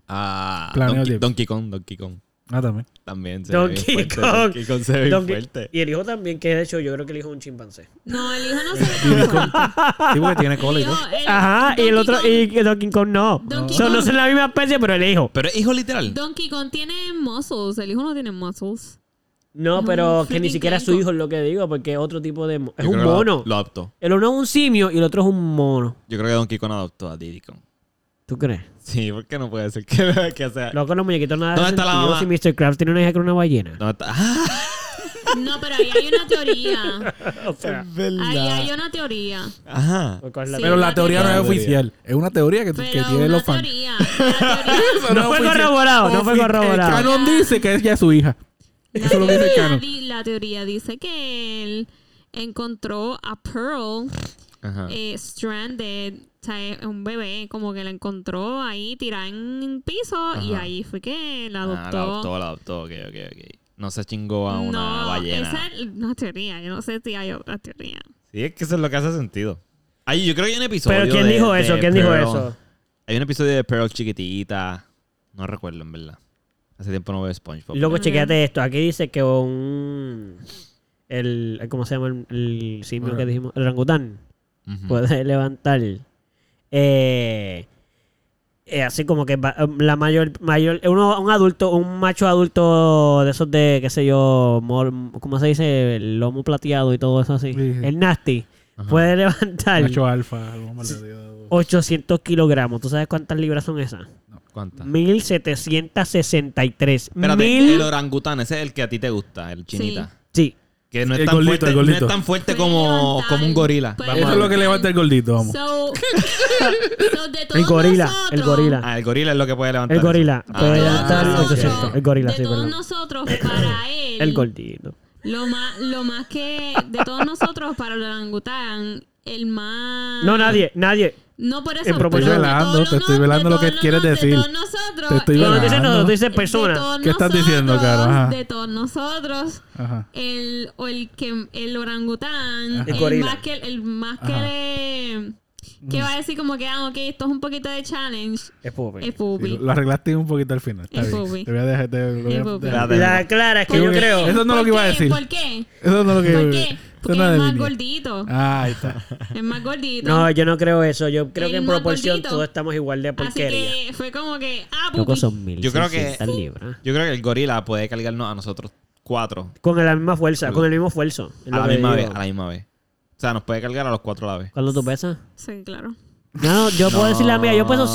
A. Planeo Donkey, Tips. Donkey Kong. Donkey Kong. [LAUGHS] ah, también. También se ve Donkey bien fuerte. Kong. Donkey Kong se ve bien Donkey- fuerte. Y el hijo también, que de hecho yo creo que el hijo es un chimpancé. No, el hijo no se [LAUGHS] ve tan fuerte. Sí, porque tiene cola y Yo, todo. el- Ajá, y el Donkey otro, Kong- y que Donkey Kong no. Donkey Son, no Kong. son la misma especie, pero el hijo. Pero es hijo literal. Donkey Kong tiene muscles. El hijo no tiene muscles. No, No, pero que ni freaking siquiera es su Kong. hijo es lo que digo, porque es otro tipo de... mo- Es Yo un creo que lo- mono. Lo adoptó. El uno es un simio y el otro es un mono. Yo creo que Donkey Kong adoptó a Diddy Kong. ¿Tú crees? Sí, porque no puede ser que, [LAUGHS] que sea. Loco, los muñequitos nada de ¿Dónde está la sentido mamá? Si Mr. Krabs tiene una hija que era una ballena. No, está- [LAUGHS] ¡Ah! No, pero ahí hay una [LAUGHS] teoría. [LAUGHS] O sea, pues, Es Ahí verdad. hay una teoría. Ajá. ¿cuál es la- Sí. Pero la teoría no es Claro, oficial. Es una teoría que, que Pero tienen Pues una los fans. teoría. La teoría Eso No fue oficial. corroborado, no fue Ofi- corroborado. El canon dice que ella es su hija. La Eso es lo que dice el teoría, canon. di- la teoría dice que él encontró a Pearl Ajá. eh, stranded, o sea, eh, un bebé, como que la encontró ahí tirada en un piso y Ajá. ahí fue que la Ah, adoptó. la adoptó, la adoptó. Ok, ok, ok. No se chingó a una no, ballena. esa es una teoría, yo no sé si hay otra teoría. Sí, es que eso es lo que hace sentido. Ay, yo creo que hay un episodio. Pero ¿quién de- este dijo de eso? ¿Quién dijo Pearl. eso? Hay un episodio de Pearl chiquitita. No recuerdo, en verdad. Hace tiempo no veo SpongeBob. Loco, chequeate esto. Aquí dice que un... El, ¿Cómo se llama el, el simio Ajá. que dijimos? El orangután. Ujú. Puede [LAUGHS] levantar... Eh, eh, así como que va- la mayor... mayor eh, uno, un adulto, un macho adulto de esos de, qué sé yo, mor- ¿cómo se dice? El lomo plateado y todo eso así. Sí, sí. El nasty. Ajá. Puede levantar... Nacho Alfa. algo más le dio. 800 kilogramos. ¿Tú sabes cuántas libras son esas? ¿Cuánta? 1763. Espérate, Mil- el orangután, ese es el que a ti te gusta, el chinita. Sí. Que no es, El tan gordito, fuerte, el no es gordito. tan fuerte Puede como, levantar- como un gorila. puede Vamos Eso a es lo ver. que levanta el gordito, vamos. So, so de todos El gorila, el nosotros- gorila. Ah, el gorila es lo que puede levantar. El eso. gorila. Ah, puede de todos levantar nosotros- 800. El gorila, de sí, todos perdón. nosotros, para él, El gordito. Lo más, lo más que de todos nosotros para el orangután, el más. No, nadie, nadie. No por eso. En proporción- pero de velando, todos te los estoy no- velando de lo que todos los- quieres de decir. todos nosotros, Te estoy el- No, no dice velando. nosotros, dice de personas. todos ¿Qué estás nosotros, diciendo, Caro? Ajá. De todos nosotros, Ajá. el, o el que el orangután, Ajá. El el, gorila. más que el más que Ajá. le- que va a decir como que ah, ok, esto es un poquito de challenge, Es pobre. es pupi. Sí, lo arreglaste un poquito al final. Está El bien. Bubi. Te voy a dejar. Te, lo voy a- El Bubi. La- La clara es que yo Porque- creo. Eso no es lo ¿Por que iba a qué? decir. ¿Por qué? Eso no es lo que. ¿Por qué? Eso Porque no es es más línea. gordito. Ah, [LAUGHS] ahí está. Es más gordito. No, yo no creo eso. Yo creo El que en más proporción gordito. todos estamos igual de Así porquería. que fue como que, ah, Loco, pupi. son mil. Yo creo que- libras. Ah, Yo creo que el gorila puede cargarnos a nosotros cuatro Con la misma fuerza, con el mismo esfuerzo. es a lo la que misma digo. vez, a la misma vez. O sea, nos puede cargar a los cuatro a la vez. ¿Cuánto tú pesas? Sí, claro. No, yo puedo decir la mía. Yo peso No.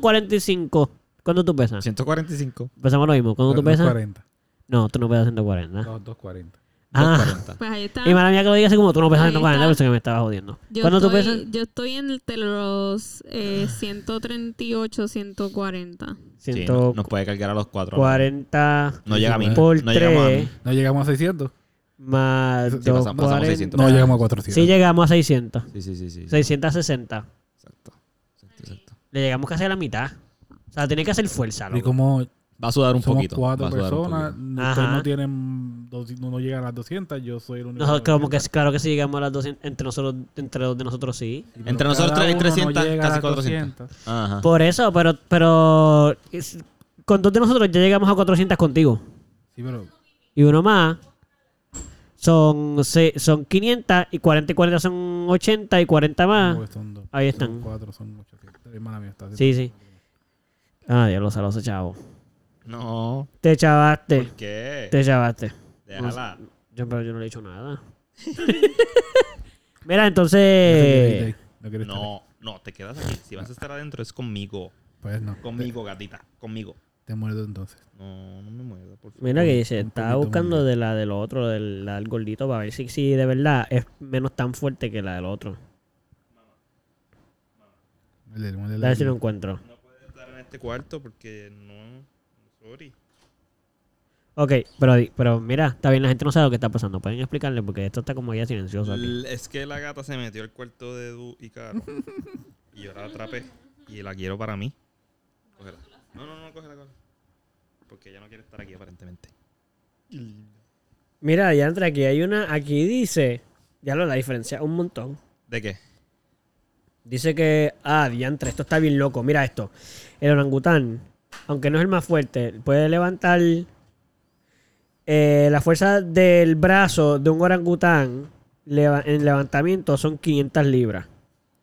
145. ¿Cuánto tú pesas? 145. Pesamos lo mismo. ¿Cuánto tú pesas? 240. No, tú no pesas 140. No, 240. Ah, 240. Pues ahí está. y mala mía que lo digas así como tú no pesas Ahí 140, está. pensé que me estaba jodiendo. Yo ¿Cuándo tú estoy, pesas? Yo estoy entre los Ah. eh, 138, 140. Sí, 140. no- nos puede cargar a los cuatro. a la vez. 40 No llega a mí. por no 3 llegamos a mí. No llegamos a 600. más Sí, pasamos- pasamos 240. 600. No llegamos a 400. Sí, llegamos a 600. Sí, sí, sí, sí. 660. Exacto. Exacto, exacto. Le llegamos casi a la mitad. O sea, tiene que hacer fuerza, Y loco. como Va a sudar un somos poquito. va cuatro a sudar un personas, poquito. Ajá. ustedes no tienen dos- no, no llegan a las 200, yo soy el único. Nosotros de como que 200. es claro que si llegamos a las 200 entre nosotros entre los de nosotros sí. Sí, pero Entre nosotros cada tres, uno no 300, llega a casi las 400. Ajá. Por eso, pero pero es- con dos de nosotros ya llegamos a 400 contigo. Sí, pero y uno más son, se- son 500 y 40 y 40 son 80 y 40 más. no, son dos. ahí Son están. cuatro, son 800. Hermana mía, está Sí, sí. Ah, Dios, los alosa, chavo. No. Te chavaste, ¿Por qué? te chavaste. Déjala. Yo, pero yo no le he dicho nada. Mira, entonces... No, quieres estar ahí. No, no, te quedas aquí. Si vas a estar adentro es conmigo. Pues no. Conmigo, gatita. Conmigo. Te muerdo entonces. No, no me muerdas, por favor. Mira que dice, Un estaba poquito buscando más. de la del otro, del, la del gordito, para ver si, si de verdad es menos tan fuerte que la del otro. Muérdele, A muérdele. ver si lo encuentro. No puedes estar en este cuarto porque no. Sorry. Ok, pero, pero mira, está bien, la gente no sabe lo que está pasando. Pueden explicarle porque esto está como ya silencioso aquí. L- Es que la gata se metió al cuarto de Du y [LAUGHS] Caro. y yo la atrapé. Y la quiero para mí. Cógela. No, no, no, cógela, cógela. Porque ella no quiere estar aquí aparentemente. Mira, ya entra aquí, hay una, aquí dice, ya lo la diferencia, un montón. ¿De qué? Dice que, ah, diantre, esto está bien loco. Mira esto. El orangután, aunque no es el más fuerte, puede levantar eh, la fuerza del brazo de un orangután leva- en levantamiento son 500 libras.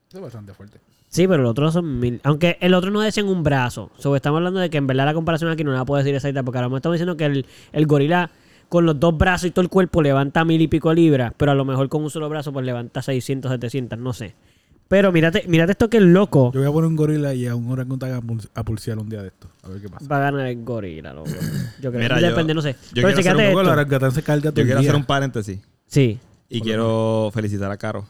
Eso es bastante fuerte. Sí, pero el otro son mil. Aunque el otro no es en un brazo. So, estamos hablando de que en verdad la comparación aquí no la puedo decir exacta porque a lo mejor estamos diciendo que el, el gorila con los dos brazos y todo el cuerpo levanta mil y pico libras, pero a lo mejor con un solo brazo pues levanta 600, 700, no sé. Pero mírate, mírate esto que es loco. Yo voy a poner un gorila y a un orangután a pul- a pulsear un día de esto. A ver qué pasa. Va a ganar el gorila, loco. Yo creo. Mira, yo- Depende, no sé. yo Pero quiero hacer checate un Luego el esto. orangután se carga todo Yo el quiero día. hacer un paréntesis. Sí. Y quiero felicitar a Caro.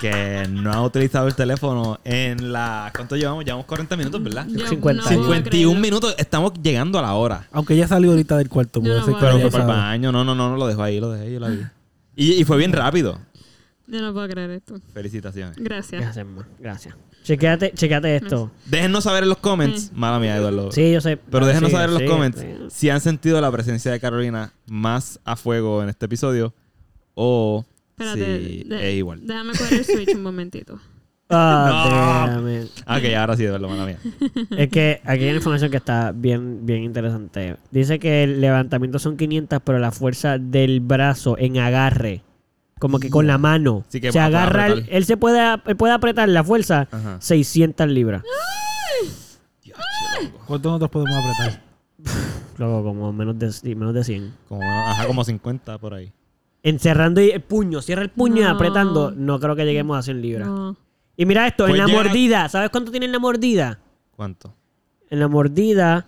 Que no ha utilizado el teléfono en la. ¿Cuánto llevamos? Llevamos 40 minutos, ¿verdad? Yo 50. puedo 51 creerlo. minutos. Estamos llegando a la hora. Aunque ya salió ahorita del cuarto. No, puede ser que bueno. Pero haya fue para el pasado. baño. No, no, no, no, lo dejó ahí, lo dejé ahí, yo la vi. Y, y fue bien rápido. Yo no puedo creer esto. Felicitaciones. Gracias. Gracias, ma. [LAUGHS] Gracias. Chequéate, chequéate esto. Déjennos saber en los comments. Mm. Mala mía, Eduardo. Sí, yo sé. Pero déjenos Sí, saber en los sí, comments [LAUGHS] sí. si han sentido la presencia de Carolina más a fuego en este episodio o Espérate. si de- es igual. Déjame coger el switch un [LAUGHS] momentito. Ah, No. damn it. Ok, ahora sí, Eduardo, mala mía. Es que aquí hay una información que está bien, bien interesante. Dice que el levantamiento son 500, pero la fuerza del brazo en agarre, como que con la mano, Sí que ah, se va a agarra, el- apretar. él se puede, ap- él puede apretar la fuerza Ajá. 600 libras. Diache, loco. ¿Cuánto nosotros podemos apretar? Luego, como menos de, sí, menos de 100. Como, menos- ajá, como 50 por ahí. Encerrando y el puño, cierra el puño y No. apretando, no creo que lleguemos a 100 libras. No. Y mira esto, Pues en la llega- mordida, ¿sabes cuánto tiene en la mordida? ¿Cuánto? En la mordida,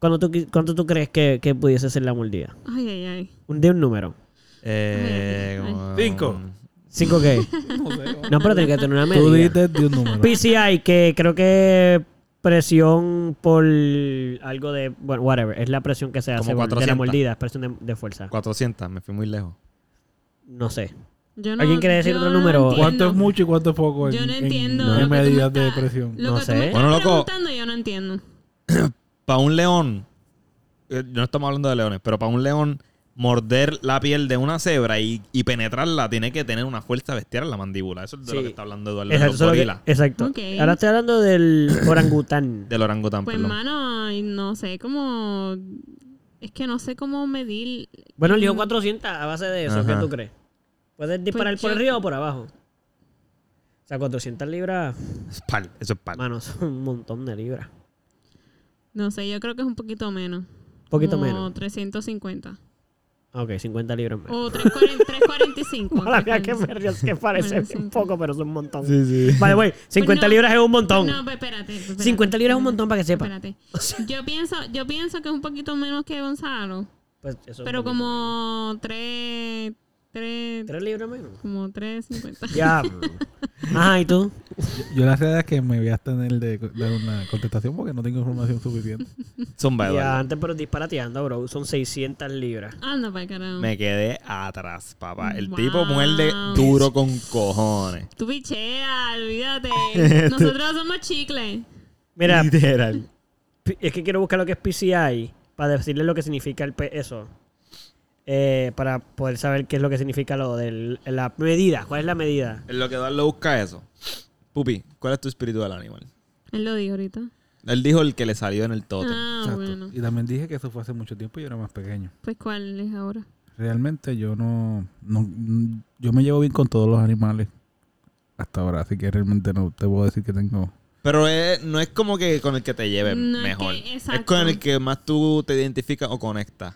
¿cuánto tú, qui- cuánto tú crees que, que pudiese ser la mordida? Ay, ay, ay. Un de un número. Eh, Ay, ay, como- Cinco. 5 qué? [LAUGHS] No [LAUGHS] sé. No, pero tiene que tener una Tú medida. dijiste de un número. PCI, que creo que presión por algo de, bueno, whatever, es la presión que se Como hace por- de 400. la mordida, es presión de, de fuerza. 400, me fui muy lejos. No sé. Yo no, ¿Alguien quiere decir yo otro número? No ¿Cuánto es entiendo. mucho y cuánto es poco? En, Yo no en- entiendo. En, lo que tú me medidas de estás- presión. Lo No que sé. tú me estás Bueno, loco. preguntando yo no entiendo. Para un león, eh, no estamos hablando de leones, pero para un león, morder la piel de una cebra y, y penetrarla tiene que tener una fuerza bestial en la mandíbula. Eso es de lo Sí. que está hablando Eduardo. de Exacto. los solo que- gorilas. exacto. Ok. Ahora estoy hablando del [COUGHS] orangután. Del orangután, Pues, perdón. mano, ay, no sé cómo... Es que no sé cómo medir... Bueno, elijo 400 a base de eso. Ajá. ¿Qué tú crees? ¿Puedes disparar por Pues yo- arriba o por abajo? O sea, 400 libras, Es pal, eso es pal. mano, son un montón de libras. No sé, yo creo que es un poquito menos. Poquito Como menos. 350. Ah, Ok, 50 libras menos. O 340 345. [LAUGHS] Mala mía, qué perdió, es que Oh, parece [LAUGHS] Bueno, bien sí. Pues poco, pero es un montón. Sí, sí. Vale, güey, 50 no, libras es un montón. No, pues, espérate, espérate. 50 libras es un montón para que sepa. Espérate. O sea, Yo pienso, yo pienso que es un poquito menos que Gonzalo. pues eso es Pero un poquito. como 3... 3... ¿Tres libras menos? Como 350. Ya. [LAUGHS] Ajá, ¿y tú? Yo la realidad es que me voy a tener de dar una contestación porque no tengo información suficiente. Zumba, Eduardo. Ya, antes, pero disparateando, bro. Son 600 libras. [LAUGHS] Anda para carajo. Me quedé atrás, papá. El Wow. tipo muerde duro con cojones. Tú pichea, [LAUGHS] olvídate. Nosotros somos chicle. Mira, Literal. pi- es que quiero buscar lo que es PCI para decirle lo que significa el P eso. Eh, para poder saber qué es lo que significa lo de la medida. ¿Cuál es la medida? En lo que Eduardo busca eso. Pupi, ¿cuál es tu espíritu del animal? Él lo dijo ahorita. Él dijo el que le salió en el totem. Ah, bueno. Y también dije que eso fue hace mucho tiempo y yo era más pequeño. Pues cuál es ahora. Realmente yo no, no- Yo me llevo bien con todos los animales hasta ahora, así que realmente no te puedo decir que tengo... Pero es- no es como que con el que te lleve No es mejor. que- Es, exacto. con el que más tú te identificas o conectas.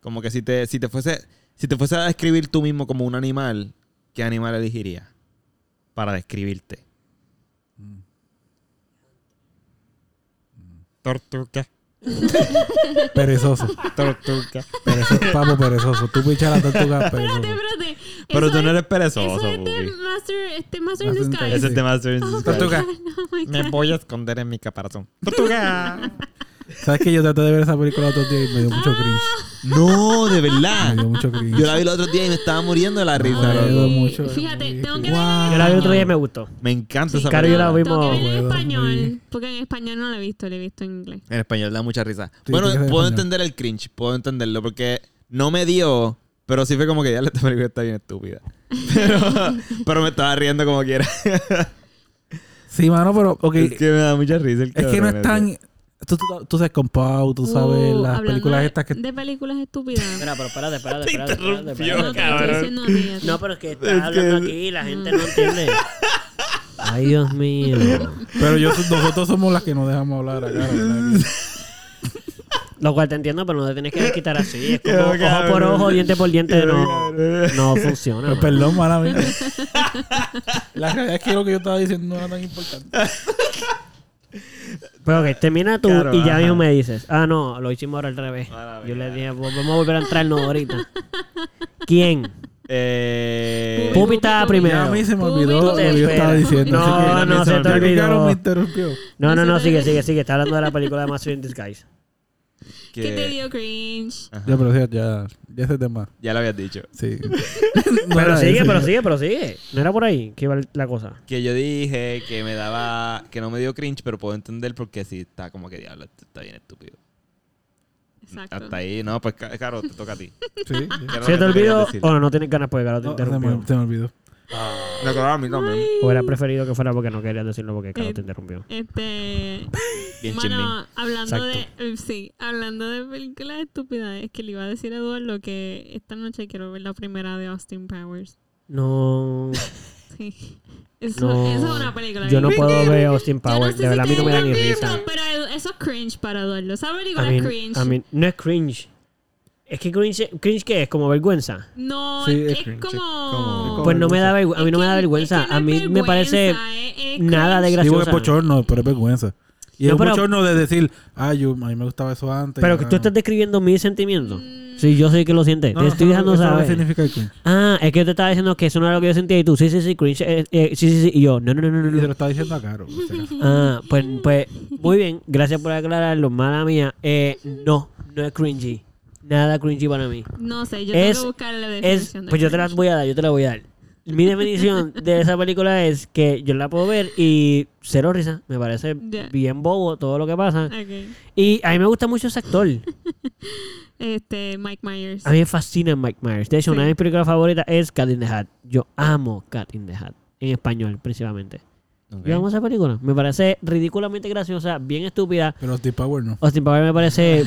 Como que si te, si te fuese, si te fuese a describir tú mismo como un Mm. animal, ¿qué animal elegirías? Para describirte. Tortuga. Perezoso. [LAUGHS] Tortuga. Perezoso. Papo perezoso. Tú pichas la [LAUGHS] tortuga Espérate, perezoso. espérate. Pero Eso tú no es- eres perezoso, Eso es de Bubi. Master, este Master in Master in Disguise. Disguise. Ese es de Master in Disguise. Tortuga. [LAUGHS] Oh my God. Me voy a esconder en mi caparazón. ¡Tortuga! ¿Sabes que yo traté de ver esa película el otro día y me dio mucho [LAUGHS] cringe? no, de verdad. Ah. Me dio mucho Yo cringe. la vi el otro día y me estaba muriendo de la risa, Ay, loco. duele mucho. Fíjate, tengo que Wow. verla Yo la vi el otro día y me gustó. Me encanta esa Claro, yo la película. Tengo vi. que verla en Puedo español. morir. Porque en español no la he visto, la he visto en inglés. En español da mucha risa. Sí, bueno, tiene que ser puedo español. entender el cringe, puedo entenderlo, porque no me dio, pero sí fue como que ya esta película está bien estúpida. [LAUGHS] Pero, pero me estaba riendo como quiera. Sí, mano, pero. ok, Es que me da mucha risa el Es que no es tan. Tú, tú- tú sabes con Pau, tú sabes Uh, las hablando películas de- estas que. De películas estúpidas. Espera, pero espérate, espérate, espérate. espérate, espérate, No, te estoy diciendo a ti, a ti. No, pero es que estás hablando aquí y la gente no entiende. Ay, Dios mío. Pero yo, nosotros somos las que nos dejamos hablar acá. ¿verdad? Lo cual te entiendo, pero no te tienes que quitar así. Es Qué como ojo por cabrón. ojo, diente por diente. No, no Pues [LAUGHS] funciona. mano. perdón, mala mía. La realidad es que lo que yo estaba diciendo no era tan importante. Pero ok, termina tú Claro, y ya ajá. mismo me dices. Ah, no, lo hicimos ahora al revés. Mala Yo mía. le dije, "Vol- vamos a volver a [LAUGHS] entrarnos ahorita. ¿Quién? Eh, Pu- Pupi estaba Pupi, Pupi. primero. Ya a mí se me olvidó Público lo que yo espera. estaba diciendo. No, así que- a mí no, se se me te olvidó. Porque Caro me olvidó. interrumpió. No, no, no, Nosotros- sigue, sigue, sigue. Está hablando de la película de Master in Disguise. que- ¿Qué te dio cringe? Ya, pero sí, ya, ya ese tema. ya lo habías dicho. [LAUGHS] Sí. Pero sigue, pero sigue, pero sigue. No era por ahí que iba la cosa. Que yo dije que me daba. que no me dio cringe, pero puedo entender porque sí está como que diablo, esto está bien estúpido. Exacto. Hasta ahí, no, pues ca- Caro, te toca a [LAUGHS] ti. Sí. ¿Qué era ¿Se lo te que querías olvidó decir? o no tienes ganas porque claro, te No, se, me, interrumpió? se me olvidó. No, claro, Ah, a mí también. Hubiera preferido que fuera porque no querías decirlo porque claro, Eh, te interrumpió. Este. Bien chismín. Mano, hablando Exacto. de. eh, Sí, hablando de películas estúpidas, es que le iba a decir a Eduardo que esta noche quiero ver la primera de Austin Powers. No, Sí. [LAUGHS] Eso, no. eso es una película. Yo no que- puedo ver Austin Yo no Powers. sé de si verdad, a mí no me da ni ustedes lo han risa. visto, Pero Edu- eso es cringe para Eduardo. Esa película A mí, es cringe. a mí- no es cringe. Es que cringe, cringe ¿qué es? Como vergüenza. No, Sí, es, es es cringe, como... como- Pues no me da vergüenza. A mí no me da Es que- vergüenza. es que no A es mí me vergüenza, parece es- es nada de cringe. Digo que es graciosa. pochorno, pero es vergüenza. Y No, es pero- pochorno de decir, ay, yo, a mí me gustaba eso antes. Pero y que tú ahora estás no". describiendo mis sentimientos. Mm. Sí, yo sé que lo sientes. No, te no, estoy eso- dejando eso no saber. significa el cringe. Ah, es que yo te estaba diciendo que eso no era lo que yo sentía y tú, sí, sí, sí, cringe. eh, eh, sí, sí, sí. Y yo, no, no, no, no, Y se no. lo está diciendo a Caro. por si [LAUGHS] acaso. Ah, pues, pues, muy bien. Gracias por aclararlo, mala mía. Eh, no, no es cringy. Nada cringy para mí. No sé, yo es, tengo que buscar la es, definición de pues yo te la cringe. voy a dar, yo te la voy a dar. Mi definición de esa película es que yo la puedo ver y cero risa. Me parece [LAUGHS] Ya. bien bobo todo lo que pasa. Ok. Y a mí me gusta mucho ese actor. Este, Mike Myers. A mí me fascina Mike Myers. De hecho, una Sí. de mis películas favoritas es Cat in the Hat. Yo amo Cat in the Hat. En español, principalmente. Ok. Yo amo esa película. Me parece ridículamente graciosa, bien estúpida. Pero Steve Power no. Austin Powers me parece...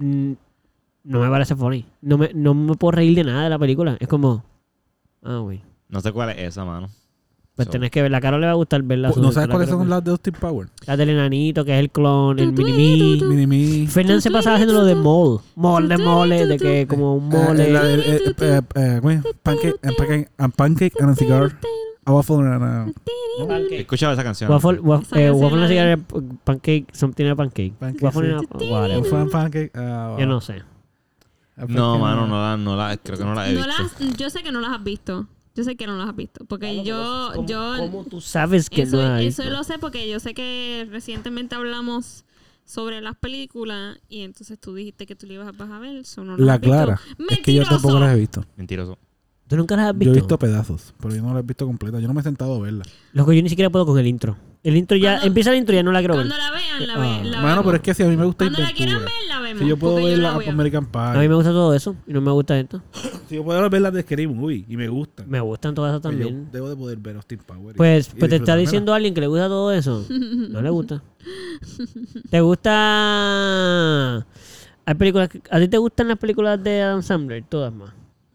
mm, no me parece funny. No me, no me puedo reír de nada de la película. Es como... Ah, güey. No sé cuál es esa, mano. Pues So- tenés que verla. A Caro le va a gustar verla. ¿No sabes cuáles son las de Austin Power? La del enanito, que es el clon, el Tu, tu, mini tu, tu. Minimi. Fernández se pasaba haciendo lo de mole. Mole, de mole, de que como un Eh, eh, la- mole. eh, eh, eh, eh, güey, pancake, and pancake, and pancake and a cigar. A waffle and a He escuchado esa canción. Waffle, Esa waffle, eh, canción waffle la no de- cigarra, pancake, something in a pancake. Pancake, Waffle in sí. a- whatever. waffle and pancake. ah, Yo no sé. a No, pancake mano, and a- no la, no la, creo que no la he No visto. las, yo sé que no las has visto. Yo sé que no las has visto. Porque yo, yo, ¿Cómo tú sabes que eso, no hay? pues. eso lo sé porque yo sé que recientemente hablamos sobre las películas y entonces tú dijiste que tú le ibas a vas a ver. so no las La has visto. clara. Es que yo tampoco ¡Mentiroso! las he visto. Mentiroso. ¿Tú nunca las has Yo visto? he visto pedazos, pero yo no las he visto completas. Yo no me he sentado a verla. Loco, yo ni siquiera puedo con el intro. El intro ya... Cuando- Empieza el intro y ya no la quiero ver. Cuando la vean, la, Ah. ve, la Mano, vemos. pero es que si a mí me gusta Cuando la quieran inventura. ver, la vemos. Si yo puedo porque ver la la voy a- American A mí Pie. me gusta todo eso y no me gusta esto. Si yo puedo ver las de Scary Movie y me gustan. Me gustan todas esas pues yo también. debo de poder ver Austin Power. y- Pues, y pues te está disfrutármela. diciendo alguien que le gusta todo eso. No le gusta. ¿Te gusta...? Hay películas... que- ¿A ti te gustan las películas de Adam Sandler? Todas más.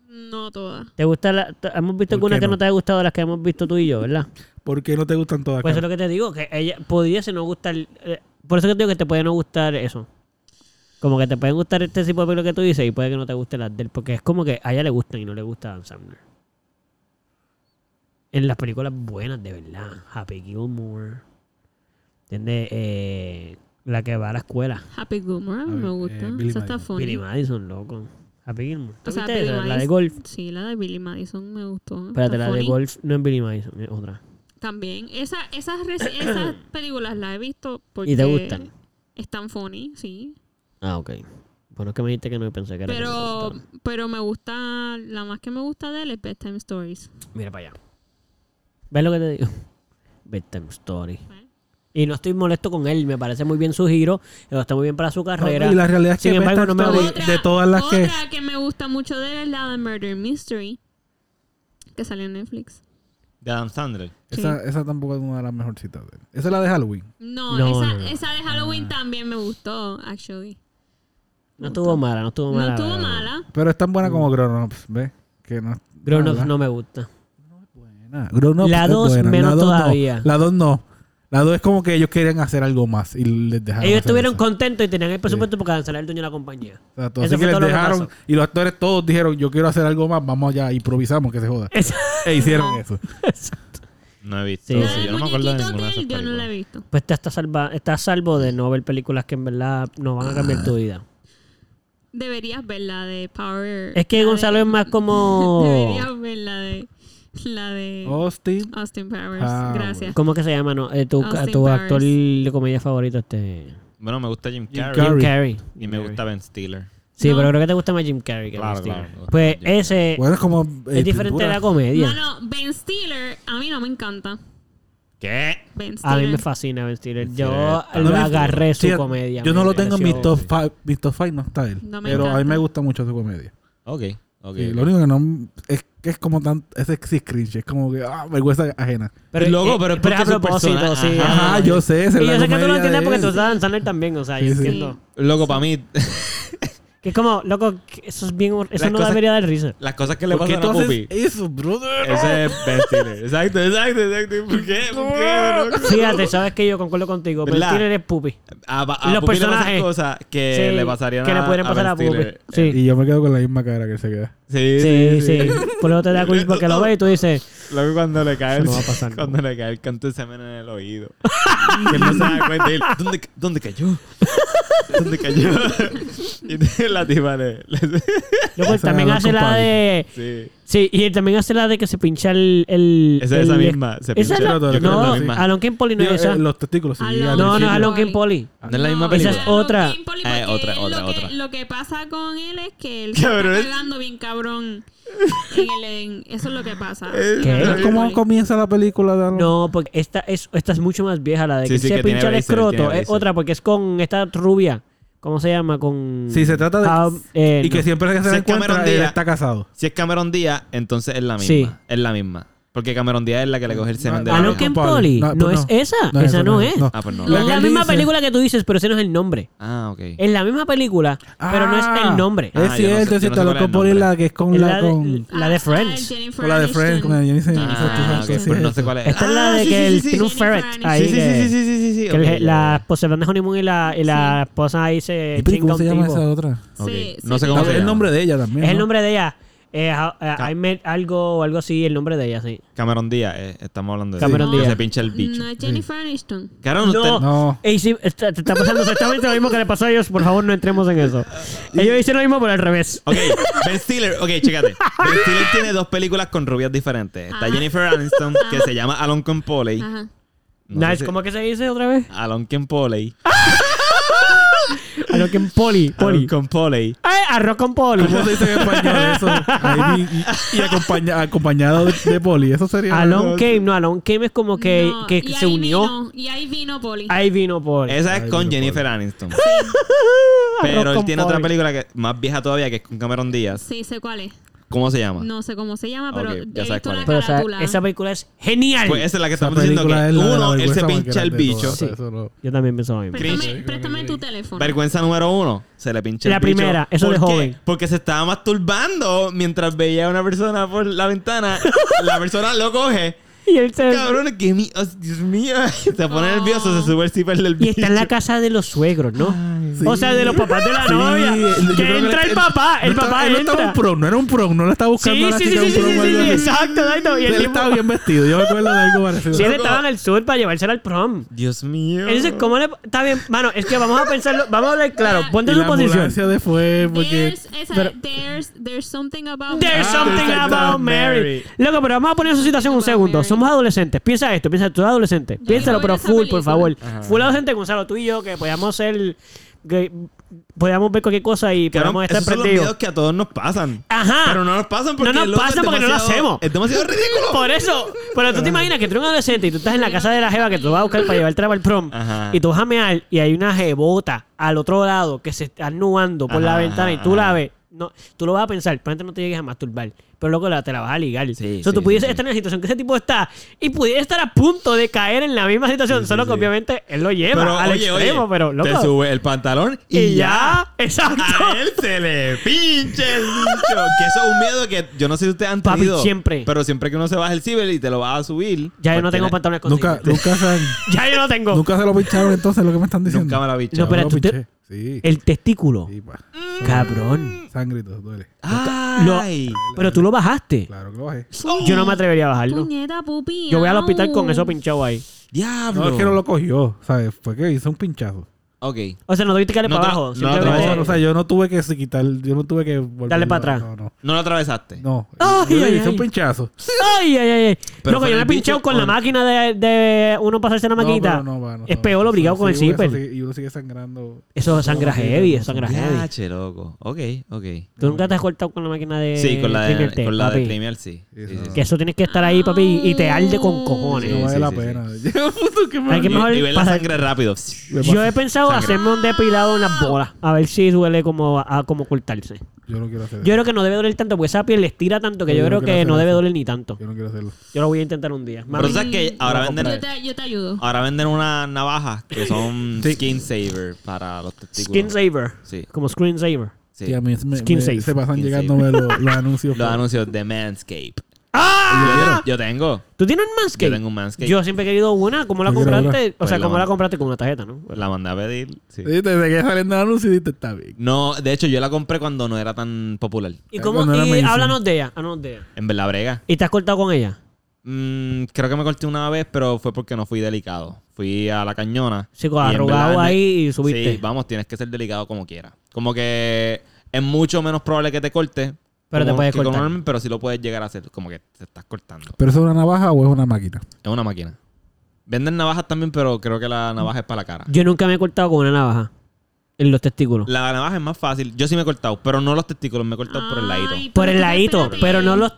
No todas. ¿Te gusta la, t- hemos visto ¿Por algunas qué que no? no te ha gustado de las que hemos visto tú y yo, ¿verdad? ¿Por qué no te gustan todas? Pues eso es Carlos? lo que te digo, que ella pudiese no gustar. eh, por eso que te digo que te puede no gustar eso. Como que te pueden gustar este tipo de películas que tú dices y puede que no te guste las de él. Porque es como que a ella le gustan y no le gusta Dan Sandler. En las películas buenas, de verdad. Happy Gilmore. ¿Entiendes? Eh, La que va a la escuela. Happy Gilmore, a mí A me ver, gusta. eh, Billie Esa está Madison. funny. Billy Madison, loco. Happy Gilmore. ¿Tú O sea, viste Billie esa? La de Madison- golf. Sí, la de Billy Madison me gustó. Espérate, Está la de funny. golf no es Billy Madison, es otra. También. Esa, esas, res- [COUGHS] esas películas las he visto porque... ¿Y te gustan? Están funny, sí. Ah, ok. Bueno, es que me dijiste que no pensé que era. que no te Pero, gustaba. pero me gusta... La más que me gusta de él es Bedtime Stories. Mira para allá. ¿Ves lo que te digo? [LAUGHS] Bedtime Story. ¿Eh? Y no estoy molesto con él, me parece muy bien su giro, eh, está muy bien para su carrera. No, y la realidad es Sin que embargo, Bedtime no me Story- gusta. Otra- de todas las que- Otra que me gusta mucho de él es la de Murder Mystery. Que salió en Netflix. De Adam Sandler. Esa, esa tampoco es una de las mejorcitas de él. Esa es la de Halloween. No, No, esa, no, Ah. no. esa de Halloween también me gustó, actually. No estuvo mala, no estuvo mala. no estuvo la verdad. mala. Pero es tan buena como Grown Ups, ¿ves? Que no. Mm. Grown nada. Ups no me gusta. Buena. Grown Ups La es dos buena. menos La dos no. todavía. La 2 no. La 2 es como que ellos querían hacer algo más y les Ah, dejaron. Ellos hacer estuvieron esa. contentos y tenían el presupuesto para cancelar el dueño de la compañía. [LAUGHS] Exacto. Así Eso fue que les todo lo que dejaron pasó. y los actores todos dijeron, yo quiero hacer algo más, vamos allá, improvisamos, que se joda. Es- E [LAUGHS] hicieron eso. No he visto. Sí, la sí, del Yo no me acuerdo de muñequito ninguna de de esas él yo no la he películas. visto. Pues te estás, salva, estás salvo de no ver películas que en verdad no van a cambiar tu vida. Ah. Deberías ver la de Power. Es que la Gonzalo de- es más como... Deberías ver la de. La de. Oh. Austin. Austin Powers. Ah, Gracias. ¿Cómo que se llama? No, eh, tu, Austin tu actor Powers. de comedia favorito, este... Bueno, me gusta Jim Carrey. Jim Carrey. Carrey. Y me gusta Ben Stiller. Sí, No. pero creo que te gusta más Jim Carrey que Ben Claro, Stiller. claro, me gusta Pues más Jim ese Bueno, es como... eh, es diferente de pintura. la comedia. Mano, Ben Stiller, a mí no me encanta. ¿Qué? Ben Stiller. A mí me fascina Ben Stiller. Yo Cierto. lo No me- agarré su Sí, comedia. Yo me no lo tengo en mi pareció- top 5, mi top five no está él. No me pero a mí encanta. me gusta mucho su comedia. Ok, ok. Sí, lo único que no... Es que es como tan... Es sexy cringe, es como que... Ah, vergüenza ajena. Pero, loco, eh, pero es porque a su propósito, persona- sí. Ajá, yo sé. esa es Ah, Y yo la sé que tú lo comedia entiendes de porque tú él. estás en Sandler también, o sea, Sí, yo sí. entiendo. Loco, para mí, [LAUGHS] Que es como, loco, que eso es bien hor- Eso Las no cosas- debería dar risa. las cosas que le ¿Por qué pasan tú a haces Puppy. eso, brother? Ese es Ben Stiller. Exacto, exacto, exacto. ¿Por qué? ¿Por qué? loco? Fíjate, sabes que yo concuerdo contigo, pero ¿Verdad? el Tiller es pupi. A, a, a Los Puppy le pasan personajes. cosas que Sí, le pasarían que le a- pudieran pasar a, Ben Pupi. Stiller. Sí. Y yo me quedo con la misma cara que él se queda. Sí, Sí, sí. Por eso te da culpa [LAUGHS] porque lo ves y tú dices, Luego cuando le cae el, Eso no va a pasar, cuando le cae el canto de semen en el oído. [LAUGHS] que él no se da cuenta y él, ¿dónde, ca- ¿dónde cayó? [LAUGHS] ¿Dónde cayó? [LAUGHS] y la tipa le... le- loco, él Esa también la dan hace con la Pavi. de. sí. Sí, y él también hace la de que se pincha el. el Esa, el- esa misma. Se Esa es pincha. la, Yo creo que es no, la misma. Alon King Poli no es Digo, esa. eh, los testículos, sí. Ah, no. al No, no principio. es Alon King Poli. No Ah, pues es la misma No, película. Esa es otra. Kim Poli, Ah, es porque otra, otra, lo que, otra. Lo que pasa con él es [LAUGHS] que él se está Cabrón, es- cagando bien cabrón. en el- en- eso es lo [LAUGHS] que pasa. ¿Qué? ¿Pero ¿Cómo comienza la película de Alon? No, porque esta es, esta es mucho más vieja, la de Sí, que sí, se que tiene pincha el braces, escroto. tiene Es braces. otra porque es con esta rubia. ¿Cómo se llama? Con. Sí, se trata de- eh, Y que no. siempre que se Si la es Cameron encuentra, él Díaz. está casado. Si es Cameron Díaz, entonces es la misma. Sí. Es la misma. Porque Cameron Díaz es la que le coge el semen de Ah, la no, oreja. que en Poli. Poli. No, No, no. es esa. No, esa no es. no. Ah, pues no. No, es La que la misma dice- película que tú dices, pero ese no es el nombre. Ah, ok. Es la misma película, Ah, pero no es el nombre. Ah, yo Es no sé- yo cierto, no es cierto. sé cuál es Alon el Poli nombre. la que es con Es la... la de- con... Ah, La de Friends. Con la de Friends, con la de Jennifer Ah, ok. Aniston. Pero no sé cuál es. Esta es la Ah, de sí, que sí, el sí, sí. Tinu Ferret Jennifer ahí Sí, sí, que- sí, sí, sí, sí, sí. que Ok, le- ya, la ya. esposa se van de honeymoon y la, y la esposa ahí se ¿Y pero chinga cómo un se llama tipo. esa otra? Ok. Sí, No sí, sé sí. cómo Es se el llama. nombre de ella también, Es el ¿no? nombre de ella. Eh, how- eh, Ah. I met algo o algo así, el nombre de ella, sí. Cameron Díaz, eh, estamos hablando de Cameron que Díaz. se pincha el bicho. No es Jennifer Aniston. Cabrón, No. usted- No. Ey, sí, está- te está pasando exactamente lo mismo que le pasó a ellos. Por favor, no entremos en eso. Ellos hicieron lo mismo, pero al revés. Ok, Ben Stiller, ok, chécate. Ben Stiller tiene dos películas con rubias diferentes. Está Ah. Ajá. Jennifer Aniston, que se llama Alon con Polly. Ajá. No sé nice, si- ¿cómo que se dice otra vez? Alon con Polly. A lo que en poli, poli. Alon con Polly. ¡Ay, arroz con poli! ¿Cómo se dice en español eso? Ahí vi- y, y acompaña- acompañado de, de Poli. Eso sería... Alone Came, no, Alone Came es como que, No, que y se ahí unió. vino- y ahí vino Poli. Ahí vino Poli. Esa es Ay, con Dios, Jennifer Aniston. [LAUGHS] Arroz Pero él con tiene otra Poli. película que más vieja todavía, que es con Cameron Díaz. Sí, sé cuál es. ¿Cómo se llama? No sé cómo se llama, pero Ok, ya he sabes visto cuál la es. Pero o sea, carátula. esa película es genial. Pues esa es la que Esa estamos diciendo que película es la de la uno, él se vergüenza más pincha el grande de bicho. todas, eso no- Yo también pienso lo mismo. Préstame, Cringe. préstame tu teléfono. Vergüenza número uno, se le pincha La el bicho. primera, eso de ¿Por qué? joven. Porque se estaba masturbando mientras veía a una persona por la ventana. la persona lo coge Y él se- Cabrón, que mi... oh, Dios mío. [LAUGHS] Se pone Oh. nervioso, se sube el zipper del Y está en la bicho. casa de los suegros, ¿no? Ay, O sea, de los papás de la Sí, novia. yo creo Que entra él- el papá. El no estaba- papá él no estaba entra. un pro, no era un pro, no la estaba buscando Sí, a la sí, sí, chica sí, sí, un prom, sí, algo así. sí, exacto, exacto. Y el Él tipo, estaba bien vestido, yo me acuerdo de algo parecido. sí, él estaba en el sur para llevársela al prom. Dios mío. Entonces, ¿cómo le...? Está bien, mano, es que vamos a pensarlo, vamos a hablar claro. Ponte Y en la su posición. ambulancia de fue porque There's, esa- pero- there's, there's something about There's Mary. something Ah, about Mary. Loco, pero vamos a poner su situación un About segundo. Mary. Somos adolescentes. Piensa esto, piensa tú eres adolescente. voy Piénsalo, a pero esa full, película. por favor. Full adolescente, Gonzalo, tú y yo, que podíamos ser. que podíamos ver cualquier cosa y Cabrón, podíamos estar esos son los prendidos. videos que a todos nos pasan. Ajá. Pero no nos pasan porque... nos loco, es pasan porque no lo demasiado- hacemos. Es demasiado ridículo. [LAUGHS] Por eso, pero tú te imaginas que tú eres un adolescente y tú estás en la casa de la jeva que tú vas a buscar para llevarte al prom Ajá. y tú vas a mear y hay una jebota al otro lado que se está nubando por la Ajá, ventana y tú ajá. la ves. No, tú lo vas a pensar, probablemente no te llegues a masturbar, pero loco la, te la vas a ligar. Sí, o sea, tú sí, pudieses sí, sí. estar en la situación que ese tipo está y pudieras estar a punto de caer en la misma situación, solo que sí. obviamente él lo lleva Pero, al oye, extremo, oye, pero loco. Te sube el pantalón y, y ya. ya, exacto. A él se le pinche el bicho. Que eso es un miedo que yo no sé si ustedes han Papi, tenido. siempre. Pero siempre que uno se baja el ciber y te lo vas a subir. Ya yo no pues tengo tiene- pantalones con nunca, nunca, se, [LAUGHS] Ya yo no tengo. nunca se lo pincharon entonces lo que me están diciendo. Nunca me la bicho. No, pero- Yo lo tú te- pinché. Sí, El testículo. sí, pa. Cabrón. Sangre y todo, duele. Ay. Pero tú lo bajaste. Claro que lo bajé. Yo no me atrevería a bajarlo. Puñeta, pupi. Yo voy al hospital au. con eso pinchado ahí. Diablo. No, es que no lo cogió, ¿sabes? Fue que hizo un pinchazo. Ok. O sea, no tuviste que darle No para te- abajo. no No, te- simplemente- o sea, yo no tuve que se quitar, yo no tuve que volver. Dale pa' atrás. No, no. No lo atravesaste. No, Ay, yo le ay, hice ay. un pinchazo. Ay, ay, ay. ay. Pero Loco, fue yo en me he el pinchado bicho con la o- máquina de, de uno pasarse la maquinita. No, pero no, va, no, es no. peor obligado Sí, con el sí, zipper. eso sigue- Y uno sigue sangrando. Eso es sangra heavy, eso es sangra heavy. Yache, loco. Ok, ok. Tú nunca te has cortado con la máquina de Sí, con la de, trimerte, con la de papi? Premier, sí. Sí, sí, sí. Que eso tienes que estar ahí, papi, y te arde con cojones. no Sí, vale sí, la sí, pena. [LAUGHS] Hay que Y- mejor y ver la pasar- sangre rápido. Me Yo pasa. he pensado Sangre. hacerme un depilado en las bolas. A ver si duele como, a, como cortarse. Yo no quiero hacer Yo eso. creo que no debe doler tanto, porque esa piel les tira tanto que Yo yo creo creo que no que hacer no debe eso. doler ni tanto. Yo no quiero hacerlo. Yo lo voy a intentar un día. Pero Mami, tú sabes que ahora venden, Yo te, yo te ayudo. ahora venden unas navajas que son skin saver para los testículos. Skin Saver. Sí, Como Screen Saver. sí. Y a mí me, Skin me- safe. se pasan Skin llegándome los, los anuncios. [LAUGHS] Los anuncios de Manscape. ¡Ah! Yo tengo. ¿Tú tienes un Manscaped? Yo tengo un Manscaped. Yo siempre he querido una. ¿Cómo la Yo quiero compraste? O Pues sea, la ¿cómo la mando. compraste? Con una tarjeta, ¿no? La mandé a pedir. sí. Eh. Sí, Desde que salen los anuncios, dices, está bien. No, de hecho, yo la compré cuando no era tan popular. ¿Y Ya cómo? cuando Eh, era Y medicina. háblanos de ella. Háblanos de ella. En verdad, brega. ¿Y te has cortado con ella? Mm, creo que me corté una vez, pero fue porque no fui delicado. Fui a la cañona. Sí, Y en arrugado verdad, ahí y subiste. Sí, vamos, tienes que ser delicado como quieras. Como que es mucho menos probable que te cortes. Pero te como puedes que con cortar. un arma, pero sí lo puedes llegar a hacer. Como que te estás cortando. ¿Pero eso es una navaja o es una máquina? Es una máquina. Venden navajas también, pero creo que la navaja es para la cara. Yo nunca me he cortado con una navaja. En los testículos. La navaja es más fácil. Yo sí me he cortado, pero no los testículos, me he cortado por el ladito. Ay, Por el pero ladito, espérate. pero no los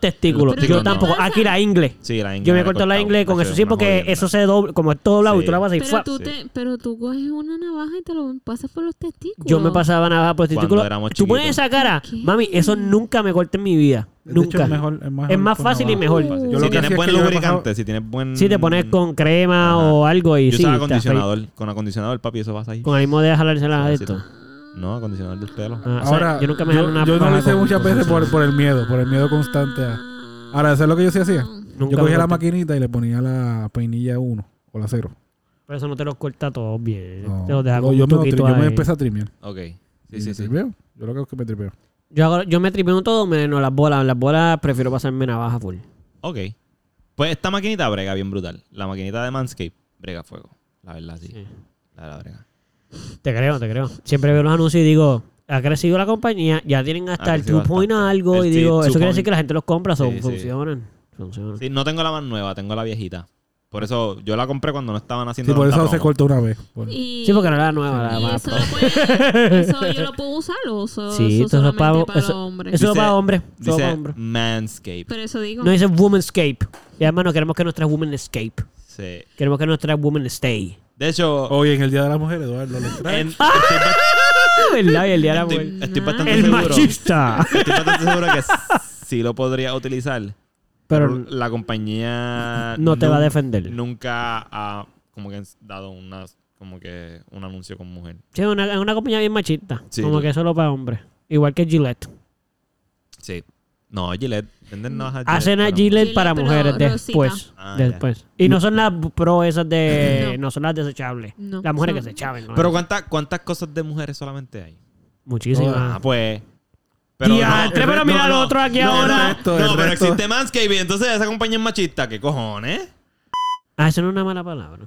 Los testículos. Yo testículos no. tampoco. Aquí la ingle. Sí, la ingle. Yo me he la cortado la ingle con macho, eso. Sí, una porque jodienda. eso se doble, como es todo lado y Sí. tú la vas y Pero ¡fua! tú, Sí. te, pero tú coges una navaja y te lo pasas por los testículos. Yo me pasaba navaja por el Cuando testículo. éramos Tú pones chiquitos. esa cara, ¿Qué? mami, eso nunca me corté en mi vida. De Nunca. hecho, es, mejor, es, mejor Es más con fácil y navaja. mejor. Uh. Yo lo si que tienes hacía es buen que yo le lubricante, pasaba- si tienes buen. Si te pones con crema Mm. Ajá. o algo y Yo sí, usaba está acondicionador. Con acondicionador, papi, eso vas ahí. feo. Con ánimo de jalárselas a Sí, esto. No, acondicionador del pelo. Ah, o sea, Ahora, yo nunca me jalé una yo no lo paja hice con- muchas con veces por, eso. por el miedo, por el miedo constante. a- Ahora, eso es lo que yo sí hacía. Nunca yo cogía me la corté. maquinita y le ponía la peinilla 1 o la 0. Por eso no te los corta todos bien. No. Te los deja No, con yo, un me, lo tri- truquito yo me ahí. empecé a trimear. Ok. Y Sí, sí, me sí. tripeo. Yo lo que es que me tripeo. Yo, hago- yo me tripeo todo menos las bolas. Las bolas prefiero pasarme navaja full. Ok. Pues esta maquinita brega bien brutal. La maquinita de Manscape brega fuego. La verdad, sí. Sí. Ah. La verdad, brega. Te creo, te creo. Siempre veo los anuncios y digo, ha crecido la compañía, ya tienen hasta Ha el crecido 2.0 bastante. algo y El digo, sí, eso quiere 2.0. decir que la gente los compra, son, Sí, sí. funcionan. Funcionan. Sí, no tengo la más nueva, tengo la viejita. Por eso yo la compré cuando no estaban haciendo Sí, por tanta eso se promo. cortó una vez. Por- Y, Sí, porque no era la nueva, y la más eso, lo puede- eso yo lo puedo usar o eso, Sí, eso eso lo solamente pago- para eso- los hombres. Eso Dice- va hombre, eso va Dice hombre. Manscape. Pero eso digo. No dice Womanscape. Y además no queremos que nuestras women escape. Sí. Queremos que nuestras women stay. De hecho, Oh, Oye, en el Día de la Mujer, Eduardo, le trae. en- estoy, Ah, ¿verdad? Y el día de la estoy- mujer. estoy bastante Ah. El seguro. machista. Estoy bastante seguro que sí lo podría utilizar. Pero la compañía no te nun- va a defender. nunca ha como que dado una como que un anuncio con mujer Sí, es una, es una compañía bien machista. Sí, como tú- que solo para hombres. Igual que Gillette. sí No, Gillette. Venden navajas Hacen a para- Ah, Gillette Gillette, para pero mujeres rosita. después. Ah, ya. después. Y no son las pro esas de. No, No. son las desechables. No, las mujeres son- que se echaban. Pero ¿cuántas, ¿cuántas cosas de mujeres solamente hay? Muchísimas. Ah, pues. Diantre, pero mira al otro aquí ahora. No, El resto, no, el pero resto. existe Manscaping, entonces esa compañía es machista, ¿qué cojones? Ah, eso no es una mala palabra.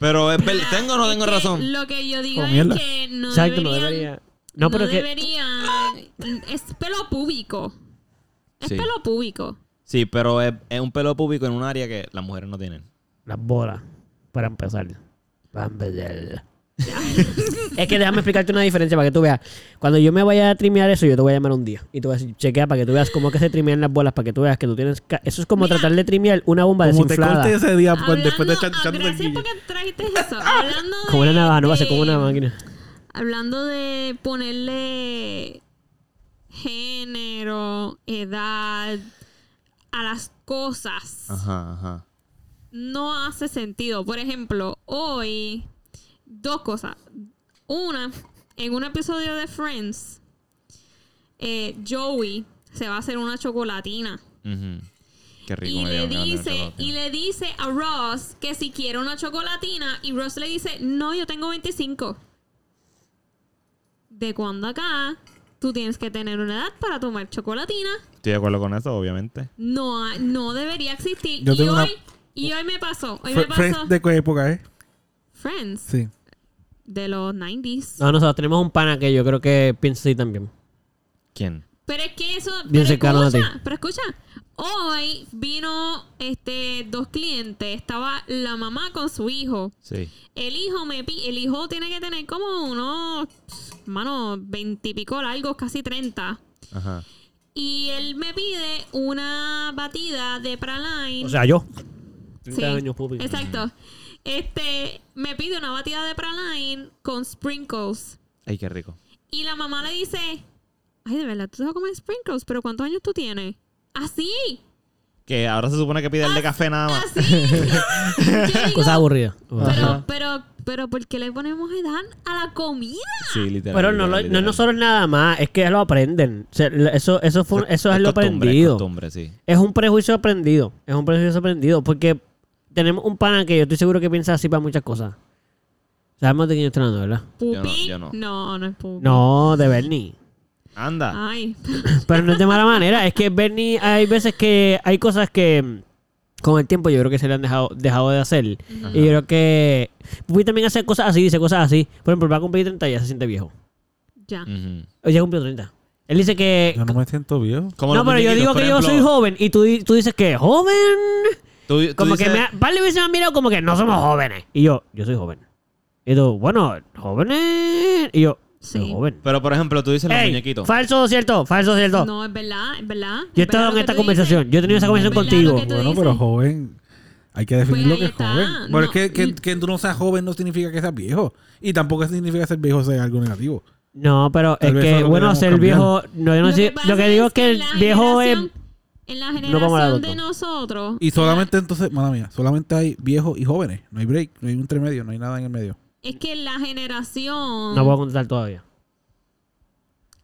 Pero es ver- tengo o no Es tengo que razón. Lo que yo digo Oh, es mierda. que no Exacto, deberían, no debería. No, pero que. deberían- Es pelo público. Es Sí. pelo público. Sí, pero es, es un pelo público en un área que las mujeres no tienen. Las bolas. Para empezar. Para empezar. [LAUGHS] es que déjame explicarte una diferencia para que tú veas. Cuando yo me vaya a trimear eso, yo te voy a llamar un día. Y tú vas a decir, chequea para que tú veas cómo es que se trimean las bolas, para que tú veas que tú tienes... ca- Eso es como tratar de trimear una bomba Como te desinflada. cortes ese día pues, Hablando, después de ah, echar echándote el gracias guille. porque trajiste eso. [LAUGHS] Hablando de, Como una navaja, no va a ser de- como una máquina. Hablando de ponerle género, edad a las cosas. Ah. Ajá, ajá. no hace sentido. Por ejemplo, hoy, dos cosas. Una, en un episodio de Friends, eh, Joey se va a hacer una chocolatina. Ujú. Qué rico Y me le, dio, me encanta dice, el y le dice a Ross que si quiere una chocolatina. Y Ross le dice, no, yo tengo 25. ¿De cuando acá tú tienes que tener una edad para tomar chocolatina? Estoy de acuerdo con eso, obviamente. No, ha- no debería existir. Yo y, hoy, tengo una- y hoy me pasó. Hoy me Fre- pasó. Friends de qué época, ¿eh? Friends. Sí. de los 90s. No, nosotros tenemos un pana que yo creo que piensa así también. ¿Quién? Pero es que eso. Bien Pero cercano a ti. escucha, pero escucha. Hoy vino este dos clientes. Estaba la mamá con su hijo. Sí. El hijo me pi- el hijo tiene que tener como unos mano, veintipico largos, casi treinta. Ajá. Y él me pide una batida de praline. O sea, yo. Sí, 30 años, pupi. Exacto. Este me pide una batida de praline con sprinkles. Ay, qué rico. Y la mamá le dice, ay, de verdad, tú te vas a comer sprinkles, pero ¿cuántos años tú tienes? Así, Que ahora se supone que pide el de café nada más. así. [LAUGHS] Yo digo, Cosa aburrida. pero, pero, pero, ¿por qué le ponemos edad a la comida? Sí, literal. Pero no, literal, lo- no literal. es nosotros nada más, es que lo aprenden. O sea, la- eso, eso, fue, eso es, lo costumbre, es aprendido. costumbre, sí. Es un prejuicio aprendido. Es un prejuicio aprendido. Porque tenemos un pana que yo estoy seguro que piensa así para muchas cosas. Sabemos de quién estoy hablando, ¿verdad? Pupi. yo no. no, no es pupi. No, de Bernie. Ah. Anda. Ay, [LAUGHS] Pero no es de mala manera. Es que Bernie, hay veces que hay cosas que mm, con el tiempo yo creo que se le han dejado, dejado de hacer. Y yo creo que Pupi también hace cosas así, dice cosas así. Por ejemplo, va a cumplir 30 y ya se siente viejo. ya. Ujú. O ya cumplió 30. Él dice que... Yo no me siento viejo. Como No, los pero yo muñequitos, digo por que yo ejemplo, soy joven y tú, di- tú dices que joven. tú- tú Como que dices- me, ha- par de veces me han mirado como que no somos jóvenes. Y yo, yo soy joven. Y tú, bueno, jóvenes. Y yo, soy Sí. joven. Pero por ejemplo, tú dices los Ey, muñequitos. falso o cierto, falso o cierto. No, es verdad, es verdad. yo he es verdad estado lo en que esta tú conversación. dices. Yo he tenido esa conversación Es verdad lo contigo. que tú Bueno, dices. pero joven. Hay que definir Pues lo que ahí es está, joven. Bueno, es que, no, que, y- que tú no seas joven no significa que seas viejo. Y tampoco significa ser viejo sea algo negativo. No, pero Tal es vez que, solo bueno, queremos ser cambiar. viejo. No, yo no sé- pasa lo que digo es que en el la viejo es. generación- En la No vamos a hablar generación de de otro. nosotros. Y solamente entonces, madre mía, solamente hay viejos y jóvenes. No hay break, no hay un intermedio, no hay nada en el medio. Es que la generación. No puedo contestar todavía.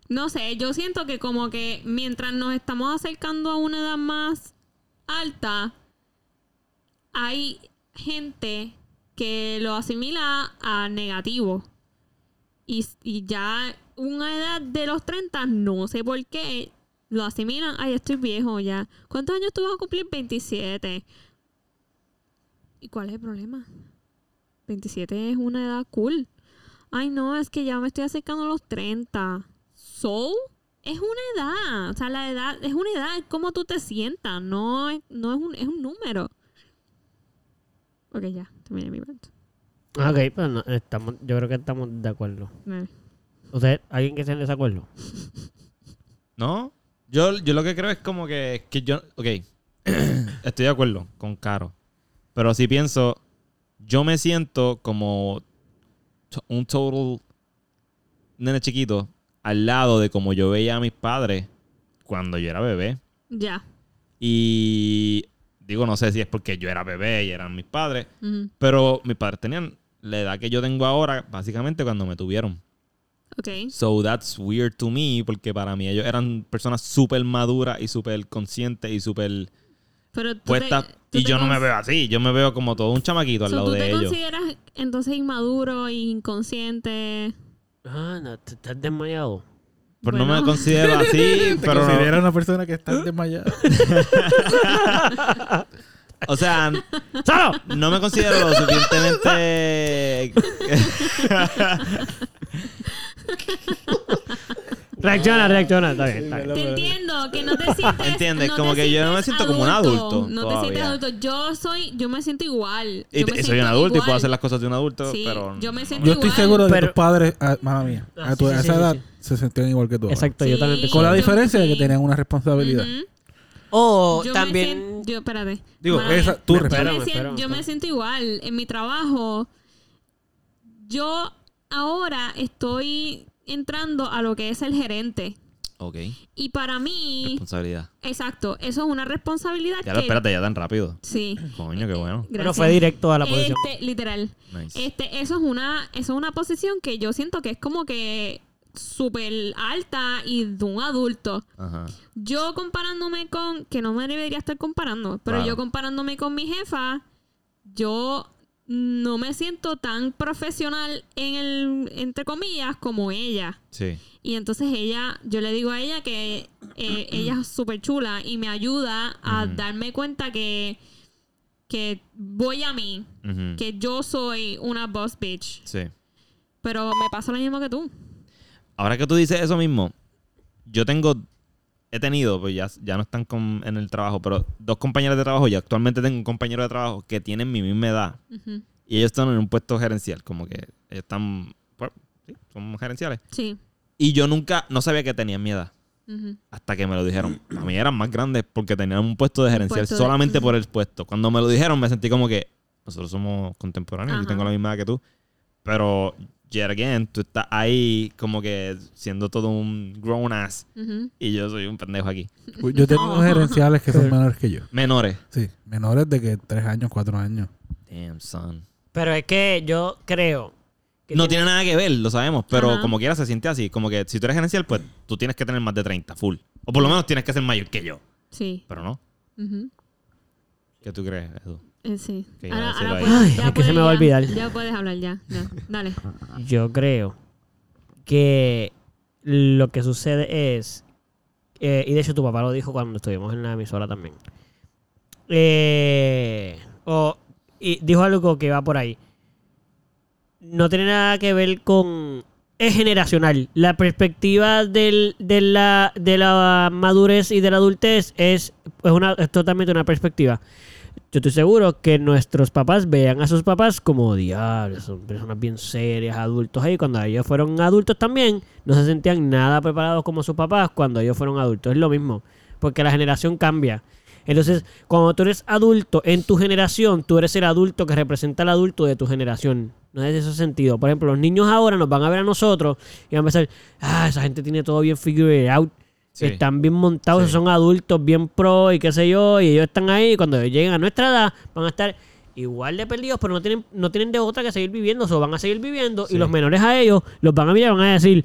No sé, yo siento que como que mientras nos estamos acercando a una edad más alta, hay gente que lo asimila a negativo. Y, y ya una edad de los 30, no sé por qué, lo asimilan, ay, estoy viejo ya. ¿Cuántos años tú vas a cumplir? 27. ¿Y cuál es el problema? 27 es una edad cool. Ay, no, es que ya me estoy acercando a los 30. So, es una edad. O sea, la edad es una edad, es como tú te sientas. No, es- no es, un, es un número. Ok, ya, terminé mi punto. Ok, pero no, estamos, yo creo que estamos de acuerdo. Vale. ¿Usted, alguien que esté en desacuerdo? ¿No? Yo, yo lo que creo es como que, que yo... Ok. [CLEARS THROAT] Estoy de acuerdo con Caro. Pero si pienso... Yo me siento como to- un total nene chiquito al lado de como yo veía a mis padres cuando yo era bebé. Ya. Y digo, no sé si es porque yo era bebé y eran mis padres. Ujú. Pero mis padres tenían la edad que yo tengo ahora, básicamente cuando me tuvieron. Ok. So that's weird to me, porque para mí ellos eran personas súper maduras y súper conscientes y súper Pero tú puestas. te- tú Y te yo no me cons- veo así, yo me veo como todo un chamaquito al So, lado ¿Tú de te ellos. consideras entonces inmaduro e inconsciente? Ah, no, te estás [LAUGHS] desmayado. Pero no Bueno. me considero [LAUGHS] así, Te pero. considera una persona que está desmayada. O sea, ¡Salo! no me considero lo [LAUGHS] suficientemente. Reacciona, reacciona. Está bien, está bien. eh, Te entiendo, que no te [LAUGHS] sientes. Entiendes, no como te que yo no me siento sientes como un adulto No te todavía. sientes adulto. Yo soy, yo me siento igual. Y Yo te- soy me un siento adulto y puedo igual. hacer las cosas de un adulto, Sí, pero. [LAUGHS] yo me siento Yo estoy igual. seguro de que Pero- tus padres, ah, mala mía, Ah, a, tu, sí, sí, a sí, esa sí, edad sí. se sentían igual que tú. ahora. Exacto, yo Sí. también pienso. Con la Yo- diferencia de que sí. tenían una responsabilidad. Ujú. O Oh, Yo me también. sien- yo, espérate. Digo, Madre, esa, tú Me yo, espérame, me sien- espérame, yo espérame. me siento igual. En mi trabajo, yo ahora estoy entrando a lo que es el gerente. Ok, Y para mí, responsabilidad. exacto, eso es una responsabilidad Ya que... lo espérate ya tan rápido. Sí. Coño, qué bueno. Pero fue directo a la posición. Este, literal. Nice. Este, eso es una, eso es una posición que yo siento que es como que súper alta y de un adulto. Ajá. Yo comparándome con, que no me debería estar comparando, pero Claro. yo comparándome con mi jefa, yo no me siento tan profesional en el, entre comillas, como ella. Sí. Y entonces ella, yo le digo a ella que [CLEARS THROAT] eh, ella es súper chula y me ayuda a Ujú. darme cuenta que, que voy a mí, Ujú. que yo soy una boss bitch. Sí. Pero me pasa lo mismo que tú. Ahora que tú dices eso mismo, yo tengo, he tenido, pues ya, ya no están con- en el trabajo, pero dos compañeras de trabajo, yo actualmente tengo un compañero de trabajo que tienen mi misma edad Ujú. y ellos están en un puesto gerencial, como que ellos están, pues, sí, son gerenciales. Sí. Y yo nunca, no sabía que tenían mi edad. Ujú. Hasta que me lo dijeron. A mí eran más grandes porque tenían un puesto de gerencial puesto de- solamente por el puesto. Cuando me lo dijeron me sentí como que nosotros somos contemporáneos, yo Ajá. tengo la misma edad que tú. Pero, yet again, tú estás ahí como que siendo todo un grown ass Ujú. y yo soy un pendejo aquí. Yo tengo unos gerenciales que son menores que yo. Menores. Sí, menores de que 3 años, 4 años. Damn, son. Pero es que yo creo. que No tiene nada que ver, lo sabemos, pero Ajá. como quiera se siente así. Como que si tú eres gerencial, pues tú tienes que tener más de 30, full. O por lo menos tienes que ser mayor que yo. Sí. Pero no. Ujú. ¿Qué tú crees, Edu? Eh, sí. Que iba a Ahora, decirlo ahora ahí. puedes, ya Ay, es que se puedes, me va a ya. olvidar. Ya puedes hablar, ya. ya. Dale. Ah, Yo creo que lo que sucede es, eh, y de hecho tu papá lo dijo cuando estuvimos en la emisora también, Eh, o- y dijo algo que va por ahí. No tiene nada que ver con... Es generacional. La perspectiva del- de, la, de la madurez y de la adultez es, es una, es totalmente una perspectiva. Yo estoy seguro que nuestros papás vean a sus papás como diablos, son personas bien serias, adultos ahí. Cuando ellos fueron adultos también, no se sentían nada preparados como sus papás cuando ellos fueron adultos. Es lo mismo, porque la generación cambia. Entonces, cuando tú eres adulto en tu generación, tú eres el adulto que representa al adulto de tu generación. No es ese sentido. Por ejemplo, los niños ahora nos van a ver a nosotros y van a pensar, ah, esa gente tiene todo bien figured out. Sí. Están bien montados, Sí. son adultos bien pro y qué sé yo, y ellos están ahí. Cuando ellos lleguen a nuestra edad, van a estar igual de perdidos, pero no tienen, no tienen de otra que seguir viviendo, o sea, van a seguir viviendo. Sí. Y los menores a ellos los van a mirar y van a decir,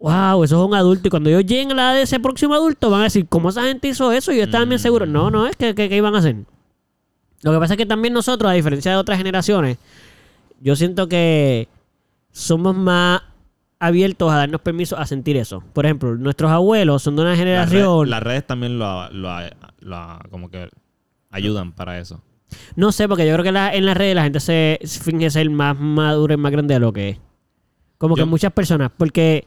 wow, eso es un adulto. Y cuando ellos lleguen a la edad de ese próximo adulto, van a decir, ¿cómo esa gente hizo eso? Y yo estaba bien seguro. No, no, es que, que, que iban a hacer. Lo que pasa es que también nosotros, a diferencia de otras generaciones, yo siento que somos más abiertos a darnos permiso a sentir eso. Por ejemplo, nuestros abuelos son de una Las, generación. redes- las redes también lo, lo, lo- como que ayudan para eso. No sé, porque yo creo que la- en las redes la gente se se finge ser más madura y más grande de lo que es. Como Yo- que muchas personas, porque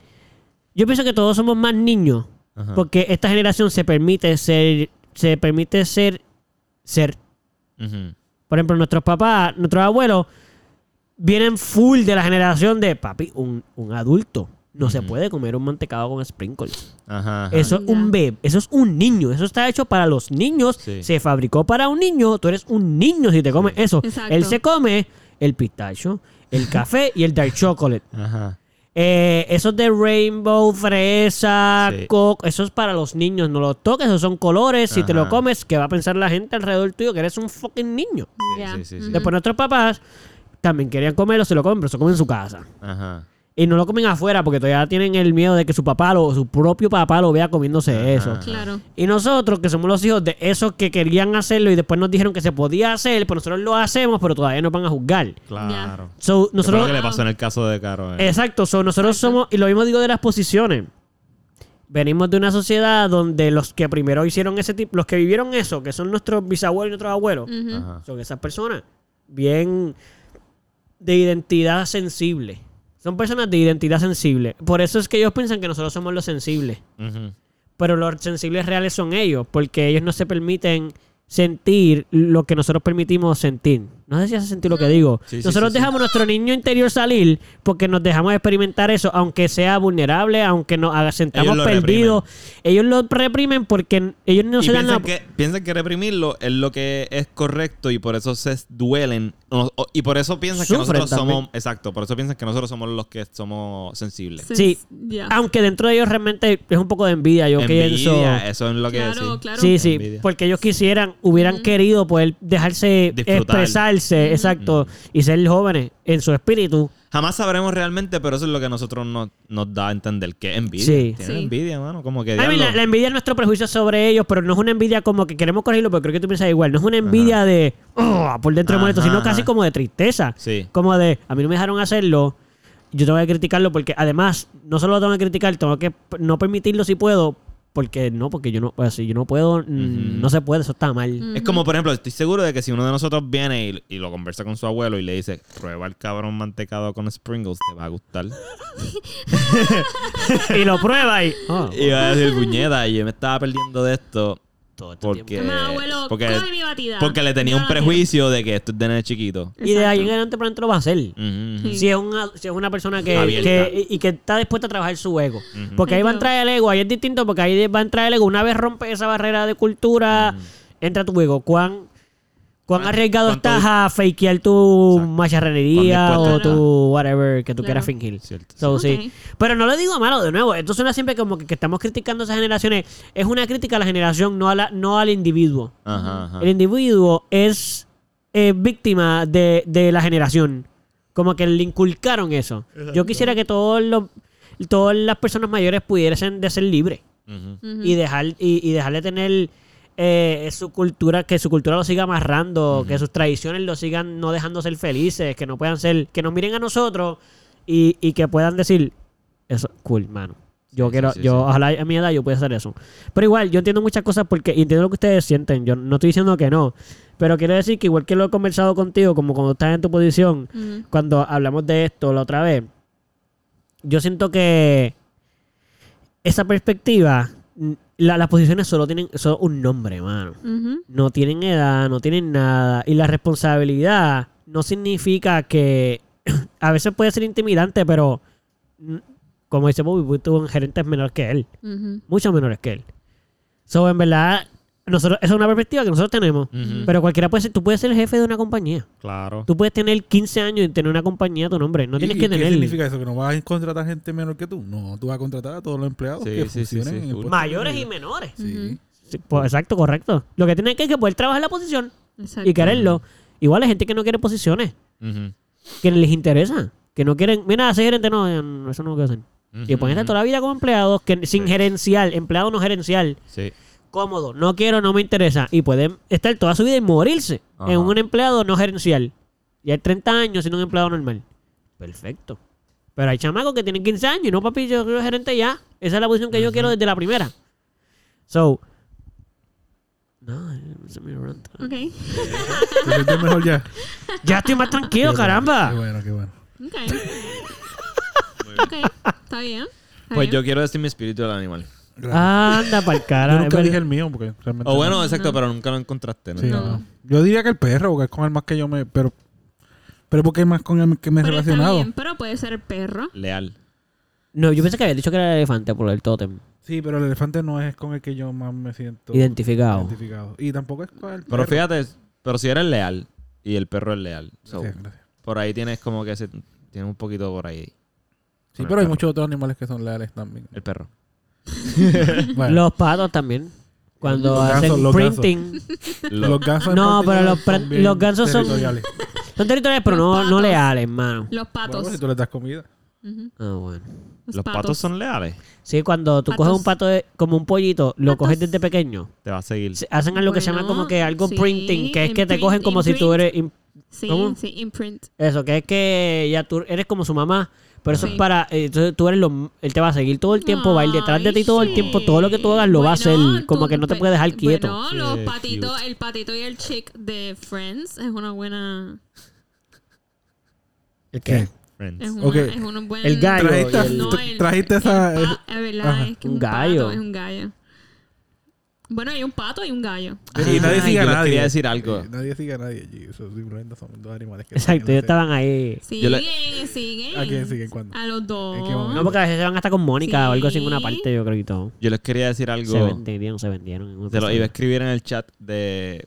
yo pienso que todos somos más niños, Ajá. porque esta generación se permite ser, se permite ser, ser. Ujú. Por ejemplo, nuestros papás, nuestros abuelos, vienen full de la generación de papi, un, un adulto. No se Ujú. puede comer un mantecado con sprinkles. Ajá, ajá. Eso es Ya. un bebé, eso es un niño, eso está hecho para los niños, Sí. se fabricó para un niño, tú eres un niño si te comes eso. Exacto. Él se come el pistacho, [LAUGHS] el café y el dark chocolate. Ajá. Eh, esos de rainbow, fresa, Sí. coco, eso es para los niños, no lo toques, esos son colores, si te lo Ajá. comes, ¿qué va a pensar la gente alrededor tuyo? Que eres un fucking niño. Sí, Ya. Mm, sí, sí, sí. Ujú. Después nuestros papás también querían comerlo, se lo comen, pero se lo comen en su casa. Ajá. Y no lo comen afuera porque todavía tienen el miedo de que su papá lo- o su propio papá lo vea comiéndose eso. Claro. Y nosotros, que somos los hijos de esos que querían hacerlo y después nos dijeron que se podía hacer, pues nosotros lo hacemos, pero todavía nos van a juzgar. Claro. Eso fue So, lo nosotros, que le pasó en el caso de Caro. eh. Exacto, so, nosotros somos, y lo mismo digo de las posiciones. Venimos de una sociedad donde los que primero hicieron ese tipo, los que vivieron eso, que son nuestros bisabuelos y nuestros abuelos, Ujú. Ajá. son esas personas bien de identidad sensible. Son personas de identidad sensible. Por eso es que ellos piensan que nosotros somos los sensibles. Ujú. Pero los sensibles reales son ellos, porque ellos no se permiten sentir lo que nosotros permitimos sentir. No sé si hace sentido lo que digo. Sí, sí, sí, nosotros sí. dejamos a nuestro niño interior salir porque nos dejamos experimentar eso, aunque sea vulnerable, aunque nos haga- sentamos lo perdidos. Ellos lo reprimen porque ellos no y se dan piensan, la... que, piensan que reprimirlo es lo que es correcto y por eso se duelen. O- o- Y por eso piensan que Sufren nosotros también. somos. Exacto, por eso piensan que nosotros somos los que somos sensibles. Se- Sí. Ah, ya. Aunque dentro de ellos realmente es un poco de envidia, yo pienso. Envidia, eso es lo que Claro, sí. claro. Sí, sí, Envidia. porque ellos quisieran, hubieran Ujú. querido poder dejarse Disfrutar. expresarse, exacto, y ser jóvenes en su espíritu. Jamás sabremos realmente, pero eso es lo que a nosotros nos, nos da a entender que es envidia. Sí. Tienen Sí. envidia, mano. Como que. I mean, la, diablo. la envidia es nuestro prejuicio sobre ellos, pero no es una envidia como que queremos corregirlo, porque creo que tú piensas igual. No es una envidia de "Oh, por dentro de Ajá, molesto, sino ajá. casi como de tristeza. Sí. Como de a mí no me dejaron hacerlo, yo tengo que criticarlo, porque además, no solo lo tengo que criticar, tengo que p- no permitirlo si puedo, porque no, porque yo no, pues, si yo no puedo, mm, no se puede, eso está mal. Es como, por ejemplo, estoy seguro de que si uno de nosotros viene y, y lo conversa con su abuelo y le dice, prueba el cabrón mantecado con sprinkles, te va a gustar. [LAUGHS] y lo prueba y. "Oh, y va a decir, puñeta, yo me estaba perdiendo de esto todo este tiempo". porque, Mamá, abuelo, porque, coge mi batida. porque le tenía Yo un la quiero. prejuicio de que esto es de nene chiquito. Y de ahí en adelante, pronto lo va a hacer. Ujú, ujú. Sí. Si es, una, si es una persona que, Abierta. que- y y que está dispuesta a trabajar su ego. Ujú. Porque ahí va a Claro. entrar el ego, ahí es distinto, porque ahí va a entrar el ego. Una vez rompe esa barrera de cultura, entra tu ego. ¿Cuán, cuán ¿Cuán- arriesgado Ah, cuánto estás a fakear tu Exacto. macharranería ¿Cuán o dispuesto tu whatever que tú Claro. quieras fingir? Cierto, So, cierto. sí. Ok. Pero no lo digo malo, de nuevo. Esto suena siempre como que, que estamos criticando a esas generaciones. Es una crítica a la generación, no, a la, no al individuo. Ajá, ajá. El individuo es eh, víctima de, de la generación. Como que le inculcaron eso. Yo quisiera que todos los, todas las personas mayores pudiesen de ser libres Ujú. Ujú. y dejar y, y dejar de tener eh, su cultura que su cultura lo siga amarrando que sus tradiciones lo sigan no dejando ser felices que no puedan ser que nos miren a nosotros y, y que puedan decir eso cool mano yo Sí, quiero sí, sí, yo sí. ojalá a mi edad yo pueda hacer eso pero igual yo entiendo muchas cosas porque y entiendo lo que ustedes sienten yo no estoy diciendo que no pero quiero decir que igual que lo he conversado contigo como cuando estás en tu posición Ujú. cuando hablamos de esto la otra vez, yo siento que esa perspectiva, mm, la- las posiciones solo tienen solo un nombre, mano. Ujú. No tienen edad, no tienen nada. Y la responsabilidad no significa que. [CLEARS THROAT] a veces puede ser intimidante, pero. mm, Como dice Bobby, Bobby tuvo gerentes menores que él. Ujú. Mucho menores que él. So, en verdad, nosotros, esa es una perspectiva que nosotros tenemos. Ujú. Pero cualquiera puede ser. Tú puedes ser el jefe de una compañía. Claro. Tú puedes tener 15 años y tener una compañía a tu nombre. No ¿Y- tienes y que ¿Qué tener significa eso? ¿Que no vas a contratar gente menor que tú? No, tú vas a contratar a todos los empleados Sí, que sí, sí, sí, funcionen en el full. puesto. [LAUGHS] mayores y menores. Sí. Sí, pues, exacto, correcto. Lo que tienes que es que poder trabajar la posición Exacto. y quererlo. Igual hay gente que no quiere posiciones, Ujú. que les interesa, que no quieren. Mira, ese gerente no, eh, no, eso no lo quiero hacer. Y Ujú, pueden estar ujú. toda la vida como empleados, que sin gerencial, empleado no gerencial, Sí. cómodo, no quiero, no me interesa. Y pueden estar toda su vida y morirse Ajá. en un empleado no gerencial. Y hay 30 años siendo un empleado normal. Perfecto. Pero hay chamacos que tienen 15 años y no, papi, yo quiero gerente ya. Esa es la posición que yo quiero desde la primera. So. No, se me levanta. Ok. ¿Te sientes mejor [LAUGHS] ya? Ya estoy [LAUGHS] más tranquilo, Qué caramba. bueno, qué bueno. Ok. [LAUGHS] Ok. Está bien. Está Pues bien. yo quiero decir mi espíritu del animal. Ah, Anda para el Yo cara. nunca es dije verdad. el mío porque realmente... Oh, O bueno, exacto, pero nunca lo encontraste, ¿no? Sí, No. no. Yo diría que el perro, porque es con el más que yo me... Pero, pero porque es más con el que me he Pero está relacionado. bien, pero puede ser perro. Leal. No, yo pensé que había dicho que era el elefante por el tótem. Sí, pero el elefante no es con el que yo más me siento Identificado. identificado. Y tampoco es con el Pero perro. fíjate, pero si eres leal y el perro es leal. so, Gracias, gracias. por ahí tienes como que ese, tienes un poquito por ahí. Sí, Con pero el hay perro. muchos otros animales que son leales [LAUGHS] también. El perro. Bueno, Los patos también. Cuando Los gansos, hacen los gansos. printing. Lo- los gansos en No, pero particular los pre- son bien los gansos son- territoriales. Son territoriales, pero Los no, no patos. leales, hermano. Los Bueno, patos. si tú les das comida. Ujú. Ah, bueno. Los patos. son leales. Sí, cuando tú coges Patos. un pato de- como un pollito, lo Patos. coges desde pequeño. Te va a seguir. Se- Hacen algo que se llama Bueno, como que algo sí, printing, que es que te imprint, cogen como si tú imprint. eres... im- Sí, ¿Cómo? sí, imprint. Eso, que es que ya tú eres como su mamá. Pero eso Sí. es para... eh, Entonces tú eres lo... Él te va a seguir todo el tiempo, va a ir detrás de ti todo el Ay, tiempo. Todo lo que tú hagas lo va a hacer. Bueno, Como tú- que no te pe- puede dejar quieto. Bueno, Qué los cute. patitos, el patito y el chick de Friends es una buena. ¿El ¿Qué? Es, Friends. una, Ok. es una buena. El gallo. Trajiste- y el- No, el- Trajiste el esa- pa- Es verdad, Ajá. es que Un un, gallo. Pato, es un gallo. Bueno, hay un pato y un gallo. Y nadie Ay, sigue a yo les nadie. quería decir algo. Sí, Eh, Nadie sigue a nadie allí. Eso simplemente son dos animales que. Exacto, ellos estaban ahí. Yo Siguen, le- siguen. ¿A quién siguen cuándo? A los dos. ¿En qué momento? No, porque a veces se van hasta con Mónica o algo así en Sí. una parte, yo creo y todo. Yo les quería decir algo. Se vendieron, se vendieron. en un Se lo episodio. iba a escribir en el chat de,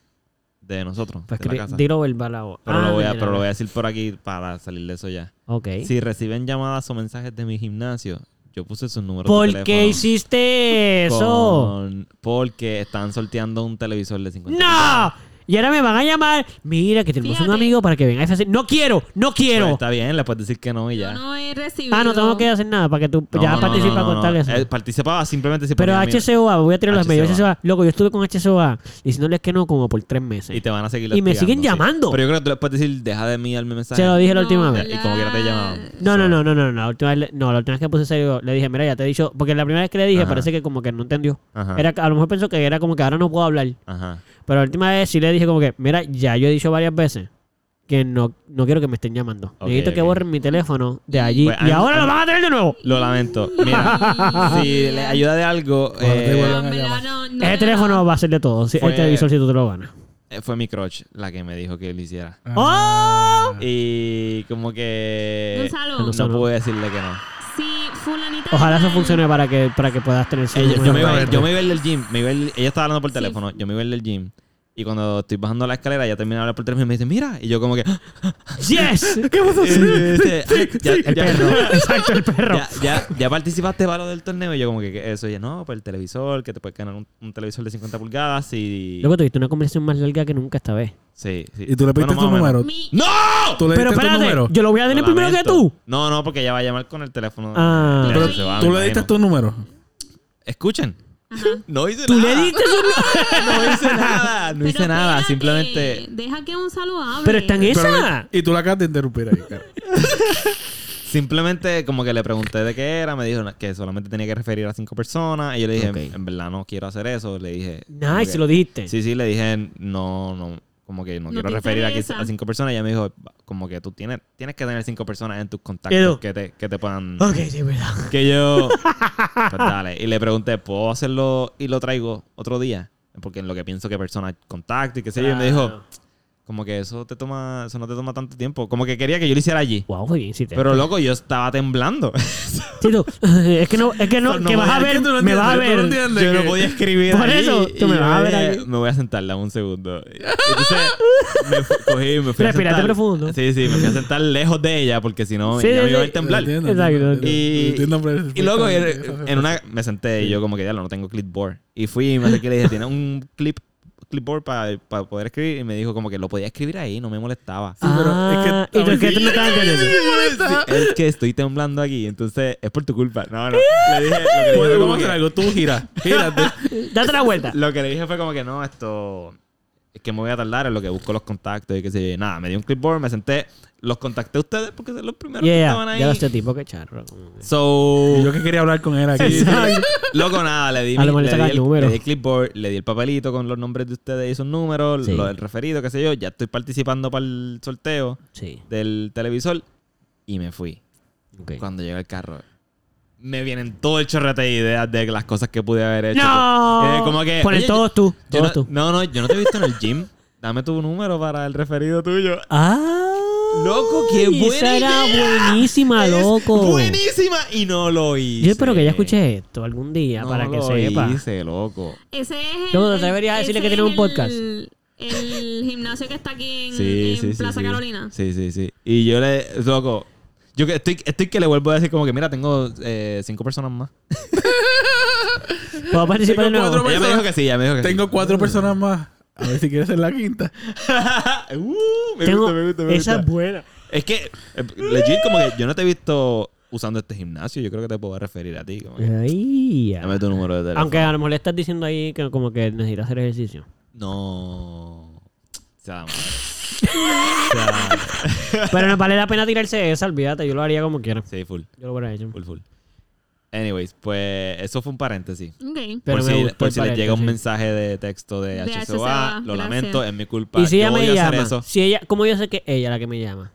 de nosotros. Pues de la escri- casa. dilo verbal ahora. Pero, Ah, lo voy a, mira, pero lo voy a decir por aquí para salir de eso ya. Ok. Si reciben llamadas o mensajes de mi gimnasio, yo puse sus números de ¿Por teléfono. qué [LAUGHS] hiciste eso? con- Porque están sorteando un televisor de 50. ¡No! Y ahora me van a llamar. Mira, que tenemos un Fíjate. amigo para que venga a FC. ¡No quiero! ¡No Pero quiero! Pues, está bien, le puedes decir que no y ya. Yo no he recibido. Ah, no tengo que hacer nada para que tú No, pues ya no, participa no, no, con no. tal eso. Eh, participaba simplemente si Pero ponía mi- HCOA, voy a tirar los medios. HCOA. HCOA, loco, yo estuve con HCOA diciéndoles que no como por tres meses. Y te van a seguir Y me lastigando, siguen sí. llamando. Pero yo creo que tú les puedes decir, deja de mí darme mensaje. Se lo dije la última vez. Y como quiera te llamaban. No, no, no, no, no, no. La última vez, le- no, la última vez que puse serio, le dije, mira, ya te he dicho. Porque la primera vez que le dije, Ajá. parece que como que no entendió. Ajá. Era, a lo mejor pensó que era como que ahora no puedo hablar. Ajá. Pero la última vez sí le dije como que, mira, ya yo he dicho varias veces que no, no quiero que me estén llamando. Ok, Necesito que ok. borren mi teléfono de allí. Pues, y I'm- ahora lo I'm- van a tener de nuevo. Lo lamento. [LAUGHS] Mira, si le ayuda de algo, Cuando te eh, vuelvan En verdad, no, no Ese le- teléfono va a ser de todo. Si- Fue- El televisor si tú te lo ganas. eh, fue mi crush la que me dijo que lo hiciera. Ah. ¡Oh! Y como que Gonzalo. no Gonzalo. pude decirle que no. Sí, fulanita. Ojalá eso tal. funcione para que, para que puedas tener Ella- yo, me iba, Gonzalo. yo me iba a ir del gym. Me iba a ir- ella estaba hablando por Sí. teléfono. Yo me iba a ir del gym. Y cuando estoy bajando la escalera, ya terminé de hablar por teléfono y me dice, mira. Y yo como que... ¡Yes! [LAUGHS] ¿Qué vas a eh, hacer? este, ay, ya- El ya- [LAUGHS] perro. Exacto, el perro. Ya, ya, ya participaste para lo del torneo y yo como que ¿qué es eso, y ella, no, pues el televisor, que te puedes ganar un, un televisor de 50 pulgadas y... Luego tuviste una conversación más larga que nunca esta vez. Sí, sí. Y tú le pediste Bueno, más tu o menos. número. Mi- ¡No! Tú le Pero diste tu espérate, número. yo lo voy a tener Lo primero que lamento. tú. No, no, porque ella va a llamar con el teléfono. Ah. Ya, Pero se va, tú me le diste imagino. tu número. Escuchen. No hice Tú nada. le diste su No hice nada. No Pero hice nada. espérate, Simplemente. Deja que Gonzalo hable. Pero está en esa. Pero- y tú la acabas de interrumpir ahí, cara. Simplemente como que le pregunté de qué era. Me dijo que solamente tenía que referir a cinco personas. Y yo le dije, Ok. en verdad no quiero hacer eso. Le dije. como Nice, que- se lo dijiste. Sí, sí, le dije, no, no. Como que no, No quiero te referir aquí interesa. a cinco personas. Y ella me dijo, como que tú tienes, tienes que tener cinco personas en tus contactos Edu. Ah. que te, que te puedan. Ok, sí, verdad. [LAUGHS] Que [LAUGHS] yo. Pues dale. Y le pregunté, ¿puedo hacerlo y lo traigo otro día? Porque en lo que pienso que personas contacto y qué sé yo. Y me dijo, Claro. como que eso te toma, eso no te toma tanto tiempo. Como que quería que yo lo hiciera allí. Wow, fue bien, sí. te- Pero loco, yo estaba temblando. Sí, tú, [LAUGHS] es que no, es que no, No, no que vas a voy a- ver, tú no me vas a entiendes, tú no ver. entiendes Yo no que- podía escribir. Por allí. eso, tú Y me yo vas a ver dije, allí. Me voy a sentar, dame un segundo. Entonces, me fu- cogí y me fui a Respirate sentar. profundo. Sí, sí, me fui a sentar lejos de ella porque si no, Sí, ya me sí, iba a sí. ver temblar. Entiendo, Exacto. entiendo, Y- entiendo, pero- Y luego en, entiendo, en una me senté y yo como que ya no tengo clipboard. Y fui y me acerqué y le dije, tiene un clip clipboard para poder escribir y me dijo como que lo podía escribir ahí, no me molestaba. Sí, pero Ah, es que- y tú es que tú no estás entendiendo. [LAUGHS] Sí, es que estoy temblando aquí, entonces es por tu culpa. [LAUGHS] No, no. Le dije, lo que le dije fue como Podemos hacer que, algo. Tú gira. [LAUGHS] Gírate. Date la vuelta. lo que le dije fue como que no, esto es que me voy a tardar en lo que busco los contactos y que se nada, me dio un clipboard, me senté, los contacté a ustedes porque son los primeros que estaban Yeah, ahí. ya lo este tipo que charro. como que- So, [LAUGHS] Y yo que quería hablar con él aquí. [LAUGHS] Loco, nada, le di, A lo mi- le, mejor le di saca el el, número. le di el clipboard, le di el papelito con los nombres de ustedes y sus números, Sí. lo del referido, qué sé yo. Ya estoy participando para el sorteo Sí, del televisor y me fui. ok. Cuando llega el carro, me vienen todo el chorrete de ideas de las cosas que pude haber hecho. ¡No! Eh, como que, Ponen oye, todos tú, yo todos no, tú. no, no, yo no te he visto en el gym. Dame tu número para el referido tuyo. ¡Ah! Loco, qué Ay, buena Esa era idea. buenísima, Es loco. Buenísima y no lo hice. Yo espero que ella escuche esto algún día No para que lo sepa. hice, loco. Ese es el. Luego te deberías el- decirle ese que tiene es un podcast. El, el gimnasio que está aquí en, sí, en sí, sí, Plaza sí. Carolina. Sí, sí, sí. Y yo le, loco, yo que estoy, estoy que le vuelvo a decir como que, mira, tengo eh, cinco personas más. ¿Puedo participar de Tengo nuevo? cuatro Ella me dijo que sí, ella me dijo que Tengo [LAUGHS] sí. cuatro personas más. A ver si quieres ser la quinta. Uh, me Tengo- gusta, Uh, me gusta, me esa es gusta. buena. Es que, eh, legit, como que yo no te he visto usando este gimnasio, yo creo que te puedo referir a ti. como que, Ay, ya. Dame tu número de teléfono. Aunque a lo mejor le estás diciendo ahí que como que necesitas hacer ejercicio. No. Sea la madre. Sea la madre. Pero no vale la pena tirarse esa, olvídate. Yo lo haría como quiera. Sí, full. Yo lo hubiera hecho. Full, full. Anyways, pues eso fue un paréntesis. Ok. Pero por me si, gustó por el si les llega un paréntesis. mensaje de texto de, De HSOA, HSOA, lo gracias. lamento, es mi culpa. Y si yo ella voy me a hacer llama, eso. si ella, ¿cómo yo sé que es ella la que me llama?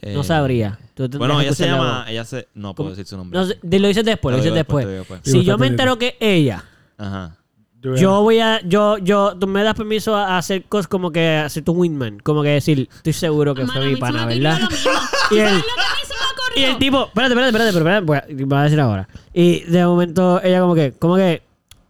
Eh, No sabría. Tú tendrías Bueno, que ella se escuchar la llama. voz. Ella se. No ¿Cómo? puedo decir su nombre. No sé, de- lo dices después, lo Te dices lo digo después, después. te lo digo después. Si Sí, yo me bastante entero que es ella, Ajá. yo voy a, yo, yo, tú me das permiso a hacer cosas como que hacer tu wingman, como que decir, estoy seguro que Mano, a fue mí mi se pana, me ocurrió ¿verdad? lo mismo. [LAUGHS] Y ¿Sabes lo que a el, mí se me y ocurrió? el tipo, espérate, espérate, espérate, pero espérate, voy a- voy a decir ahora. Y de momento ella como que, como que,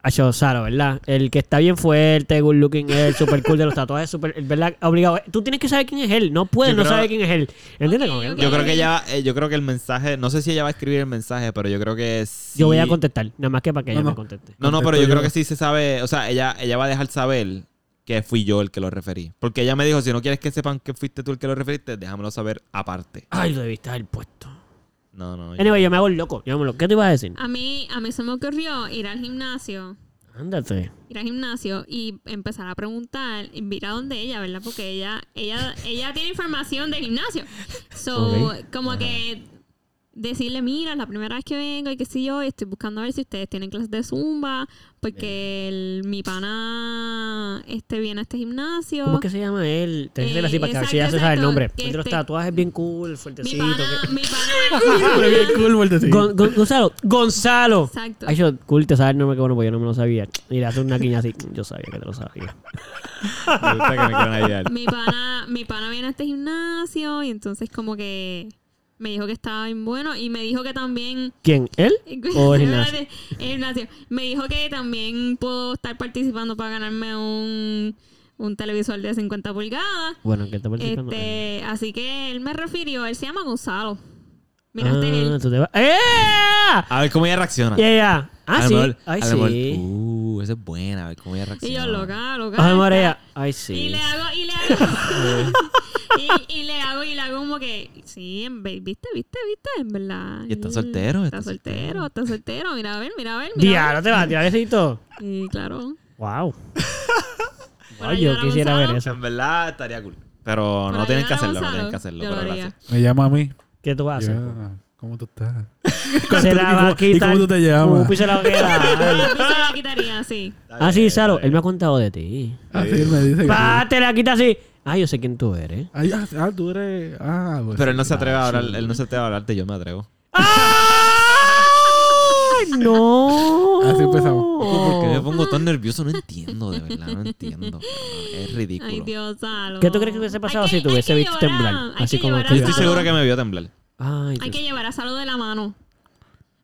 Acho, Saro, ¿verdad? El que está bien fuerte, good looking, el super cool de los tatuajes, super, ¿verdad? Obligado. Tú tienes que saber quién es él, no puedes Yo no creo- saber quién es él. ¿Entiendes? Como que- ok. Yo creo que ella. eh, Yo creo que el mensaje. No sé si ella va a escribir el mensaje, pero yo creo que. Sí. Yo voy a contestar, nada más que para que ella No, me no. conteste. No, no, pero Contesto yo yo. creo que sí se sabe. O sea, ella, ella va a dejar saber que fui yo el que lo referí. Porque ella me dijo: si no quieres que sepan que fuiste tú el que lo referiste, déjamelo saber aparte. Ay, lo debiste haber puesto. No, no. yo- Anyway, yo me hago el loco. Yo me hago el loco. ¿Qué te ibas a decir? A mí, a mí se me ocurrió ir al gimnasio, Ándate. ir al gimnasio y empezar a preguntar, ir a donde ella, ¿verdad? Porque ella, ella, ella tiene información del gimnasio. So, Ok. como que decirle, mira, la primera vez que vengo y qué sé yo, y estoy buscando a ver si ustedes tienen clases de zumba, porque el- mi pana este viene a este gimnasio. ¿Cómo es que se llama él? Te Eh, dice así para que a ver si ya exacto, se sabe el exacto. nombre. Que El de los este- tatuajes bien cool, mi fuertecito. pana, que- mi [LAUGHS] pana. Bien cool, vueltecito. Gon- Gon- Gonzalo, Gonzalo. Exacto. Ay, yo, cool, te sabes el nombre que bueno, pues yo no me lo sabía. Y le hace una guiña así. Yo sabía que te lo sabía. Me gusta que me quieran ayudar. mi pana, mi pana viene a este gimnasio y entonces como que me dijo que estaba bien bueno y me dijo que también ¿Quién? ¿Él? ¿O el gimnasio? El gimnasio. Me dijo que también puedo estar participando para ganarme un, un televisor de 50 pulgadas. Bueno, que está participando. él. Este, así que él me refirió, él se llama Gonzalo. Mira, ah, este es él. tú te vas. ¡Eh! A ver cómo ella reacciona. Y ella. Ah, a lo sí. mejor- Ay, a lo mejor, sí. uh, esa es buena. A ver cómo ella reacciona. Y yo, loca, loca. Ah, Ay, está- María. Ay, Y sí. le hago, y le hago. [LAUGHS] [LAUGHS] y, y le hago, y le hago como que. Sí, en ve- viste, viste, viste, en verdad. Y está él soltero, Está está soltero. soltero, está soltero. Mira a ver, mira a ver. Mira a Diablo, te vas a tirar besito. ver. Y claro. Wow. Por Ay, yo ayudar a quisiera Gonzalo. ver eso. En verdad estaría cool. Pero Por no tienen ayudar que a hacerlo, no Gonzalo, tienen que hacerlo. yo Pero lo haría. gracias. Me llama a mí. ¿Qué tú vas a hacer? Ya, ¿Cómo tú estás? Se la va a ¿Y quitar. cómo tú te llamas? Pupi se la va [LAUGHS] a quitar. Ah, pues se la quitaría, sí. Ah, sí, Saro, él me ha contado de ti. Así él me dice. que- Pa, te la quita así. Ah, yo sé quién tú eres. Ay, ah, ah, tú eres. Ah, pues. Pero él no se atreve a hablar, él no se atreve a hablarte, yo me atrevo. ¡Ay, no! Así empezamos. Oh. Porque me pongo tan nervioso, no entiendo, de verdad, no entiendo. cabrón. Es ridículo. Ay, Dios, Gonzalo. ¿Qué tú crees que hubiese pasado si te hubiese visto temblar? Así Así como como que- Yo estoy seguro que me vio temblar. Ay, Hay Dios. que llevar a Salo de la mano.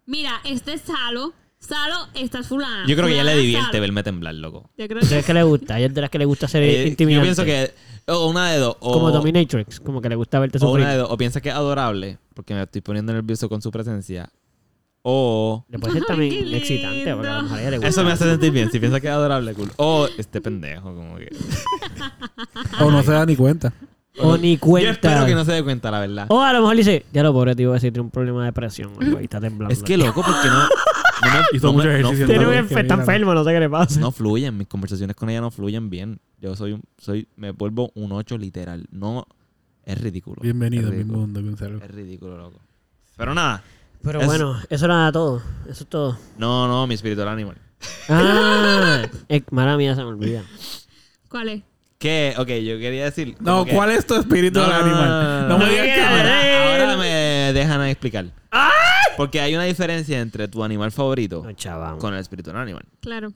Mira, este es Salo. Salo, esta es fulana. Yo creo que ya le Fulana, divierte Salo. verme temblar, loco. Yo creo ¿Tú que crees que le gusta? Ella es de las que le gusta ser Eh, yo intimidante. pienso que o una de dos o, Como Dominatrix, como que le gusta verte o sufrir. una de dos, o piensa que es adorable porque me estoy poniendo nervioso con su presencia o Le puede ser Ay, qué también lindo. excitante, porque a lo mejor a ella le gusta. eso me hace sentir bien, si piensa que es adorable, cool. O este pendejo como que O no se da ni cuenta. O ni Yo espero cuenta. que no se dé cuenta, la verdad. O a lo mejor le dice, ya lo pobre, tío, si tiene un problema [LAUGHS] de presión. Ahí está temblando. Es que loco, porque no. No, me- Hizo no me- mucho no ejercicio. flu- Tiene un que enfer- mira, está enfermo, no sé qué le pasa. no fluyen, mis conversaciones con ella no fluyen bien. Yo soy un, soy, me vuelvo un 8 literal. No, es ridículo. Bienvenido a es mi ridículo. mundo, Gonzalo. Es ridículo, loco. Pero nada, Pero Es- bueno, eso era todo. Eso es todo. no, no, mi espiritual animal. Ah, eh, mala mía, se me olvida. ¿Cuál es? Que, ok, yo quería decir. No, ¿cuál es tu espíritu del animal? No me digas que. ahora, ahora me dejan explicar. Porque hay una diferencia entre tu animal favorito No, chaval. Oh. con el espiritual animal. Claro.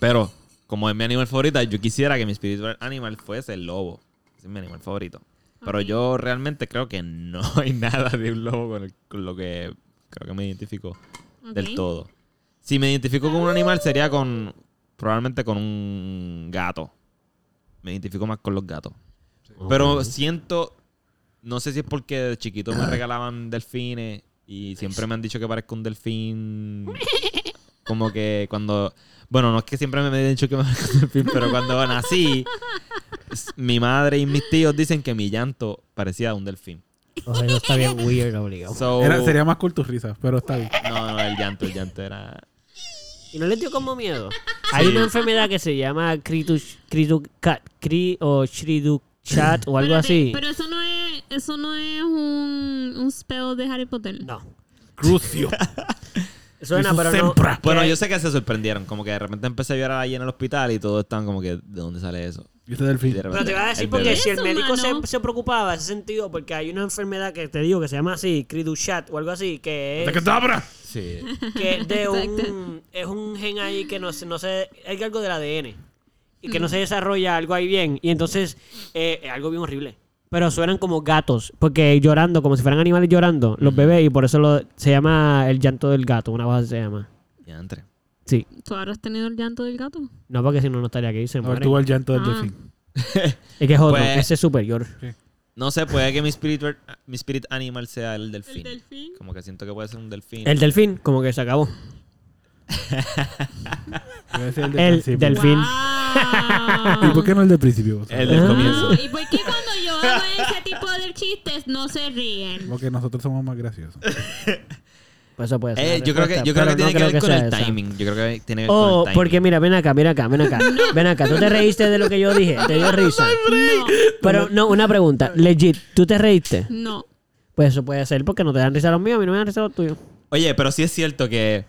Pero, como es mi animal favorito, yo quisiera que mi espiritual animal fuese el lobo. Ese es mi animal favorito. Pero Ok. yo realmente creo que no [LAUGHS] hay nada de un lobo con, el- con lo que creo que me identifico del Ok. todo. Si me identifico con un animal sería con probablemente con un gato. Me identifico más con los gatos. Pero siento, no sé si es porque de chiquito me regalaban delfines y siempre me han dicho que parezco un delfín. Como que cuando, bueno, no es que siempre me han dicho que me parezco un delfín, pero cuando nací, s- mi madre y mis tíos dicen que mi llanto parecía un delfín. O sea, eso está bien weird, obligado. So- Era- sería más cool tus risas, pero está bien. No, no, el llanto, el llanto era. ¿Y no les dio como miedo? Hay una enfermedad que se llama Kridush- Kridukat, Kri o Shriduchat o algo Espérate, así. Pero eso no es, eso no es un, un spell de Harry Potter. No. Crucio. Suena, Eso pero no. siempre. Bueno, yo sé que se sorprendieron. Como que de repente empecé a ver a la en el hospital y todos estaban como que, ¿de dónde sale eso? Y este delfín. Y de repente, Pero te voy a decir el porque bebé. si el Eso, médico se, mano. se preocupaba en ese sentido, porque hay una enfermedad que te digo que se llama así, Kriduchat o algo así, que es, [LAUGHS] Sí. que es de Exacto. un, es un gen ahí que no, se- no sé, hay algo del ADN y que no se desarrolla algo ahí bien. Y entonces eh, es algo bien horrible. Pero suenan como gatos, porque llorando, como si fueran animales llorando, los bebés, y por eso lo- se llama el llanto del gato, una cosa así se llama. Ya entré. Sí, ¿Tú habrás tenido el llanto del gato? no porque si no, no estaría aquí, se No, muere. tuvo el llanto del Ah. delfín. Es que es otro, Pues- ese es superior. No sé, puede que mi spirit, mi spirit animal sea el delfín. El delfín. Como que siento que puede ser un delfín. El delfín, como que se acabó. Debe ser del El principio. delfín. [LAUGHS] Wow. ¿Y por qué no el de principio? O sea, El del Ah. comienzo. Wow, ¿Y por qué cuando yo hago ese tipo de chistes no [LAUGHS] se ríen? Porque nosotros somos más graciosos. Pues eso puede ser. Eh, la yo creo que, respuesta, yo creo que pero no tiene que ver con sea el esa. timing. Yo creo que tiene que ver con el Oh, timing. porque mira, ven acá, ven acá, ven acá. Ven acá, tú te reíste de lo que yo dije, te [LAUGHS] dio risa. No, Pero no, una pregunta, legit, ¿tú te reíste? no. Pues eso puede ser porque no te dan risa los míos, a mí no me dan risa los tuyos. Oye, pero sí es cierto que.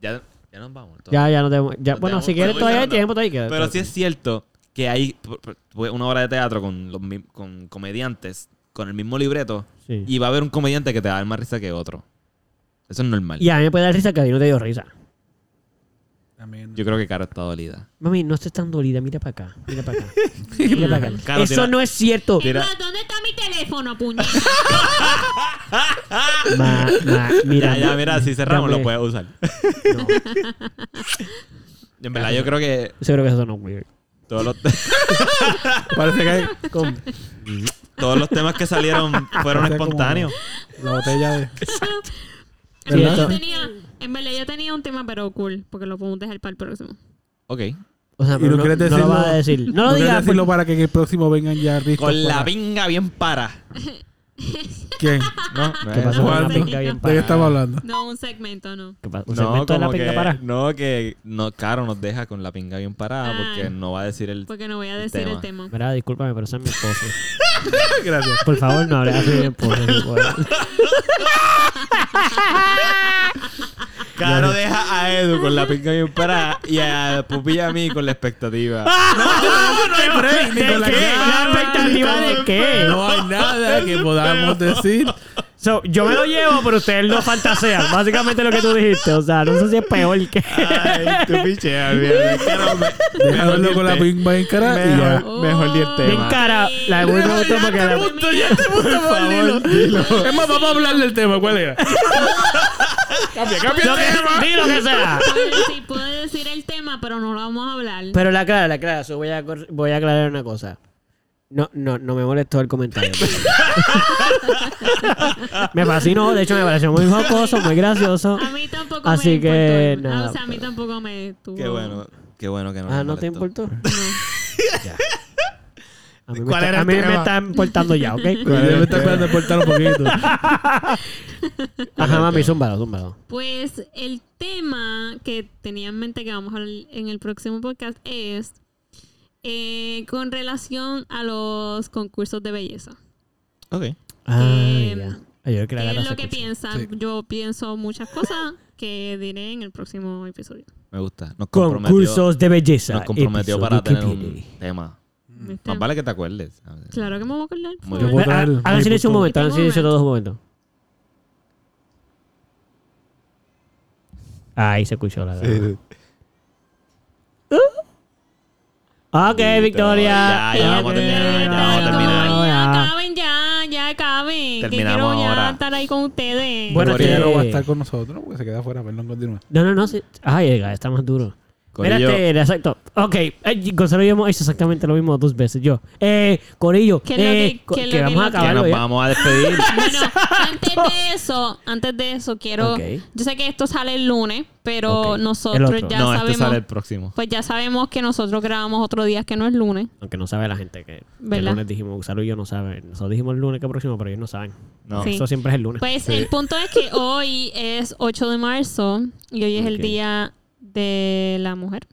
Ya, ya nos vamos. entonces. Ya, ya no te. Ya, Nos bueno, dejamos- si quieres nos todavía hay dejamos- tiempo, todavía queda. Pero sí es cierto que hay por- por- tuve una obra de teatro con, los, mi- con comediantes con el mismo libreto Sí. y va a haber un comediante que te va a dar más risa que otro. Eso es normal. Y a mí me puede dar risa que a ti no te dio risa. También. Yo creo que Caro está dolida. Mami, no estés tan dolida, mira para acá, mira para acá. Mira para acá. [LAUGHS] Claro, eso tira- no es cierto. Tira- Es más, ¿dónde está mi teléfono, [LAUGHS] puñeta? Ma- ma- mira, ya, ya, mira, si cerramos lo dame- puedes [LAUGHS] usar. en verdad, yo creo que Seguro que eso no weird. todos los, [LAUGHS] Parece que hay Con- todos los temas que salieron [LAUGHS] fueron O sea, como- espontáneos. La botella de. Sí, ¿Verdad? Yo esto- tenía, en verdad yo tenía un tema, pero cool, porque lo podemos dejar para el próximo. Ok. O sea, Y pero no no, quieres no lo decirlo- vas a decir. No lo quieres digas. pues. decirlo para que en el próximo vengan ya listos. Con la para- pinga bien para. ¿Quién? No, ¿Qué pasó con la ¿Cuándo? pinga bien ¿De qué parada? estamos hablando? No, un segmento, no. ¿Qué pasó? ¿Un No, segmento de la como pinga que, para? no, que no, Caro nos deja con la pinga bien parada Ah. porque no va a decir el... Porque no voy a El decir tema. el tema. Mira, discúlpame, pero esa es mi esposa. Gracias. Por favor, no hables así de mi esposa. mi esposa. Caro deja a Edu con la pinga bien parada y a Pupi y a mí con [LAUGHS] la expectativa. ¿De Nicolás, qué? ¿La expectativa de qué? No hay nada que podamos decir. So, yo me lo llevo, pero ustedes lo fantasean. Básicamente lo que tú dijiste. O sea, no sé si es peor que... Ah, Ay, tú picheas, mierda. Caro, me- mejor Dejarlo ni con la el tema. Big Bang cara y ya. Mejor- mejor di el Bien tema. cara. La de Will me gustó porque... la- Es más, vamos a hablar del tema. ¿Cuál era? cambia, cambia Lo el tema. que, di lo que sea. Sí, puedo decir el tema, pero no lo vamos a hablar. Pero la clara, la clara. So, voy, a, cor- voy a aclarar una cosa. No, no, no me molestó el [LAUGHS] comentario. me fascinó. De hecho, me pareció muy jocoso, muy gracioso. A mí tampoco Así me importó. que, el- Ah, nada, o sea, a mí pero- tampoco me tuvo. Qué bueno, qué bueno que no Ah, nos ¿no te molestó. importó? A mí, me ¿Cuál está- era a el mí me tema? está importando ya, ¿ok? Yo me está esperando portar un poquito. Ajá, mami, zúmbalo, zúmbalo. Pues el tema que tenía en mente que vamos a hablar en el próximo podcast es eh, con relación a los concursos de belleza. Ok. Ah, Em, ya. Ay, yo creo que la ¿Qué es gata se lo que escucha. piensan? Yo pienso muchas cosas que diré en el próximo episodio. Me gusta. Nos comprometió, Concursos de belleza. nos comprometió episodio para tener Wikipedia. un tema. ¿Viste? Más vale que te acuerdes. Este, Claro que me voy a acordar. por Muy bien. favor. Ve, ha- Total, Hagan mi silencio un punto. momento, hagan Tengo un silencio todos un momento. Ahí se escuchó la gata. [LAUGHS] Ok, Listo, Victoria. ya, ya vamos a Ok, terminar, ya vamos a ya, terminar. ya. Acaben ya, ya acaben. Que Terminamos quiero ya ahora. estar ahí con ustedes. Bueno, Porque ella que- no va a estar con nosotros porque se queda afuera. Perdón, continúa. No, no, no. sí. Ay, el gato está más duro. Corillo, Espérate, exacto. Ok, eh, Gonzalo y yo hemos hecho exactamente lo mismo dos veces. Yo, eh, Corillo, ¿Qué es lo eh, que- co- qué es que, lo que- vamos a lo que- que acabarlo nos ya. vamos a despedir. [LAUGHS] Bueno, antes de eso, antes de eso, quiero. Ok. Yo sé que esto sale el lunes, pero Ok. El nosotros otro. ya no, este sabemos. sale el próximo. Pues ya sabemos que nosotros grabamos otro día que no es lunes. Aunque no sabe la gente que, que el ¿Verdad? lunes dijimos, Gonzalo y yo no saben. Nosotros dijimos el lunes que próximo, pero ellos no saben. No. Sí. Eso siempre es el lunes. Pues el punto es que hoy es 8 de marzo y hoy es el Ok. día de la mujer.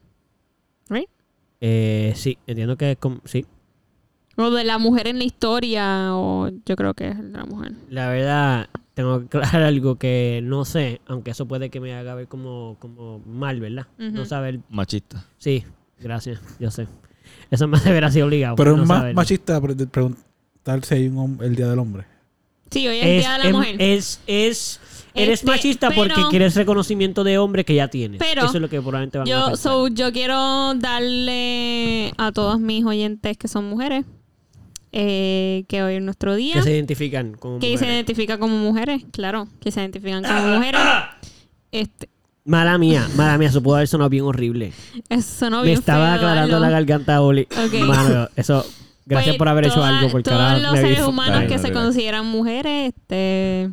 ¿Right? Eh, sí, entiendo que es como... Sí. O de la mujer en la historia, o yo creo que es el de la mujer. La verdad, tengo que aclarar algo que no sé, aunque eso puede que me haga ver como, como mal, ¿verdad? No Ujú. saber. Machista. Sí, gracias, yo sé. Eso me hace ver así obligado. pues, Pero no es más saber. machista pre- de preguntar si hay un hom- el Día del Hombre. Sí, hoy es, el Es, día de la em- mujer. es, es, eres Este, machista porque pero- quieres reconocimiento de hombre que ya tienes. Pero- Eso es lo que probablemente van a Yo, pensar. so, yo quiero darle a todos mis oyentes que son mujeres eh, que hoy es nuestro día. que se identifican como que se mujeres. Ah. identifican como mujeres, claro, que se identifican como mujeres. Este, Mala mía, mala mía, eso pudo haber sonado bien horrible. eso sonó Me bien estaba feo, aclarando Eduardo. la garganta a Oli. Ok. Mano, [LAUGHS] eso, gracias Pues, por haber hecho toda- algo, porque todos ahora los me vi seres fu- humanos Dale, que dale, se dale. consideran mujeres, este,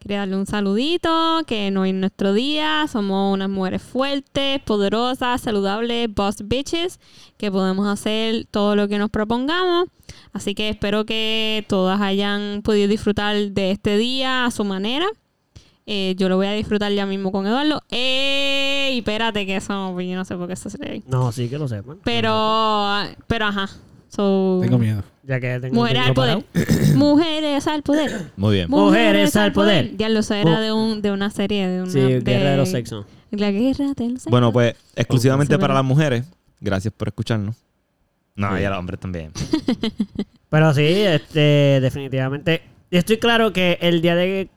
quería darle un saludito, que no es nuestro día, somos unas mujeres fuertes, poderosas, saludables, boss bitches, que podemos hacer todo lo que nos propongamos. Así que espero que todas hayan podido disfrutar de este día a su manera. Eh, yo lo voy a disfrutar ya mismo con Eduardo. ¡Ey! Espérate que eso, pues, yo no sé por qué eso se ve. No, sí que lo sepan. Pero, pero ajá. So, Tengo miedo. Ya que tengo Mujeres al tengo poder. [COUGHS] parado. Mujeres al poder. Muy bien. Mujeres al poder. Ya lo sé, Mu- era de, un, de una serie. De una, Sí, guerra de los sexos. La guerra de los sexos. Bueno, pues exclusivamente Súper. para las mujeres, gracias por escucharnos. No, y a los hombres también. Pero sí, este, definitivamente. Estoy claro que el día de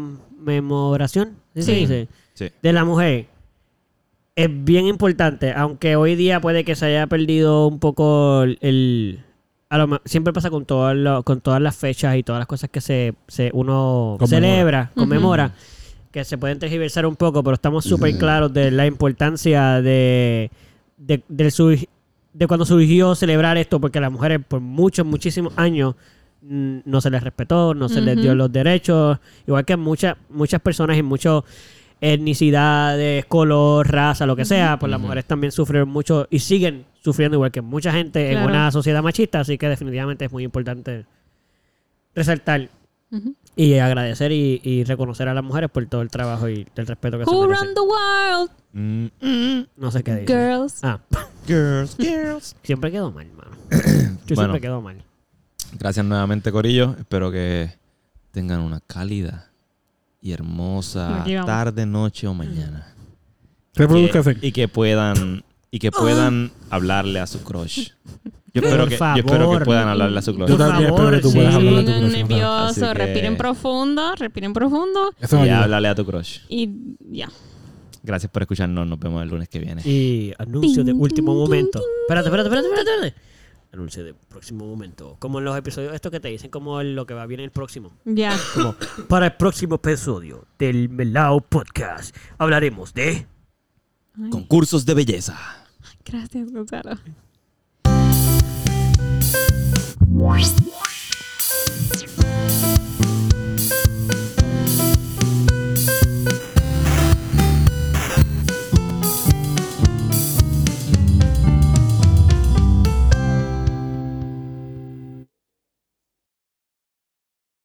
conmemoración ¿sí se Sí. dice? Sí. de la mujer es bien importante, aunque hoy día puede que se haya perdido un poco el... el- a lo ma- siempre pasa con, todo lo- con todas las fechas y todas las cosas que se, se- uno Conmemora. celebra, conmemora, que se pueden tergiversar un poco, pero estamos súper claros de la importancia de, de, del surg- de cuando surgió celebrar esto, porque a las mujeres por muchos, muchísimos años mm, no se les respetó, no se les Ujú. dio los derechos, igual que muchas muchas personas en muchos etnicidades, color, raza, lo que sea, pues las mujeres también sufrieron mucho y siguen sufriendo igual que mucha gente en Claro. una sociedad machista, así que definitivamente es muy importante resaltar Ujú. y agradecer y, y reconocer a las mujeres por todo el trabajo y el respeto que se Who merecen. run the world, Mm, No sé qué dice. girls. Ah, girls, girls. siempre quedo mal, mano. Yo Bueno. siempre quedo mal. Gracias nuevamente, Corillo. Espero que tengan una cálida y hermosa Aquí vamos. tarde, noche o mañana. Reproduzcase. Y que puedan y que puedan hablarle a su crush. Yo espero, Por que, yo espero que favor. puelan hablarle a su crush. Yo también espero que tú puedas sí. hablar de tu Pongan corazón. Así nervioso, que- respiren profundo, respiren profundo. Eso me Y ayuda. háblale a tu crush. Y ya. Gracias por escucharnos. Nos vemos el lunes que viene. Y anuncio de Tin, último tin, momento. Espérate, espérate, espérate, espérate, espérate. Anuncio de próximo momento. Como en los episodios estos que te dicen como lo que va bien el próximo. Ya. Como para el próximo episodio del Melao Podcast hablaremos de... Ay, Concursos de belleza. gracias, Gonzalo.